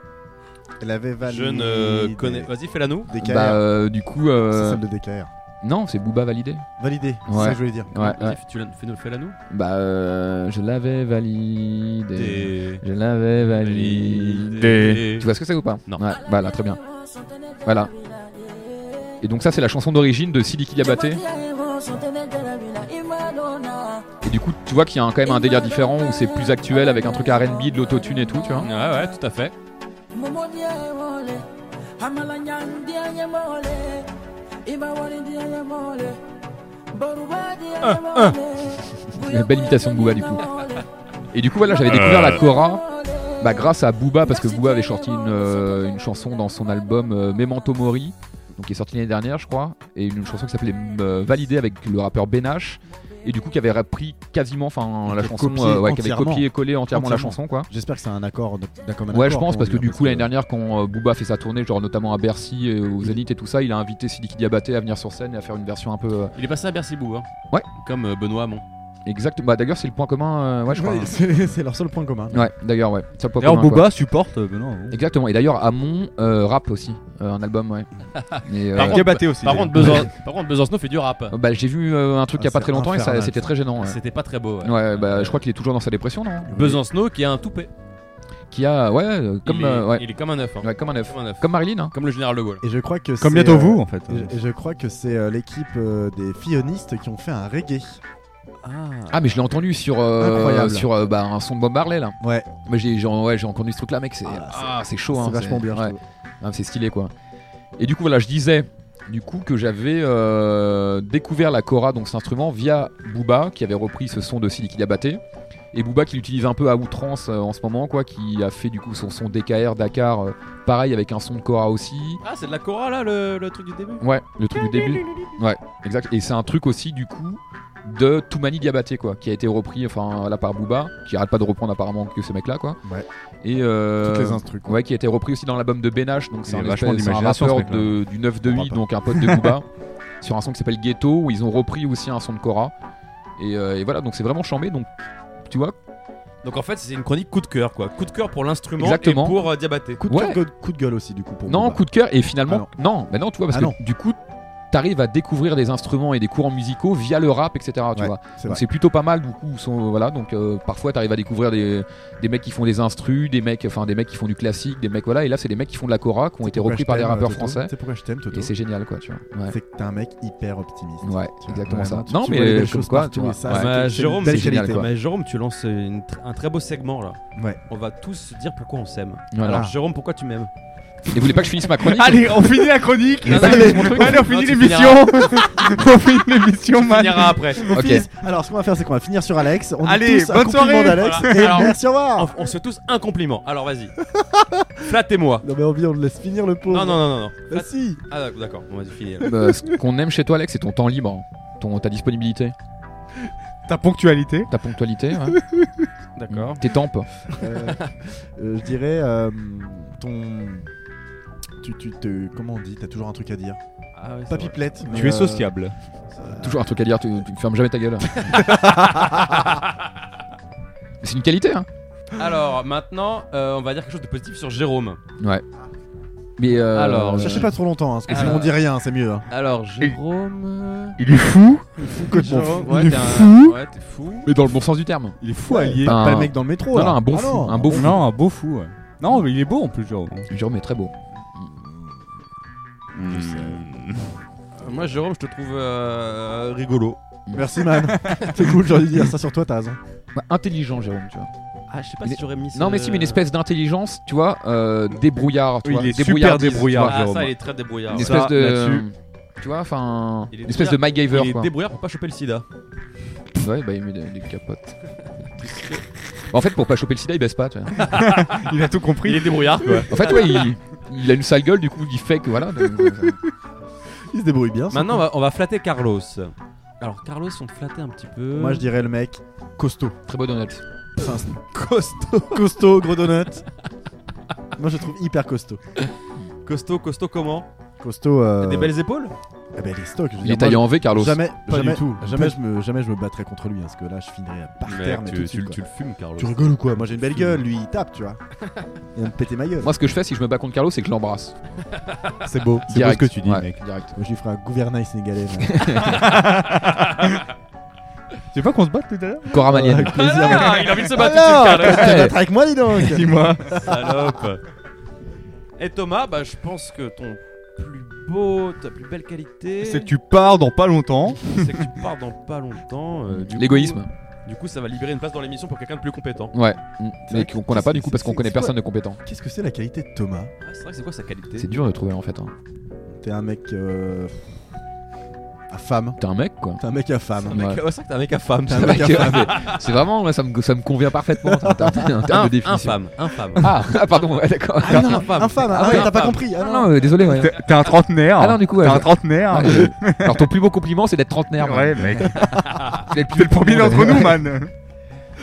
S2: Elle avait validé.
S1: Je ne
S2: des-
S1: connais. euh, Vas-y, fais-la nous.
S2: DKR.
S3: Bah, euh, du coup. euh,
S2: C'est celle de DKR.
S3: Non, c'est Booba Validé.
S2: Validé, c'est
S3: Ouais.
S2: ça que je voulais dire.
S3: Ouais,
S1: Vas-y,
S3: ouais.
S1: tu la- fais-nous- Fais-la nous.
S3: Bah, euh, je l'avais validé.
S1: Des-
S3: Je l'avais validé.
S1: Validé.
S3: Tu vois ce que c'est ou pas
S1: Non.
S3: Ouais, voilà, très bien. Voilà. Et donc ça c'est la chanson d'origine de Sidiki Diabaté. Et du coup tu vois qu'il y a un- quand même un délire différent où c'est plus actuel avec un truc RB, de l'autotune et tout, tu vois.
S1: Ouais, ouais, tout à fait.
S3: Une belle imitation de Booba du coup. Et du coup voilà j'avais découvert
S6: Euh.
S3: la Cora bah, grâce à Booba parce que Booba avait sorti une, euh, une chanson dans son album euh, Memento Mori. Donc qui est sorti l'année dernière je crois et une chanson qui s'appelait euh, Validé avec le rappeur Benache et du coup qui avait repris quasiment enfin la
S2: Qui a
S3: chanson
S2: copié
S3: euh, ouais, qui avait
S2: entièrement.
S3: copié et collé entièrement la
S2: Entièrement.
S3: chanson quoi.
S2: J'espère que c'est un accord de- d'un commun accord,
S3: Ouais,
S2: hein,
S3: je pense,
S2: comment
S3: parce que
S2: dire,
S3: du coup, l'année dernière, quand euh, Booba a fait sa tournée, genre notamment à Bercy, euh, au Zénith et tout ça, il a invité Sidiki Diabaté à venir sur scène et à faire une version un peu. euh,
S1: Il est passé à Bercy Bou, hein.
S3: Ouais.
S1: Comme euh, Benoît Hamon.
S3: exacte. Bah, d'ailleurs, c'est le point commun. euh, ouais, je crois.
S2: Oui, <laughs>
S3: hein.
S2: c'est c'est leur seul point commun.
S3: Ouais, d'ailleurs, ouais. C'est le point
S4: D'ailleurs,
S3: commun, quoi.
S4: Boba supporte euh, Benoît.
S3: Exactement. Et d'ailleurs, Amon euh, rappe aussi, euh, un album,
S2: <laughs>
S3: ouais. Et, euh,
S1: Par contre,
S4: Diabaté aussi.
S1: Par contre, Besan... Par contre, Besancenot fait du rap.
S3: bah, j'ai vu euh, un truc
S2: Ah,
S3: il y a pas
S2: c'est
S3: très longtemps et ça-
S2: infernal,
S3: c'était
S2: ça.
S3: très gênant. Ouais.
S1: C'était pas très beau. Ouais.
S3: Ouais, bah, je crois qu'il est toujours dans sa dépression, non
S1: Besancenot qui a un toupet.
S3: Qui a, ouais, euh, comme,
S1: il, est,
S3: euh, ouais.
S1: il est comme un œuf. hein.
S3: Ouais, comme un œuf.
S1: Comme un œuf.
S3: Comme Marilyn, hein.
S1: Comme le général de Gaulle.
S2: Et je crois que
S4: Comme
S2: c'est,
S4: bientôt
S2: euh,
S4: vous, en fait.
S2: Et je- je crois que c'est euh, l'équipe euh, des fillonistes qui ont fait un reggae.
S3: Ah, mais je l'ai entendu sur, euh,
S2: Incroyable.
S3: sur euh, bah, un son de Bob Marley là.
S2: Ouais,
S3: Mais j'ai j'ai- ouais, j'ai entendu ce truc là, mec, c'est
S2: Ah,
S3: ah, c'est chaud. hein,
S2: c'est vachement bien. je
S3: ouais.
S2: trouve.
S3: Ah, c'est stylé quoi. Et du coup voilà, je disais du coup que j'avais euh, découvert la Cora, donc cet instrument, via Booba qui avait repris ce son de Sidiki Diabaté. Et Booba qui l'utilise un peu à outrance euh, en ce moment quoi, qui a fait du coup son son DKR Dakar, euh, pareil avec un son de Cora aussi.
S1: Ah, c'est de la Cora là, le, le truc du début
S3: Ouais, le truc du début. Ouais, exact. Et c'est un truc aussi du coup de Toumani Diabaté quoi, qui a été repris enfin là par Booba, qui arrête pas de reprendre apparemment que ce mec là quoi.
S2: Ouais.
S3: Et euh,
S2: Toutes les instrus. quoi.
S3: Ouais, qui a été repris aussi dans l'album de Benache, donc c'est
S4: Il
S3: un,
S4: a vachement
S3: espèce- c'est un
S4: d'imagination,
S3: rappeur
S4: ce mec-là.
S3: de- du 9 de
S4: Un
S3: 8,
S4: rappeur.
S3: donc un pote de Booba, sur un son qui s'appelle Ghetto, où ils ont repris aussi un son de Cora. Et, euh, et voilà, donc c'est vraiment chambé, donc tu vois,
S1: Donc en fait, c'est une chronique coup de cœur quoi. Coup de cœur pour l'instrument et
S3: Exactement.
S1: pour euh, Diabaté.
S2: Coup de,
S3: Ouais.
S2: cœur, coup de gueule aussi, du coup. Pour
S3: non,
S2: Booba.
S3: coup de cœur, et finalement,
S2: Ah
S3: non, mais non, tu vois, parce
S2: Ah
S3: que
S2: non.
S3: du coup, t'arrives à découvrir des instruments et des courants musicaux via le rap, etc. Tu
S2: Ouais,
S3: vois,
S2: c'est
S3: donc
S2: vrai.
S3: c'est plutôt pas mal, du coup, sont, voilà, donc euh, parfois t'arrives à découvrir des, des mecs qui font des instrus, des mecs, enfin des mecs qui font du classique, des mecs, voilà, et là c'est des mecs qui font de la Cora, qui ont été
S2: Pourquoi
S3: repris
S2: je
S3: par des
S2: t'aime,
S3: rappeurs
S2: Toto
S3: français.
S2: C'est pourquoi je t'aime, Toto.
S3: Et c'est génial, quoi, tu vois. Ouais.
S2: C'est que t'es un mec hyper optimiste.
S3: Ouais,
S2: Tu vois,
S3: exactement ça.
S2: vraiment, tu-
S3: non,
S2: tu
S3: mais euh,
S2: vois les belles
S3: comme
S2: choses
S3: quoi,
S2: partout,
S3: tu vois,
S2: et ça,
S3: ouais.
S2: c'est-
S1: Bah,
S2: c'est une
S1: Jérôme,
S2: belle
S3: c'est génial,
S2: qualité.
S3: quoi.
S1: Mais Jérôme, tu lances une tr- un très beau segment là.
S2: Ouais.
S1: On va tous se dire pourquoi on s'aime.
S3: Voilà.
S1: Alors Jérôme, pourquoi tu m'aimes
S3: Et vous voulez pas que je finisse ma chronique
S4: Allez, on finit la chronique.
S3: Non, non,
S4: Allez,
S3: mon truc.
S4: allez, on
S1: Non,
S4: finit
S1: tu
S4: l'émission. On finit l'émission,
S1: On
S4: man.
S1: finira après.
S2: <laughs> On
S3: Ok.
S2: finit- Alors, ce qu'on va faire, c'est qu'on va finir sur Alex. On dit
S4: Allez,
S2: tous un
S4: bonne
S2: compliment
S4: soirée.
S2: d'Alex.
S1: Voilà.
S2: Et
S1: Alors-
S2: merci, au
S1: On,
S2: revoir.
S1: on se tous un compliment. Alors vas-y. Flattez-moi.
S2: Non, mais envie, on le laisse finir le pauvre.
S1: Non, non, non, non. non.
S2: Bah,
S1: Flatte-
S2: si.
S1: Ah d'accord, d'accord, on va finir.
S3: Euh, Ce qu'on aime chez toi, Alex, c'est ton temps libre, ton, ta disponibilité,
S4: Ta ponctualité.
S3: ta ponctualité, ouais.
S1: D'accord.
S3: tes tempes.
S2: Euh, euh, je dirais euh, ton. Tu, tu te. Comment on dit T'as toujours un truc à dire.
S1: Ah, ouais, c'est
S2: Pas
S1: vrai.
S2: pipelette. mais,
S4: Tu
S2: euh,
S4: es sociable.
S2: euh,
S3: Toujours un truc à dire, tu, tu ne fermes jamais ta gueule. c'est une qualité, hein.
S1: Alors maintenant, euh, on va dire quelque chose de positif sur Jérôme.
S3: Mais euh,
S1: Alors,
S2: Cherchez pas trop longtemps, hein, parce que si
S1: Alors-
S2: on dit rien, c'est mieux. hein.
S1: Alors Jérôme.
S4: Il est fou.
S1: Jérôme,
S4: Il
S1: ouais,
S4: est
S1: t'es un-
S4: fou.
S1: Ouais, t'es fou.
S3: mais dans le bon sens du terme.
S4: Il est fou allié.
S3: Un-
S2: Pas le mec dans le métro.
S3: non,
S2: là.
S3: non, un beau
S2: Ah
S3: fou,
S2: non.
S3: un beau fou.
S4: Non, un beau fou. ouais. Non, mais il est beau en plus, genre.
S3: Jérôme est très beau.
S1: Moi Jérôme, je te trouve euh, rigolo.
S2: Merci, man. <laughs> c'est cool, j'aurais dû dire ça sur toi, t'as raison.
S3: Bah, intelligent, Jérôme, tu vois.
S1: Ah, je sais pas
S3: Mais-
S1: si j'aurais mis. Ah,
S3: Non, mais si, mais une espèce d'intelligence, tu vois, euh, débrouillard, tu
S4: Oui,
S3: vois,
S4: il est super
S3: débrouillardise,
S4: débrouillard,
S3: tu vois.
S1: Ah,
S4: Jérôme.
S1: ça, il est très débrouillard.
S3: Une
S4: Ça,
S3: espèce de, euh,
S4: là-dessus.
S3: tu vois, enfin,
S1: Il est
S3: une espèce de
S1: débrouillard.
S3: MacGyver,
S1: Il est
S3: quoi.
S1: débrouillard pour pas choper le sida.
S3: Ouais, bah il met des, des capotes. en fait, pour pas choper le sida, il baisse pas. Tu vois.
S4: Il a tout compris.
S8: Il est débrouillard quoi.
S3: En fait, ouais, il, il a une sale gueule, du coup, il fait que voilà. donc, euh,
S2: Il se débrouille bien. ça.
S1: Maintenant, on va, on va flatter Carlos. Alors, Carlos, on te flattait un petit peu.
S2: Moi, je dirais le mec costaud.
S3: très beau donut.
S2: Enfin, costaud. costaud, gros donut. Moi, je le trouve hyper costaud.
S1: Costaud, costaud comment
S2: Costaud. euh,
S1: T'as Des belles
S4: <laughs>
S1: épaules
S2: Ah bah, il est stock. je veux
S3: Il
S2: dire,
S3: est taillé
S2: moi,
S3: en V, Carlos.
S2: Jamais,
S1: Pas
S2: jamais,
S1: du tout.
S2: Jamais je, me, jamais je me battrais contre lui, hein, parce que là, je finirais par terre. mais
S1: tu,
S2: tout
S1: tu-
S2: de suite,
S1: tu
S2: quoi.
S1: le fumes, Carlos.
S2: Tu rigoles ou quoi Moi, j'ai une belle gueule. Lui, il tape,
S1: <laughs>
S2: tu vois. Il vient de péter ma gueule.
S3: Moi, ce que je fais, si je me bats contre Carlos, c'est que je l'embrasse.
S4: C'est beau. C'est beau ce
S3: Direct.
S4: que tu dis,
S3: Ouais,
S4: mec.
S3: Direct.
S2: Moi, je lui ferai un gouvernail <laughs> sénégalais. là.
S4: Tu veux pas qu'on se batte tout à l'heure
S3: Coramanienne. <laughs>
S2: Avec plaisir.
S8: Ah, il a envie de se battre
S2: Alors,
S8: tout de suite,
S2: tu vas te battre avec moi, dis <laughs> donc
S4: Dis-moi.
S1: Salope. Et Thomas, bah, je pense que ton plus beau, ta plus belle qualité,
S4: C'est que tu pars dans pas longtemps.
S1: c'est que tu pars dans pas longtemps. euh, du
S3: L'égoïsme.
S1: coup- Du coup, ça va libérer une place dans l'émission pour quelqu'un de plus compétent.
S3: Ouais. Mm.
S2: vrai
S3: Mais
S2: que
S3: qu'on qu'on n'a pas du coup
S2: c'est-
S3: parce qu'on
S2: c'est-
S3: connaît
S2: c'est quoi
S3: personne de compétent.
S2: Qu'est-ce que c'est la qualité de Thomas
S1: Ouais,
S3: Ah,
S1: c'est vrai que c'est quoi sa qualité
S3: C'est dur de trouver en fait. hein.
S2: T'es un mec. euh, à femme.
S3: T'es un mec quoi.
S2: T'es un mec à femme.
S1: Un mec-
S3: Ouais.
S1: <laughs> ouais, c'est vrai que t'es <laughs> un mec à femme.
S2: T'es un
S3: <laughs>
S2: mec à
S3: C'est-
S2: femme.
S3: C'est vraiment, moi, ça me, ça me convient parfaitement en termes en termes de définition.
S1: Infâme, infâme.
S3: Ah, ah, <laughs> pardon, ouais, d'accord.
S2: Ah non,
S1: Infâme.
S2: un femme. Ah
S3: Ah
S2: ouais,
S3: ouais,
S2: t'as pas
S1: infâme.
S2: compris. Ah
S3: Ah
S2: non.
S3: non, euh, désolé. ouais.
S4: T'es t'es un trentenaire.
S3: Ah non, du coup,
S4: T'es
S3: ouais,
S4: un
S3: je-
S4: trentenaire.
S3: Ah, euh,
S4: <laughs>
S3: Alors ton plus beau compliment, c'est d'être trentenaire. man. <laughs>
S4: Ouais, mec.
S3: C'est le, plus
S4: T'es le
S3: beau
S4: premier
S3: compliment.
S4: d'entre nous, man.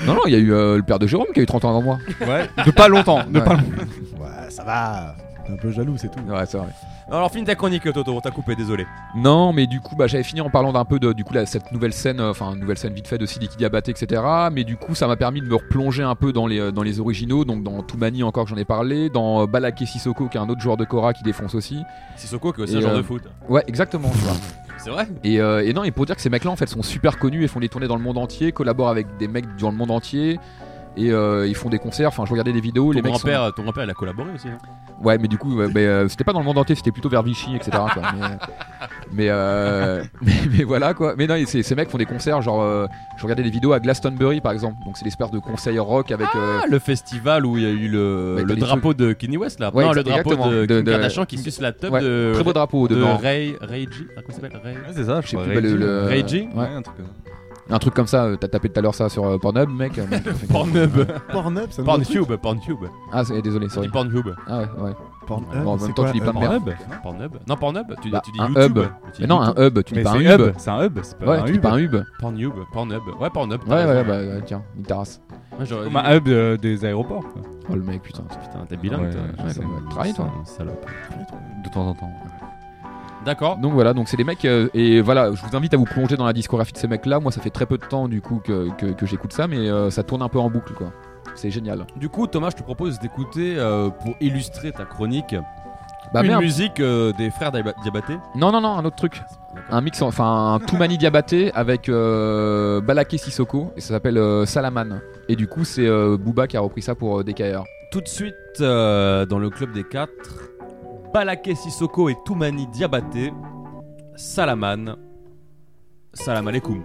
S3: Non, non, il y a eu euh, le père de Jérôme qui a eu 30 ans avant moi.
S4: Ouais. De pas longtemps. De
S3: Ouais.
S4: pas longtemps.
S2: Ouais, ça va. T'es un peu jaloux, c'est tout.
S3: Ouais, c'est vrai.
S1: Alors, finis ta chronique, Toto, on t'a coupé, désolé.
S3: Non, mais du coup, bah, j'avais fini en parlant d'un peu de du coup, la- cette nouvelle scène, euh, enfin, une nouvelle scène vite fait de Sidiki Diabaté, etc. Mais du coup, ça m'a permis de me replonger un peu dans les, euh, dans les originaux, donc dans Toumani encore que j'en ai parlé, dans euh, Balaké Sissoko qui est un autre joueur de Cora qui défonce aussi.
S1: Sissoko, qui est aussi
S3: Et,
S1: un genre
S3: euh,
S1: de foot.
S3: Ouais, exactement. tu vois.
S1: C'est vrai
S3: Et, euh, et non, et pour dire que ces mecs-là, en fait, sont super connus et font des tournées dans le monde entier, collaborent avec des mecs dans le monde entier. Et euh, ils font des concerts, enfin je regardais des vidéos,
S1: Ton
S3: les mecs. sont-
S1: grand-père, ton grand-père, il a collaboré aussi. hein.
S3: Ouais, mais du coup, ouais, mais, euh, c'était pas dans le monde entier, c'était plutôt vers Vichy, etc. quoi. Mais, mais, euh, <laughs> mais, mais voilà quoi. Mais non, et ces, ces mecs font des concerts, genre, euh, je regardais des vidéos à Glastonbury par exemple. Donc c'est l'espèce de conseil rock avec. euh,
S1: Ah, le festival où il y a eu le,
S3: Ouais,
S1: le
S3: t'as les
S1: drapeau de Kanye West là.
S3: Ouais,
S1: non,
S3: exa-
S1: le drapeau
S3: exactement,
S1: de
S3: de-
S1: Kim
S3: de-
S1: Kardashian qui suce la teub
S3: ouais,
S1: de,
S3: très beau drapeau
S1: de
S3: devant.
S1: Ray, Ray G. Ah, comment il s'appelle Ray
S4: Ouais, c'est ça, je
S3: sais plus, bah, le- le-
S1: Raging
S3: Ouais.
S4: un truc comme ça.
S3: Un truc comme ça, euh, t'as tapé tout à l'heure ça sur euh, Pornhub, mec. euh, mec, fait-
S1: <laughs> Pornhub.
S2: Pornhub, ça nous
S1: Pornhub, Pornhub.
S3: Ah, c'est- désolé,
S1: C'est
S3: sorry.
S1: Pornhub.
S3: Ah ouais, ouais.
S2: Pornhub,
S3: Bon, en
S2: c'est
S3: même temps,
S2: quoi,
S3: tu dis
S2: euh,
S3: plein de Ah, merde.
S1: Pornhub Pornhub Non, Pornhub Tu,
S3: Bah,
S1: tu dis
S3: un
S1: YouTube.
S3: hub.
S1: Tu dis
S3: Mais non,
S1: YouTube.
S3: un hub, tu dis
S4: Mais
S3: pas un
S4: c'est
S3: hub.
S4: hub. C'est un hub. C'est pas
S3: Ouais,
S4: un
S3: tu dis
S4: hub.
S3: pas un hub.
S1: Pornhub, Pornhub. Ouais, Pornhub. t'as
S3: Ouais,
S1: raison.
S3: ouais, bah euh, tiens, une terrasse.
S1: Ouais, j'aurais
S4: Comme
S1: dit-
S4: un hub euh, des aéroports. quoi.
S3: Oh le mec, putain.
S1: Putain, t'es bilingue
S4: Ouais,
S1: hein, toi.
S4: ouais,
S1: Je
S3: ouais,
S1: sais.
S3: ouais, travaille, toi.
S1: C'est un Salope.
S4: De temps en temps.
S1: D'accord.
S3: Donc voilà, donc c'est des mecs euh, et voilà, je vous invite à vous plonger dans la discographie de ces mecs-là. Moi, ça fait très peu de temps du coup que, que, que j'écoute ça, mais euh, ça tourne un peu en boucle quoi. C'est génial.
S1: Du coup, Thomas, je te propose d'écouter euh, pour illustrer ta chronique
S3: Bah
S1: une
S3: merde.
S1: musique euh, des frères Diaba- Diabaté.
S3: Non non non, un autre truc. Un mix, en- enfin un Toumani Diabaté avec euh, Balaké Sissoko et ça s'appelle euh, Salaman. Et du coup, c'est euh, Booba qui a repris ça pour euh, DKR.
S1: Tout de suite euh, dans le club des quatre, Balaké Sissoko et Toumani Diabaté, Salaman, Salam alaikum.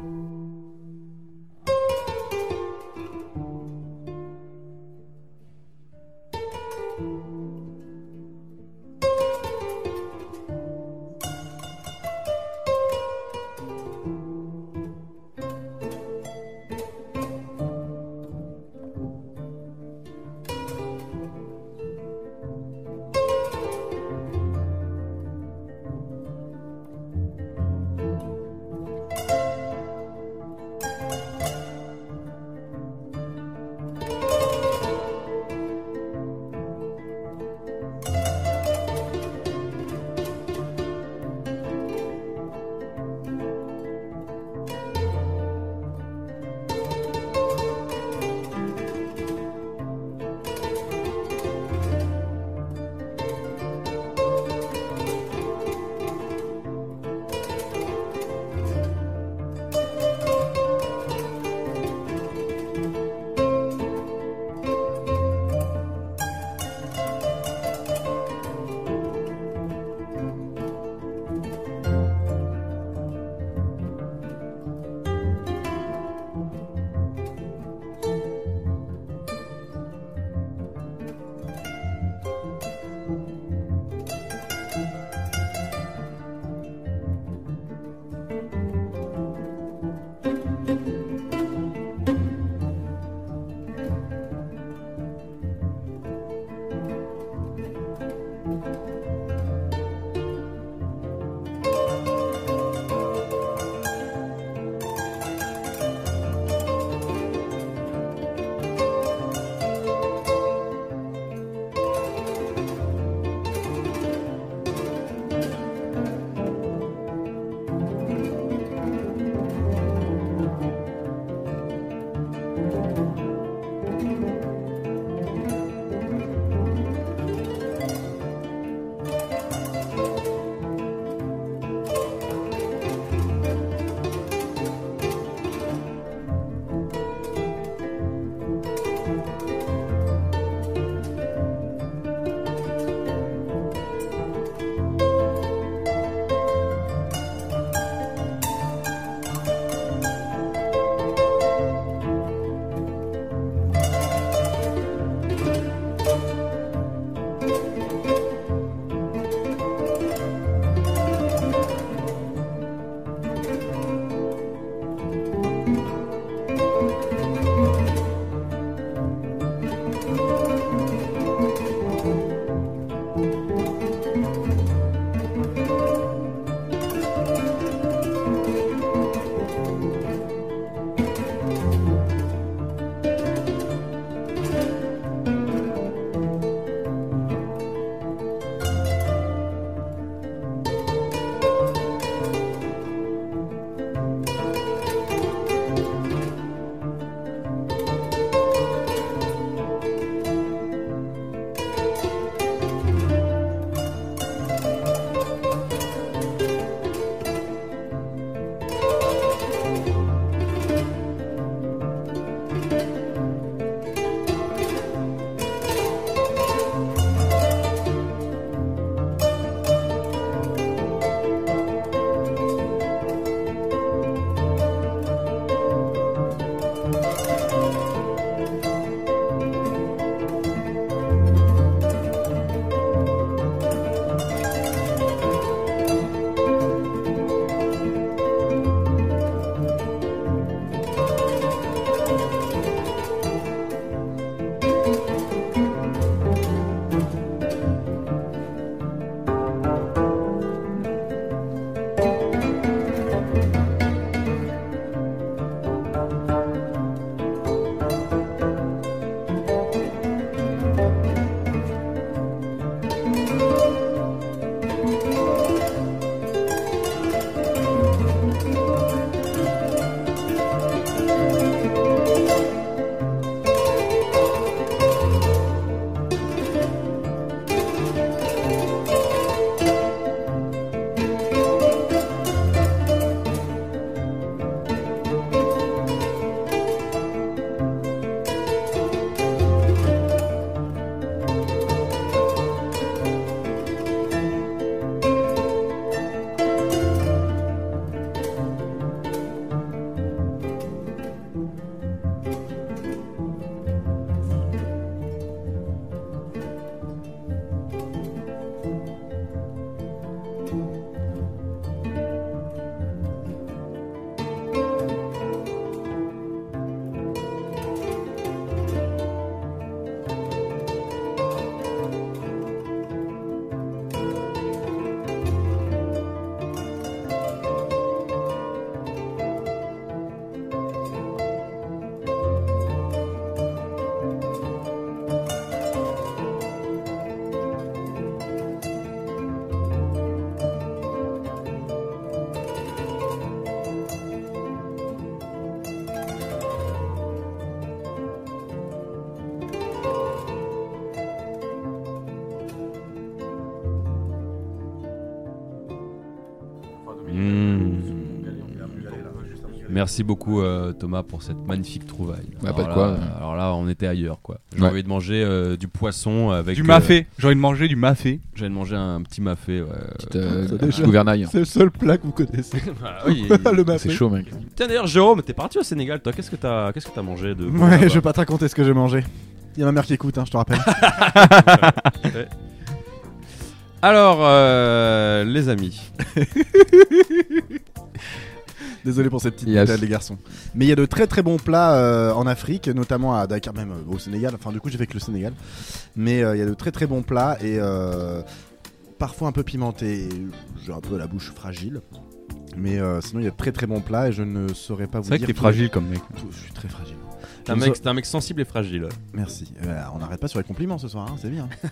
S1: Hmm. Merci beaucoup euh, Thomas pour cette magnifique trouvaille.
S3: Bah,
S1: alors
S3: pas de
S1: là,
S3: quoi, ouais.
S1: Alors là, on était ailleurs quoi. J'ai
S3: Ouais.
S1: envie de manger euh, du poisson avec
S4: Du
S1: euh,
S4: mafé. J'ai envie de manger du mafé.
S1: J'ai envie de manger un petit mafé. ouais. <laughs>
S3: Petite, euh,
S2: ça,
S3: petit
S2: déjà.
S3: gouvernail.
S2: C'est le seul plat que vous connaissez.
S1: Voilà, Ah
S4: <laughs>
S1: <laughs> oui.
S2: le
S3: C'est
S2: mafé.
S3: chaud, mec.
S1: Tiens d'ailleurs Jérôme, t'es parti au Sénégal toi. Qu'est-ce que t'as qu'est-ce que t'as mangé de bon là-bas
S2: Ouais, je vais pas te raconter ce que j'ai mangé. Il y a ma mère qui écoute, hein, je te rappelle.
S1: Alors euh, les amis,
S2: Désolé pour cette petite
S3: Yes.
S2: détail, les garçons. Mais il y a de très très bons plats euh, en Afrique, notamment à Dakar, même euh, au Sénégal. Enfin, du coup, j'ai fait que le Sénégal. Mais euh, il y a de très très bons plats et euh, parfois un peu pimentés. J'ai un peu la bouche fragile. Mais euh, sinon, il y a de très très bons plats et je ne saurais pas vous
S4: C'est vrai que
S2: dire.
S4: t'es
S2: tout-
S4: fragile comme mec.
S2: tout- je suis très fragile.
S1: t'es un
S2: Je ne
S1: mec, t'es un mec sensible et fragile.
S2: Merci. Eh ben, on n'arrête pas sur les compliments ce soir, hein, c'est bien. <laughs>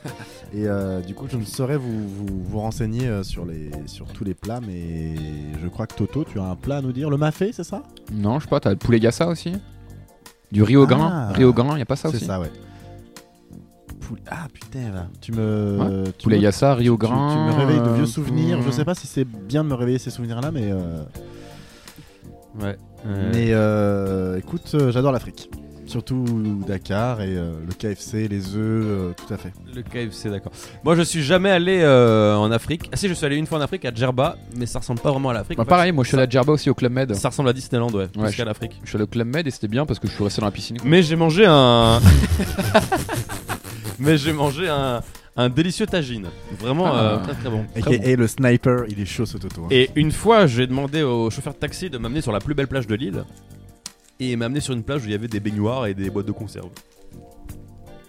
S2: et euh, du coup, je ne saurais vous, vous, vous renseigner euh, sur, les, sur tous les plats, mais je crois que Toto, tu as un plat à nous dire. Le mafé, c'est ça
S3: Non, je sais pas, t'as le poulet gassa aussi Du riz au grain
S2: Ah.
S3: Riz au grain, y a pas ça
S2: C'est
S3: aussi
S2: ça, ouais. Poul- Ah putain, va. tu me. tu
S3: Poulet
S2: me-
S3: gassa, riz au
S2: tu-
S3: grain.
S2: Tu, me réveilles de
S3: euh,
S2: vieux souvenirs. Je
S3: poulet-
S2: sais pas si c'est bien de me réveiller ces souvenirs-là, mais. euh,
S1: Ouais.
S2: Mais euh, écoute, euh, j'adore l'Afrique. Surtout Dakar et euh, le KFC, les œufs, euh, tout à fait.
S1: Le KFC, d'accord. Moi, je suis jamais allé euh, en Afrique. Ah si, je suis allé une fois en Afrique à Djerba, mais ça ressemble pas vraiment à l'Afrique.
S3: Bah,
S1: En fait,
S3: pareil, moi je suis
S1: ça-
S3: allé à Djerba aussi au Club Med.
S1: Ça ressemble à Disneyland, ouais, plus
S3: je-
S1: qu'à l'Afrique.
S3: Je suis allé au Club Med et c'était bien parce que je suis resté dans la piscine. quoi.
S1: Mais j'ai mangé un. <laughs> mais j'ai mangé un, un délicieux tagine. Vraiment
S3: Ah.
S1: euh, très très bon.
S2: Et,
S1: Très bon.
S2: le sniper, il est chaud ce Toto. hein.
S1: Et une fois, j'ai demandé au chauffeur de taxi de m'amener sur la plus belle plage de l'île. Et il m'a amené sur une plage où il y avait des baignoires et des boîtes de conserve.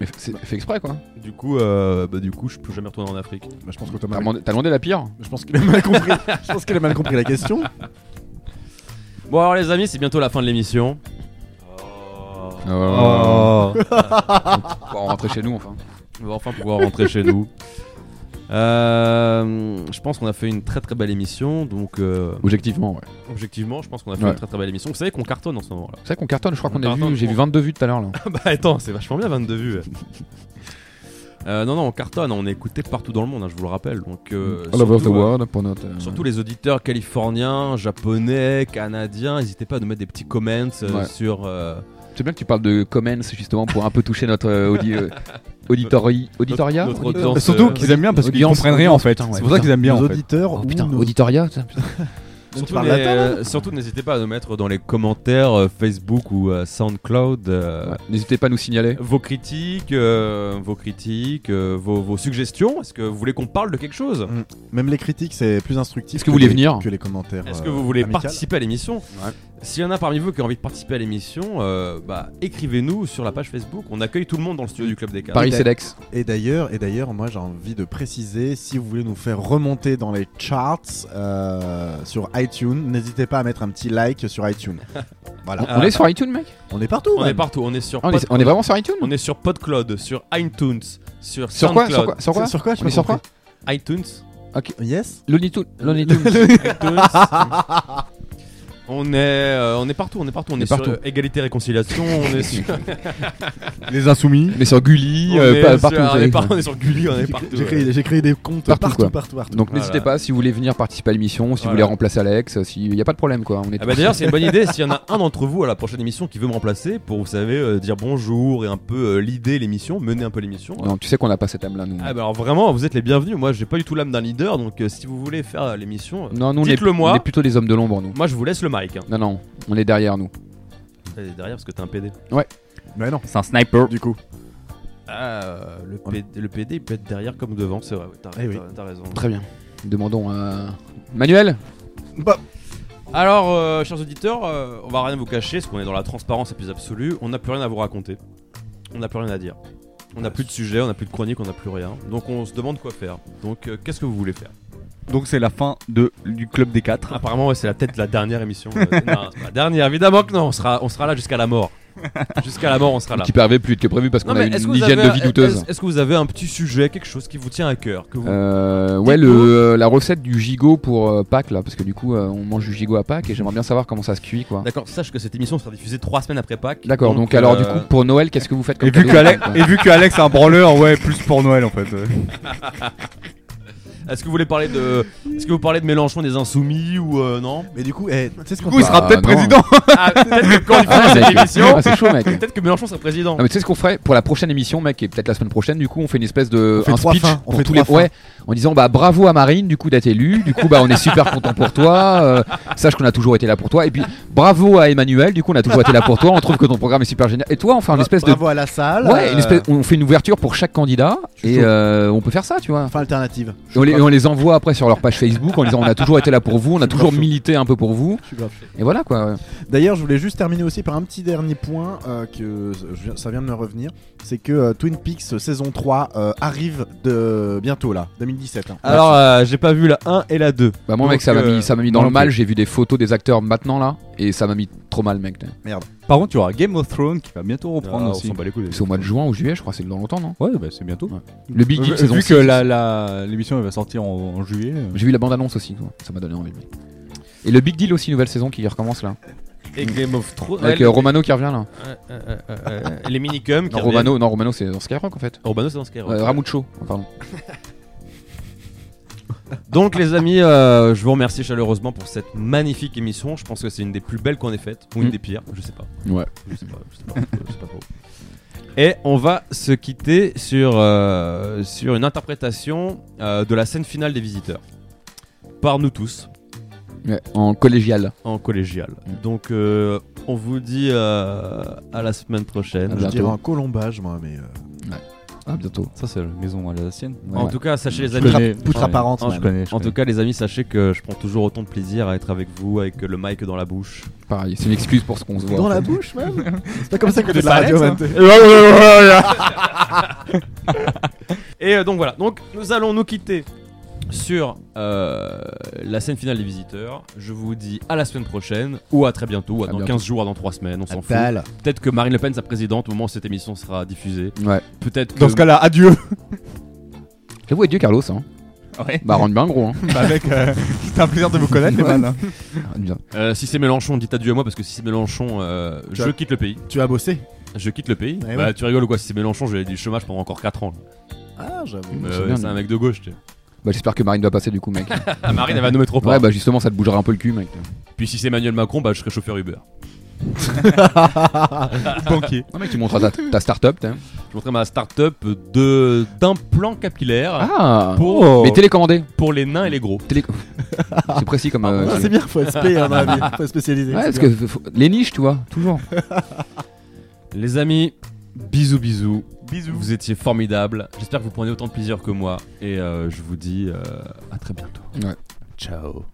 S3: Mais f-
S2: Bah.
S3: c'est fait exprès quoi.
S1: Du coup, euh, bah, du coup, je peux jamais retourner en Afrique.
S2: Bah, je pense que Thomas
S3: T'as demandé, t'as demandé la pire
S2: Je pense qu'il a mal compris. Je pense qu'il a mal compris la question.
S1: Bon alors les amis, c'est bientôt la fin de l'émission.
S3: Euh,
S2: Oh.
S3: On va rentrer chez nous enfin.
S1: On va enfin pouvoir rentrer chez nous. Euh, je pense qu'on a fait une très très belle émission, donc euh,
S3: Objectivement, ouais.
S1: objectivement, je pense qu'on a fait
S3: Ouais.
S1: une très très belle émission. Vous savez qu'on cartonne en ce moment là.
S3: C'est vrai qu'on cartonne, je crois
S1: On
S3: qu'on a
S1: cartonne,
S3: vu, j'ai
S1: on-
S3: vu 22 vues tout à l'heure là.
S1: bah attends, c'est vachement bien 22 vues. Euh, non, non, on cartonne, on est écouté partout dans le monde, hein, je vous le rappelle. Donc, euh,
S3: Mm. All over the
S1: surtout, euh,
S3: world pour notre. euh,
S1: Surtout les auditeurs californiens, japonais, canadiens, n'hésitez pas à nous mettre des petits comments euh,
S3: Ouais.
S1: sur. euh,
S3: C'est bien que tu parles de comments justement pour un peu toucher notre euh, audi-
S2: <laughs>
S3: euh, auditori- auditoria
S1: notre
S3: Audi-
S1: audience.
S4: Surtout
S1: euh,
S4: qu'ils aiment bien parce qu'ils
S3: audience,
S4: comprennent rien en
S3: audience,
S4: fait.
S3: putain, ouais,
S4: C'est pour ça
S3: putain.
S4: qu'ils aiment bien
S2: Nos
S4: en fait.
S2: auditeurs
S3: Oh
S2: ou
S3: putain,
S2: nos-
S3: auditoria putain.
S2: Tu
S1: Surtout,
S2: parles
S1: les-
S2: latin, là
S1: euh, surtout, n'hésitez pas à nous mettre dans les commentaires euh, Facebook ou euh, SoundCloud euh,
S3: Ouais, N'hésitez pas à nous signaler.
S1: vos critiques, euh, vos critiques, euh, vos, vos suggestions. Est-ce que vous voulez qu'on parle de quelque chose
S2: Même les critiques, c'est plus instructif.
S3: Est-ce que vous voulez
S2: les-
S3: venir
S2: Que les commentaires.
S1: Est-ce
S2: euh,
S1: que vous voulez
S2: amicales.
S1: participer à l'émission
S3: Ouais.
S1: S'il y en a parmi vous qui ont envie de participer à l'émission, euh, bah, écrivez-nous sur la page Facebook. On accueille tout le monde dans le studio du Club des Quatre.
S3: Paris
S2: d'ac-
S3: Cedex.
S2: Et d'ailleurs, et d'ailleurs, moi j'ai envie de préciser, si vous voulez nous faire remonter dans les charts euh, sur iTunes, n'hésitez pas à mettre un petit like sur iTunes.
S3: On,
S2: voilà,
S3: on est sur iTunes mec
S2: on est partout.
S1: On
S2: man.
S1: est partout, Ah. on est sur
S3: Ah, on,
S1: Pod-
S3: est, on est vraiment sur iTunes
S1: on est sur PodCloud, sur iTunes, sur,
S3: Sur quoi
S1: SoundCloud,
S3: Sur quoi Sur quoi
S2: C'est Sur quoi je
S3: On est sur quoi
S1: iTunes,
S2: Yes.
S1: <laughs>
S3: Lonely Tunes. Lonely Tunes.
S1: iTunes. On est, euh, on est partout, on est partout, on
S3: On est
S1: est, sur
S3: partout.
S1: euh, égalité réconciliation, on
S3: <laughs>
S1: est sur
S4: Les insoumis.
S3: On est sur Gulli,
S1: on
S3: euh,
S1: est
S3: pas-
S1: sur-
S3: partout.
S1: on est
S3: ouais.
S1: par- on est sur Gulli, on est
S2: J'ai-
S1: partout.
S2: J'ai
S1: ouais.
S2: créé, j'ai créé des comptes
S3: Partout,
S2: partout,
S3: quoi.
S2: partout, partout. hein.
S3: Donc n'hésitez
S1: Voilà.
S3: pas si vous voulez venir participer à l'émission, si vous voulez
S1: Voilà.
S3: remplacer Alex, s'il n'y a pas de problème quoi. On est
S1: Ah bah d'ailleurs c'est une bonne idée s'il y en a un d'entre vous à la prochaine émission qui veut me remplacer pour vous savez euh, dire bonjour et un peu euh, l'idée l'émission mener un peu l'émission.
S3: Non, tu sais qu'on n'a pas cette âme là nous.
S1: Ah bah alors vraiment vous êtes les bienvenus. Moi j'ai pas du tout l'âme d'un leader donc euh, si vous voulez faire euh, l'émission, euh,
S3: non, nous on est,
S1: dites-le moi.
S3: on est plutôt des hommes de l'ombre nous.
S1: moi je vous laisse le mic. Hein.
S3: Non, non, on est derrière nous.
S1: T'es Derrière parce que t'es un PD.
S2: Mais non,
S4: C'est un sniper.
S2: du coup.
S1: Ah euh, le, PD le PD il peut être derrière comme devant c'est vrai. ouais, T'as
S2: Eh oui.
S1: t'as- t'as raison.
S3: Très bien. Demandons à Manuel.
S1: Alors, euh, chers auditeurs, euh, on va rien vous cacher, parce qu'on est dans la transparence la plus absolue. On n'a plus rien à vous raconter. On n'a plus rien à dire. On n'a plus de sujet, on n'a plus de chronique, on n'a plus rien. Donc on se demande quoi faire. Donc euh, qu'est-ce que vous voulez faire
S4: Donc c'est la fin de, du club des 4.
S1: Apparemment, ouais, c'est la tête de la dernière <laughs> émission. euh, non, c'est pas la dernière, évidemment que non. On sera, on sera là jusqu'à la <laughs> mort. jusqu'à la mort, on sera là.
S3: Qui pervait plus vite que prévu parce
S1: Non,
S3: qu'on a
S1: mais
S3: eu
S1: est-ce que
S3: une
S1: vous
S3: hygiène
S1: avez-
S3: de vie douteuse.
S1: Est-ce, est-ce que vous avez un petit sujet, quelque chose qui vous tient à cœur que vous...
S3: Euh, ouais, le, euh, la recette du gigot pour euh, Pâques là, parce que du coup euh, on mange du gigot à Pâques et j'aimerais bien savoir comment ça se cuit quoi.
S1: D'accord, sache que cette émission sera diffusée trois semaines après Pâques.
S3: D'accord, donc, alors
S1: euh,
S3: du coup pour Noël qu'est-ce que vous faites comme
S4: Et vu, que
S3: cadeau
S4: Alex, et vu que Alex est un branleur, ouais, plus pour Noël en fait. ouais.
S1: Est-ce que vous voulez parler de. Est-ce que vous parlez de Mélenchon des Insoumis ou euh, non
S2: Mais du coup, eh, tu sais ce qu'on
S4: coup, il
S2: fait
S4: sera
S3: Bah,
S4: peut-être
S3: non.
S4: président.
S1: <laughs> Ah, peut-être que quand il fera
S3: Ah,
S1: cette
S3: mec.
S1: émission,
S3: Ah, c'est chaud, mec.
S1: peut-être que Mélenchon sera président.
S3: Non, mais tu sais ce qu'on ferait pour la prochaine émission, mec, et peut-être la semaine prochaine, du coup, on fait une espèce de
S2: On fait
S3: un
S2: trois
S3: speech
S2: fins, on
S3: pour
S2: fait
S3: tous les
S2: trois fins.
S3: ouais, en disant bah bravo à Marine, du coup d'être élue, du coup bah on est super content pour toi, euh, sache qu'on a toujours été là pour toi, et puis bravo à Emmanuel, du coup on a toujours été là pour toi, on trouve que ton programme est super génial. Et toi, on fait une espèce de
S2: Bravo à la salle.
S3: ouais, une
S2: euh,
S3: espèce- on fait une ouverture pour chaque candidat
S2: suis
S3: et
S2: chaud.
S3: euh, on peut faire ça, tu vois.
S2: Enfin, alternative. Je
S3: Et
S2: suis
S3: on les,
S2: grave-
S3: et on les envoie après sur leur page Facebook en disant on a toujours été là pour vous, on a
S2: suis
S3: toujours
S2: grave chaud.
S3: milité un peu pour vous,
S2: je suis grave.
S3: et voilà quoi.
S2: D'ailleurs, je voulais juste terminer aussi par un petit dernier point euh, que je viens- ça vient de me revenir, c'est que euh, Twin Peaks euh, saison 3 euh, arrive de bientôt là, 2017. hein.
S1: Alors, euh, j'ai pas vu la 1 et la 2.
S3: Bah moi
S1: Donc,
S3: mec ça m'a
S1: euh,
S3: mis ça m'a mis dans
S1: moi
S3: le
S1: non
S3: mal, j'ai vu des photos des acteurs maintenant là et ça m'a mis trop mal mec.
S4: Par contre, tu auras Game of Thrones qui va bientôt reprendre
S1: Ah, on
S4: aussi.
S1: s'en bat les couilles.
S3: C'est au mois de juin ou juillet, je crois, c'est dans longtemps, non
S4: Ouais, bah, c'est bientôt.
S3: Ouais. Le Big
S4: Vu-
S3: Hit saison
S4: Euh, vu
S3: 6.
S4: que la- la- l'émission elle va sortir en, en juillet. euh,
S3: J'ai vu la bande-annonce aussi, quoi. ça m'a donné envie. Et le Big Deal aussi, nouvelle saison qui recommence là.
S1: Et Game of Thrones.
S3: Avec euh, Romano qui revient là.
S1: euh, les minicums.
S3: Non, Romano, non, Romano c'est dans Skyrock en fait.
S1: Romano, c'est dans Skyrock.
S3: Euh, Ramucho, pardon.
S1: Donc les amis, euh, je vous remercie chaleureusement pour cette magnifique émission. Je pense que c'est une des plus belles qu'on ait faites, ou une
S3: Mm.
S1: des pires, je sais pas.
S3: Ouais.
S1: Je sais pas, je sais pas, je sais pas trop. Et on va se quitter sur, euh, sur une interprétation euh, de la scène finale des visiteurs. Par nous tous,
S3: Ouais, en collégial.
S1: en collégial.
S3: Mm.
S1: Donc euh, on vous dit euh, à la semaine prochaine.
S3: Ah
S2: je
S3: bientôt.
S2: dirais un colombage moi, mais euh,
S3: À bientôt.
S4: Ça, c'est la maison alsacienne.
S3: Ouais,
S1: en
S3: ouais.
S1: tout cas, sachez les
S2: je
S1: amis.
S2: connais-
S4: Ouais.
S2: poutre apparente.
S1: Ah, je
S2: même.
S4: connais.
S1: En tout cas, les amis, sachez que je prends toujours autant de plaisir à être avec vous, avec le mic dans la bouche.
S3: Pareil, c'est une excuse pour ce qu'on se voit.
S2: Dans la bouche même. <laughs> C'est pas comme ça que tu
S4: Ça
S2: la radio.
S4: arrête,
S2: même.
S1: Et euh, donc voilà, donc nous allons nous quitter sur euh, la scène finale des visiteurs. Je vous dis à la semaine prochaine ou à très bientôt, à
S3: À
S1: dans
S3: bientôt.
S1: 15 jours, à dans 3 semaines, on s'en fout.
S2: Dalle.
S1: Peut-être que Marine Le Pen, sa présidente, au moment où cette émission sera diffusée.
S3: Ouais.
S1: Peut-être que
S4: Dans ce cas-là, adieu.
S3: J'avoue, et Dieu Carlos, hein.
S4: Ouais.
S3: Bah, rentre bien gros, hein.
S4: Bah, mec, euh, c'était un plaisir de vous connaître, les
S3: Ouais.
S4: man.
S3: Rentre bien.
S1: Euh, si c'est Mélenchon, dites adieu à moi parce que si c'est Mélenchon, euh,
S2: Tu
S1: je
S2: as-
S1: quitte le pays.
S2: Tu as bossé
S1: Je quitte le pays.
S2: Ouais,
S1: bah
S2: ouais.
S1: tu rigoles ou quoi Si c'est Mélenchon, j'ai du chômage pendant encore 4 ans.
S2: Ah, j'avoue.
S1: Euh,
S3: c'est
S1: c'est
S3: bien,
S1: un
S3: lui.
S1: mec de gauche. tu sais.
S3: Bah, j'espère que Marine va passer du coup, mec.
S1: Ah, Marine, elle va nommer trop pas.
S3: ouais, bah, justement, ça te bougera un peu le cul, mec.
S1: Puis si c'est Emmanuel Macron, bah je serai chauffeur Uber.
S4: Banquier.
S3: Non, mec, tu montreras ta, ta start-up, t'es.
S1: Je montrerai ma start-up de- d'implants capillaires.
S3: Ah!
S1: Pour,
S3: Mais télécommandé.
S1: pour les nains et les gros.
S3: Télé... c'est précis comme. euh,
S2: Ah, c'est bien, faut être spé, hein, dans la vie. faut être spécialisé.
S3: Ouais,
S2: c'est
S3: parce
S2: bien.
S3: que faut- les niches, tu vois, toujours.
S1: Les amis, bisous bisous.
S4: Bisous.
S1: Vous étiez formidables. J'espère que vous prenez autant de plaisir que moi. Et euh, je vous dis euh, à très bientôt.
S3: Ouais.
S1: Ciao.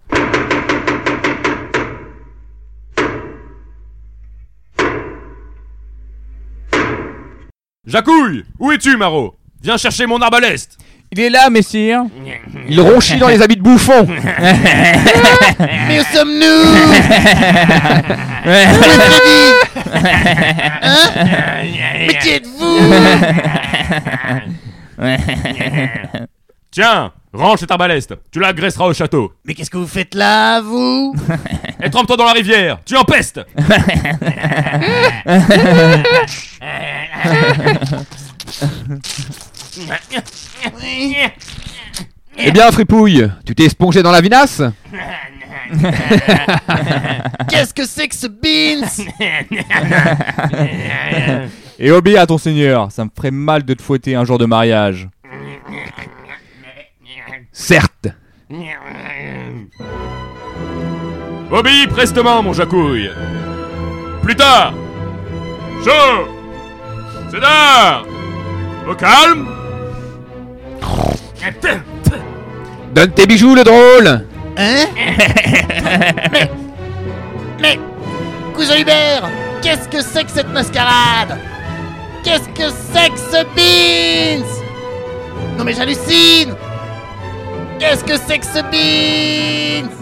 S1: Jacouille Où es-tu, Maro Viens chercher mon arbaleste
S4: Il est là, messire.
S3: Il ronchit dans les habits de bouffon.
S1: Tiens, range cette arbaleste. Tu l'agresseras au château.
S7: Mais qu'est-ce que vous faites là, vous
S1: <laughs> Et trempe-toi dans la rivière. Tu empestes
S3: Eh bien, Fripouille, tu t'es espongé dans la vinasse
S7: Qu'est-ce que c'est que ce beans
S4: Et obéis à ton seigneur. Ça me ferait mal de te fouetter un jour de mariage.
S3: Certes.
S1: Obéis prestement, mon jacouille. Plus tard. Chaud. Cédar. Au calme.
S3: Donne tes bijoux, le drôle
S7: Hein Mais. Mais. Cousin Hubert Qu'est-ce que c'est que cette mascarade Qu'est-ce que c'est que ce beans Non mais j'hallucine Qu'est-ce que c'est que ce beans